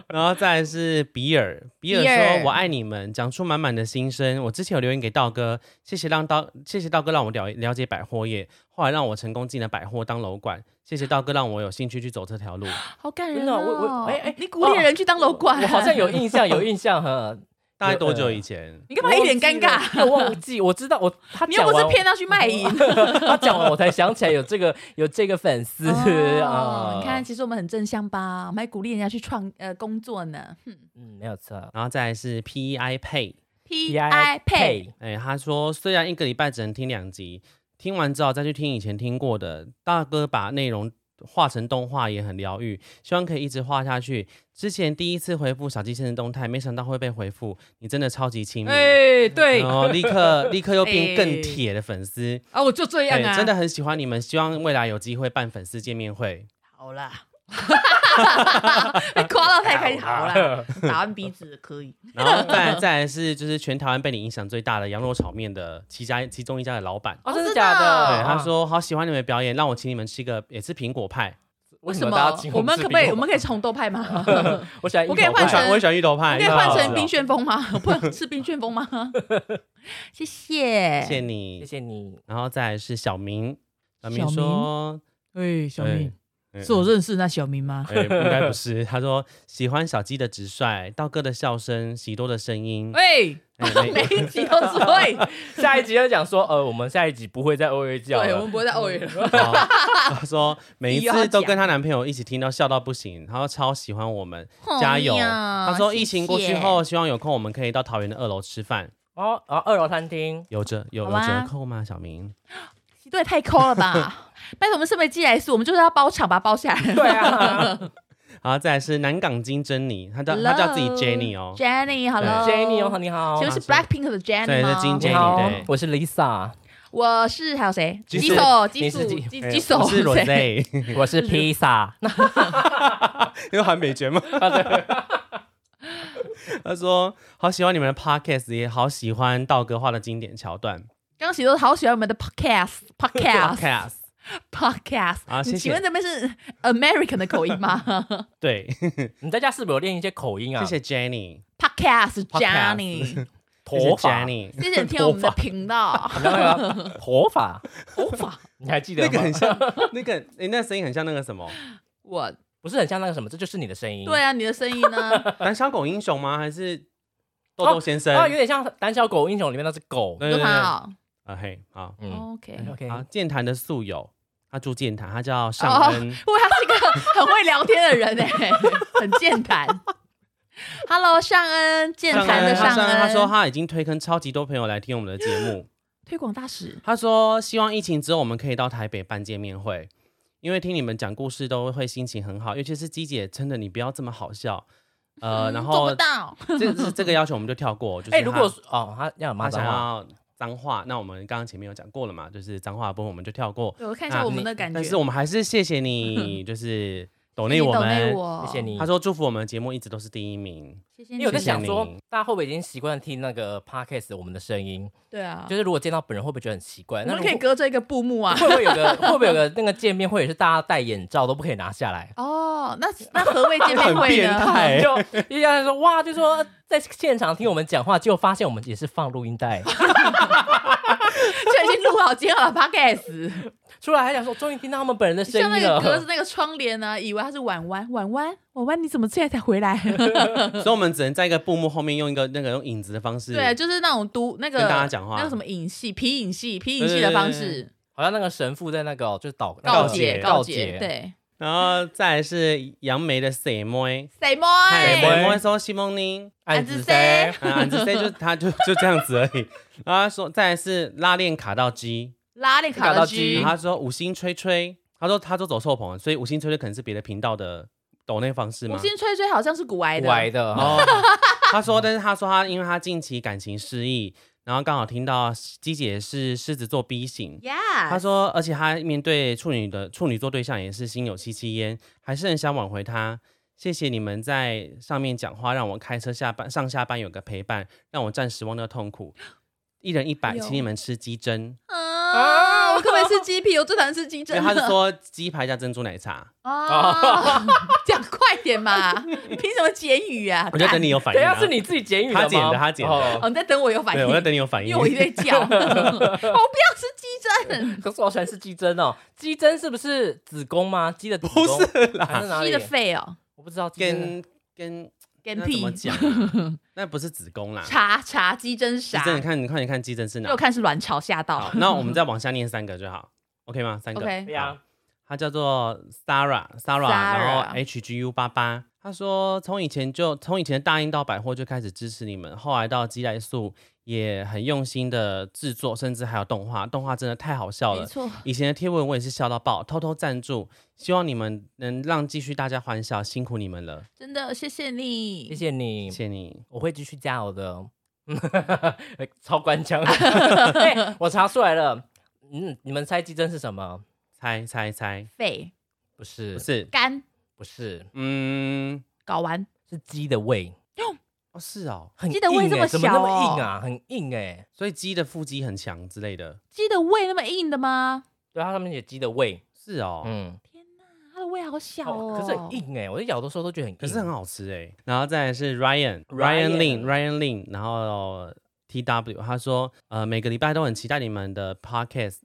Speaker 2: 然后再来是比尔，比尔
Speaker 1: 比尔
Speaker 2: 说：“我爱你们，讲出满满的心声。”我之前有留言给道哥，谢谢让道，谢谢道哥让我了了解百货业，后来让我成功进了百货当楼管，谢谢道哥让我有兴趣去走这条路。
Speaker 1: 好感
Speaker 3: 真
Speaker 1: 人
Speaker 3: 的
Speaker 1: 哦！
Speaker 3: 我我哎哎
Speaker 1: 你鼓励人去当楼管，
Speaker 3: 我好像有印象，有印象呵。
Speaker 2: 大概多久以 前？
Speaker 1: 你干嘛一脸尴尬？
Speaker 3: 我忘记了，我忘记我知道我他
Speaker 1: 你又
Speaker 3: 讲
Speaker 1: 不
Speaker 3: 完
Speaker 1: 是骗他去卖淫。
Speaker 3: 他讲完我才想起来有这个有这个粉丝啊、
Speaker 1: 哦，你看，，其实我们很正向吧，我们还鼓励人家去创呃工作呢。
Speaker 3: 嗯，没有错
Speaker 2: 然后再来是 P E I Pay，
Speaker 1: P I Pay，
Speaker 2: 哎，他说虽然一个礼拜只能听两集，听完之后再去听以前听过的，大哥把内容画成动画也很疗愈，希望可以一直画下去。之前第一次回复小鸡先生动态，没想到会被回复，你真的超级亲密。
Speaker 1: 哎，对
Speaker 2: 然后立刻立刻又变
Speaker 1: 哎
Speaker 2: 更铁的粉丝，
Speaker 1: 啊，我就这样
Speaker 2: 对
Speaker 1: 啊，
Speaker 2: 哎真的很喜欢你们，希望未来有机会办粉丝见面会。
Speaker 1: 好 啦，被夸到太开心，好啦，打完鼻子可以。
Speaker 2: 然后 再来再来是就是全台湾被你影响最大的羊肉炒面的其家其中一家的老板，
Speaker 3: 哦，
Speaker 1: 哦
Speaker 3: 真
Speaker 1: 真
Speaker 3: 的
Speaker 1: 的
Speaker 3: 假的？
Speaker 2: 对他说好喜欢你们的表演，让我请你们吃个也是苹果派，
Speaker 3: 为什
Speaker 1: 什
Speaker 3: 么大家请
Speaker 1: 我们
Speaker 3: 吃
Speaker 1: 可不可以？
Speaker 2: 哦
Speaker 3: 苹
Speaker 1: 我
Speaker 3: 果
Speaker 1: 们可以重豆派吗？
Speaker 3: 我喜欢
Speaker 1: 我可以换
Speaker 2: 我喜
Speaker 1: 成
Speaker 2: 欢我也喜欢芋头派，
Speaker 1: 可以换
Speaker 2: 哦
Speaker 1: 成冰旋风吗？ 不能吃冰旋风 吗？谢谢，
Speaker 2: 谢谢
Speaker 3: 谢
Speaker 2: 你，
Speaker 3: 谢你，
Speaker 2: 然后再来是小明，小
Speaker 1: 小
Speaker 2: 明
Speaker 1: 明
Speaker 2: 说
Speaker 1: 哎，小明
Speaker 2: 哎哎
Speaker 1: 是我认识的那小明吗？
Speaker 2: 哎应该不是， 他说喜欢小鸡的直率，道哥的笑声，喜多的声音，
Speaker 1: 喂，
Speaker 2: 哎 每
Speaker 1: 每一集都是喂，
Speaker 3: 下一集要讲说，呃，我们下一集不会再欧耶叫
Speaker 1: 对，我
Speaker 3: 了
Speaker 1: 们。不会再偶遇了。
Speaker 2: 好她哦 说每一
Speaker 1: 又要
Speaker 2: 次都
Speaker 1: 讲
Speaker 2: 跟她男朋友一起听到笑到不行，她说超喜欢我们，加油。
Speaker 1: 哎呀
Speaker 2: 她说疫情过去，后，
Speaker 1: 谢
Speaker 2: 希望有空我们可以到桃园的二楼吃饭。
Speaker 3: 哦，然后二楼餐 厅，
Speaker 2: 有折有
Speaker 1: 好
Speaker 2: 有折
Speaker 1: 啊
Speaker 2: 扣吗？小明，
Speaker 1: 谢对，太抠了 吧！拜托，我们身为寄来素，我们就是要包场，把它包下来。
Speaker 3: 对啊
Speaker 2: 然后再来是南港金珍妮，她叫她叫自己
Speaker 1: Hello
Speaker 2: Jenny 哦，
Speaker 1: Jenny，Hello
Speaker 3: ，Jenny 哦，你好
Speaker 1: 请，问是 Blackpink 的 Jenny
Speaker 2: 对
Speaker 1: 吗？
Speaker 2: 是金
Speaker 3: 你
Speaker 2: Jenny，
Speaker 3: 好
Speaker 2: 对，
Speaker 3: 我 是 Lisa，
Speaker 1: 我是还有谁？
Speaker 2: 吉
Speaker 1: 吉
Speaker 2: 手
Speaker 1: 手、
Speaker 2: 你
Speaker 1: 吉
Speaker 2: 是
Speaker 1: 手、
Speaker 2: 吉
Speaker 1: 吉
Speaker 2: 哎
Speaker 1: 吉手
Speaker 2: 我是
Speaker 1: 谁
Speaker 2: Rose，
Speaker 3: 我是披萨，那
Speaker 2: 有韩美 娟吗？
Speaker 1: 啊
Speaker 2: 他说：“好喜欢你们的 podcast，也好喜欢道哥画的经典桥段。
Speaker 1: 刚刚喜多好喜欢我们的 podcast，podcast，podcast。
Speaker 2: podcast好谢谢
Speaker 1: 请问这边是 American 的口音吗
Speaker 2: 对，
Speaker 3: 你在家是不是有练一些口音 啊？
Speaker 2: 谢谢 Jenny，
Speaker 1: ？Podcast Johnny，
Speaker 3: 头
Speaker 2: 谢谢
Speaker 3: 发，
Speaker 2: Jenny，
Speaker 1: 谢谢你听我 们的频道。
Speaker 3: 你知道那 个头发，
Speaker 1: 头发，
Speaker 3: 你还记得
Speaker 2: 那个
Speaker 3: 吗
Speaker 2: 很？像那个，诶，那声音很像那个什么
Speaker 1: 我
Speaker 3: 不是很像那个什么，这就是你的声音。
Speaker 1: 对啊，你的声音呢？
Speaker 2: 胆小狗英雄吗？还是豆豆先生？
Speaker 1: 哦
Speaker 3: 啊，有点像《胆小狗英雄》里面那只狗。
Speaker 2: 对
Speaker 1: 就
Speaker 2: 对对，
Speaker 1: 他
Speaker 2: 啊
Speaker 1: 哦。
Speaker 2: 嘿，好，
Speaker 3: 嗯
Speaker 1: OK，
Speaker 3: ，OK，
Speaker 2: 好，健谈的宿友，他住健谈，他叫尚
Speaker 1: 哦，
Speaker 2: 恩。
Speaker 1: 哇，他是一个很会聊天的人哎， 很健谈。Hello，尚恩，健
Speaker 2: 尚
Speaker 1: 谈的
Speaker 2: 恩，他
Speaker 1: 尚
Speaker 2: 尚
Speaker 1: 恩，
Speaker 2: 他说他已经推坑超级多朋友来听我们的节目。
Speaker 1: 推广大使，
Speaker 2: 他说希望疫情之后我们可以到台北办见面会，因为听你们讲故事都会心情很好，尤其是鸡姐，真的你不要这么好笑。呃，
Speaker 1: 嗯
Speaker 2: 然
Speaker 1: 做
Speaker 2: 后
Speaker 1: 不到，
Speaker 2: 这这这个要求我们就 跳过，就是
Speaker 3: 哎，如
Speaker 2: 他
Speaker 3: 果是哦，他要
Speaker 2: 他
Speaker 3: 骂脏
Speaker 2: 想
Speaker 3: 话，
Speaker 2: 要脏话，那我们刚刚前面有讲过了嘛，就是脏话的部分我们就跳过。
Speaker 1: 对我看一下
Speaker 2: 那
Speaker 1: 我们的感觉。
Speaker 2: 啊但是我们还是谢 谢你，就是懂
Speaker 1: 谢
Speaker 2: 内
Speaker 1: 谢
Speaker 2: 我
Speaker 1: 抖内
Speaker 2: 们。
Speaker 1: 我
Speaker 3: 谢谢，你
Speaker 2: 他。说祝福我们的节目一直都是第一名，
Speaker 1: 谢谢
Speaker 3: 因
Speaker 1: 你。
Speaker 3: 为我在
Speaker 2: 谢
Speaker 3: 想说
Speaker 2: 你，
Speaker 3: 大家会不会已经习惯听那个 podcast 我们的声音？
Speaker 1: 对啊，
Speaker 3: 就是如果见到本人，会不会觉得很奇怪？
Speaker 1: 我
Speaker 3: 那
Speaker 1: 们
Speaker 3: 如
Speaker 1: 可以
Speaker 3: 果
Speaker 1: 隔着一个布幕 啊。
Speaker 3: 会不会有个会不会有个那个见面会，是大家戴眼罩都不可以拿下 来？
Speaker 1: 哦，那那何谓见面
Speaker 2: 很
Speaker 1: 会
Speaker 2: 变
Speaker 1: 呢？
Speaker 2: 态。
Speaker 3: 就一下说哇，就说在现场听我们讲话，结果发现我们也是放录 音带
Speaker 1: 就已经录好接好了 podcast，
Speaker 3: 出来，还想说终于听到他们本人的声
Speaker 1: 像那
Speaker 3: 音
Speaker 1: 个隔着
Speaker 3: 了。
Speaker 1: 那个窗帘呢，以为他是婉婉，婉婉，婉婉，你怎么现在才回来？
Speaker 2: 所以我们只能在一个布幕后面用一个那个用影子的方式。
Speaker 1: 啊对，就是那种读那个
Speaker 2: 跟大家讲话
Speaker 1: 那个什么影戏、皮影戏、皮影戏的方
Speaker 2: 对对
Speaker 1: 式，
Speaker 3: 好像那个神父在那个哦就是祷
Speaker 1: 告
Speaker 3: 解
Speaker 1: 解
Speaker 3: 告
Speaker 1: 解，，对，
Speaker 2: 然后再来是杨梅的 C M A，
Speaker 1: 谁摸？
Speaker 2: 哎，
Speaker 3: 妹
Speaker 2: 我们说西蒙尼，
Speaker 3: 爱
Speaker 1: 安
Speaker 3: 之
Speaker 1: 之
Speaker 3: 塞
Speaker 1: 塞，
Speaker 2: 啊，安之 C 就是他就就这样子而已。然后他说再来是拉链卡到 G，
Speaker 1: 拉链卡
Speaker 3: 卡到
Speaker 1: 到
Speaker 3: G
Speaker 1: G，
Speaker 2: 然后他说五星吹吹，他说他说走错棚了，所以五星吹吹可能是别的频道的抖内方式
Speaker 1: 五
Speaker 2: 吗？
Speaker 1: 星吹吹好像是古埃的，哎
Speaker 3: 歪的 哈，
Speaker 2: 哦，他说，但是他说他因为他近期感情失意，然后刚好听到鸡姐是狮子座 B 型，
Speaker 1: ，Yeah，
Speaker 2: 他说，而且他面对处女的处女座对象也是心有戚戚焉，还是很想挽回他。谢谢你们在上面讲话，让我开车下班上下班有个陪伴，让我暂时忘掉痛苦。一人一百，
Speaker 1: 哎呦
Speaker 2: 请你们吃鸡胗。
Speaker 1: 哦啊，我可不可以吃鸡皮？我最讨厌吃鸡
Speaker 2: 因
Speaker 1: 胗
Speaker 2: 为
Speaker 1: 了。
Speaker 2: 他是说鸡排加珍珠 奶茶，
Speaker 1: 哦， 讲快点嘛，你凭什么结语啊？
Speaker 2: 我就等你有
Speaker 3: 等
Speaker 2: 反
Speaker 3: 一
Speaker 2: 应、
Speaker 3: 下
Speaker 2: 啊。
Speaker 3: 是你自己剪语的吗
Speaker 2: 他剪的他剪的
Speaker 1: 干。哦，
Speaker 3: 哦
Speaker 1: 你在等我有反
Speaker 2: 对，
Speaker 1: 应，
Speaker 2: 我在等你有反应
Speaker 1: 因为。我一直在 叫，哦我不要吃鸡胗，
Speaker 3: 可是我好喜欢吃鸡胗哦，鸡胗是不是子宫吗？鸡的子
Speaker 2: 不
Speaker 3: 宫
Speaker 2: 是
Speaker 3: 还
Speaker 2: 啦，
Speaker 3: 是哪
Speaker 1: 鸡
Speaker 3: 里
Speaker 1: 的？肺哦，
Speaker 3: 我不知道鸡胗
Speaker 2: 跟跟
Speaker 1: 跟
Speaker 2: 那怎
Speaker 1: 屁
Speaker 2: 么讲啊？那不是子宫啦。
Speaker 1: 查查鸡胗
Speaker 2: 鸡
Speaker 1: 啥？
Speaker 2: 胗，你看，你看，你看鸡胗是
Speaker 1: 因
Speaker 2: 哪
Speaker 1: 为我？看是卵巢，吓到
Speaker 2: 好。，那我们再往下念三个就好，OK 吗？三个。
Speaker 1: OK
Speaker 3: 对啊，
Speaker 2: 他叫做 Sara Sara，
Speaker 1: Sarah
Speaker 2: 然后 HGU 八八。他说从以前就从以前的大英到百货就开始支持你们，后来到基来素也很用心的制作，甚至还有动画，动画真的太好笑
Speaker 1: 没
Speaker 2: 了。
Speaker 1: 错，
Speaker 2: 以前的贴文我也是笑到爆，偷偷赞助，希望你们能让继续大家欢笑，辛苦你们了，
Speaker 1: 真的谢谢你，
Speaker 3: 谢谢你
Speaker 2: 谢，谢你。
Speaker 3: 我会继续加油 的。超官腔， 哎我查出来了。嗯，你们猜鸡胗是什么？
Speaker 2: 猜猜猜，
Speaker 1: 肺
Speaker 3: 不是，
Speaker 2: 不是，
Speaker 1: 肝
Speaker 3: 不是，
Speaker 2: 嗯，
Speaker 1: 睾丸，
Speaker 3: 是鸡的胃，
Speaker 2: 哦是哦，
Speaker 3: 很
Speaker 1: 鸡的胃
Speaker 3: 硬
Speaker 1: 这
Speaker 3: 欸
Speaker 1: 么
Speaker 3: 怎么那
Speaker 1: 小
Speaker 3: 么
Speaker 1: 哦
Speaker 3: 硬啊，很硬哎。
Speaker 2: 所以鸡的腹肌很强之类的，
Speaker 1: 鸡的胃那么硬的吗？
Speaker 3: 对，啊它上面写鸡的胃，
Speaker 2: 是哦，
Speaker 3: 嗯，
Speaker 1: 天哪，它的胃好小哦，
Speaker 3: 可是很硬哎，我在咬的时候都觉得很硬，
Speaker 2: 可是
Speaker 1: 嗯
Speaker 2: 很好吃哎、然后再来是 Ryan
Speaker 3: Ryan
Speaker 2: Ryan Lin Ryan Lin，然后 T W 他说呃每个礼拜都很期待你们的 podcast，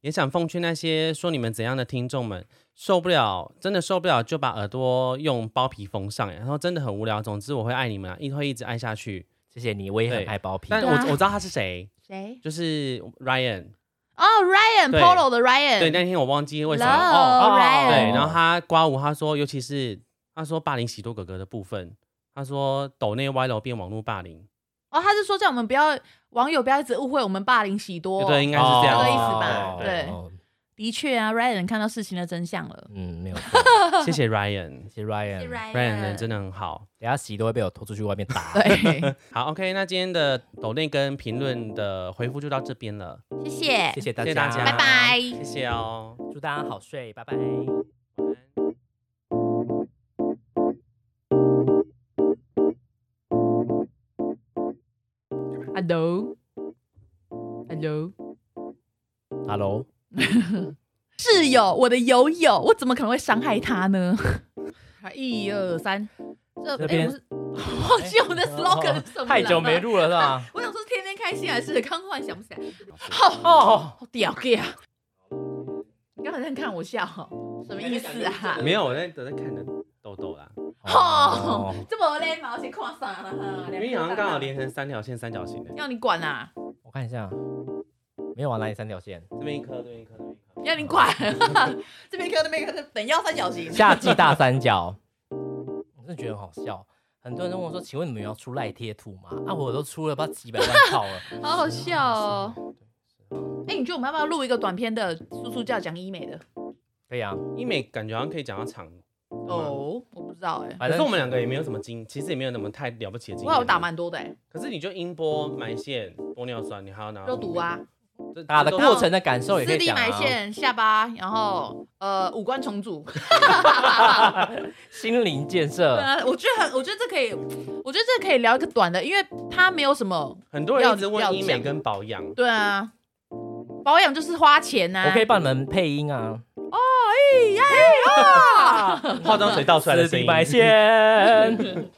Speaker 2: 也想奉劝那些说你们怎样的听众们，受不了真的受不了就把耳朵用包皮封上、欸，然后真的很无聊。总之我会爱你们啊，一会一直爱下去。
Speaker 3: 谢谢你，我也很
Speaker 2: 对
Speaker 3: 爱包皮。
Speaker 2: 但
Speaker 1: 对
Speaker 2: 我
Speaker 1: 啊
Speaker 2: 我知道他是谁，
Speaker 1: 谁？
Speaker 2: 就是 Ryan。
Speaker 1: 哦，Ryan
Speaker 2: 对
Speaker 1: Polo 的 Ryan，
Speaker 2: 对，那天我忘记为什么
Speaker 1: Hello，
Speaker 2: 哦。
Speaker 3: 哦
Speaker 1: 啊 Ryan
Speaker 2: 对，然后他刮胡他说，尤其是他说霸凌喜多哥哥的部分，他说抖内歪楼变网络霸凌。
Speaker 1: 哦，他是说叫我们不要网友不要一直误会我们霸凌喜多，
Speaker 2: 对，应该是这样
Speaker 1: 哦这
Speaker 2: 子
Speaker 1: 个意思吧
Speaker 3: 哦
Speaker 1: 对
Speaker 3: 哦
Speaker 1: 的确啊，Ryan 看到事情的真相 了。
Speaker 3: 嗯，没有 错，
Speaker 2: 谢谢 Ryan，Ryan
Speaker 3: 谢谢 Ryan。
Speaker 1: 哎
Speaker 2: 人真的很好。
Speaker 3: 等下洗都会被我拖出去外面打。
Speaker 1: 对，
Speaker 2: 好，OK，那今天的抖内跟评论的回复就到这边了，
Speaker 1: 谢谢，
Speaker 3: 谢谢大
Speaker 2: 谢谢
Speaker 3: 家，
Speaker 2: 大家，
Speaker 1: 拜拜
Speaker 2: 谢谢哦。
Speaker 3: 祝大家好睡，拜拜。
Speaker 1: Hello，Hello，
Speaker 3: Hello，
Speaker 1: 室友，我的友友，我怎么可能会伤害他呢？一二三，这
Speaker 3: 这
Speaker 1: 哎
Speaker 3: 边哦
Speaker 1: 我是忘记 我们的 slogan 是什么了，
Speaker 3: 哎太久没录了是吧？
Speaker 1: 我想说天天开心还是刚忽然想不起来，
Speaker 3: 哦，
Speaker 1: 好屌 gay 啊！你刚才在看我笑哦，什么意思啊？
Speaker 2: 没有，我在我在看的豆豆啦，
Speaker 1: 哦，这么累吗？我先看啥了哈？
Speaker 2: 因为你好像刚好连成三条线，三角形的，
Speaker 1: 要你管啊！
Speaker 3: 我看一下，没有往哪里三条线。
Speaker 2: 这边一颗，这边一颗，这边一颗。
Speaker 1: 要你管，这边一颗那边一颗，等腰三角形。
Speaker 3: 夏季大三角，我真的觉得很好笑。很多人都问我说：“请问你们有要出赖贴图吗？”啊，我都出了不知道几百万套了，
Speaker 1: 好好笑哦。哎、你觉得我们要不要录一个短片的叔叔教讲医美的？
Speaker 3: 可以啊，
Speaker 2: 医美感觉好像可以讲到长，
Speaker 1: 哦，我不知道哎、
Speaker 2: 可
Speaker 3: 反正
Speaker 2: 是我们两个也没有什么经，其实也没有那么太了不起的经
Speaker 1: 我有
Speaker 2: 验。啊
Speaker 1: 打蛮多的哎、
Speaker 2: 可是你就音波、埋线、玻尿酸，你还要拿
Speaker 1: 肉毒啊，
Speaker 2: 这，这
Speaker 3: 大家的
Speaker 2: 都
Speaker 3: 过程的感受也可
Speaker 1: 四
Speaker 3: 以
Speaker 1: D
Speaker 3: 讲啊
Speaker 1: 埋。线、下巴，然后呃五官重组。
Speaker 3: 心灵建设
Speaker 1: 对，啊，我觉得很，我觉得这可以，我觉得这可以聊一个短的，因为它没有什么。
Speaker 2: 很多人一直
Speaker 1: 要
Speaker 2: 问医美
Speaker 1: 讲
Speaker 2: 跟保养，
Speaker 1: 对啊，保养就是花钱呐、啊。
Speaker 3: 我可以帮你们配音啊。
Speaker 1: 哎呀哎呀！哦
Speaker 2: 化妆水倒出来的
Speaker 3: 四
Speaker 2: 声
Speaker 3: 地
Speaker 2: 音。
Speaker 3: 白线。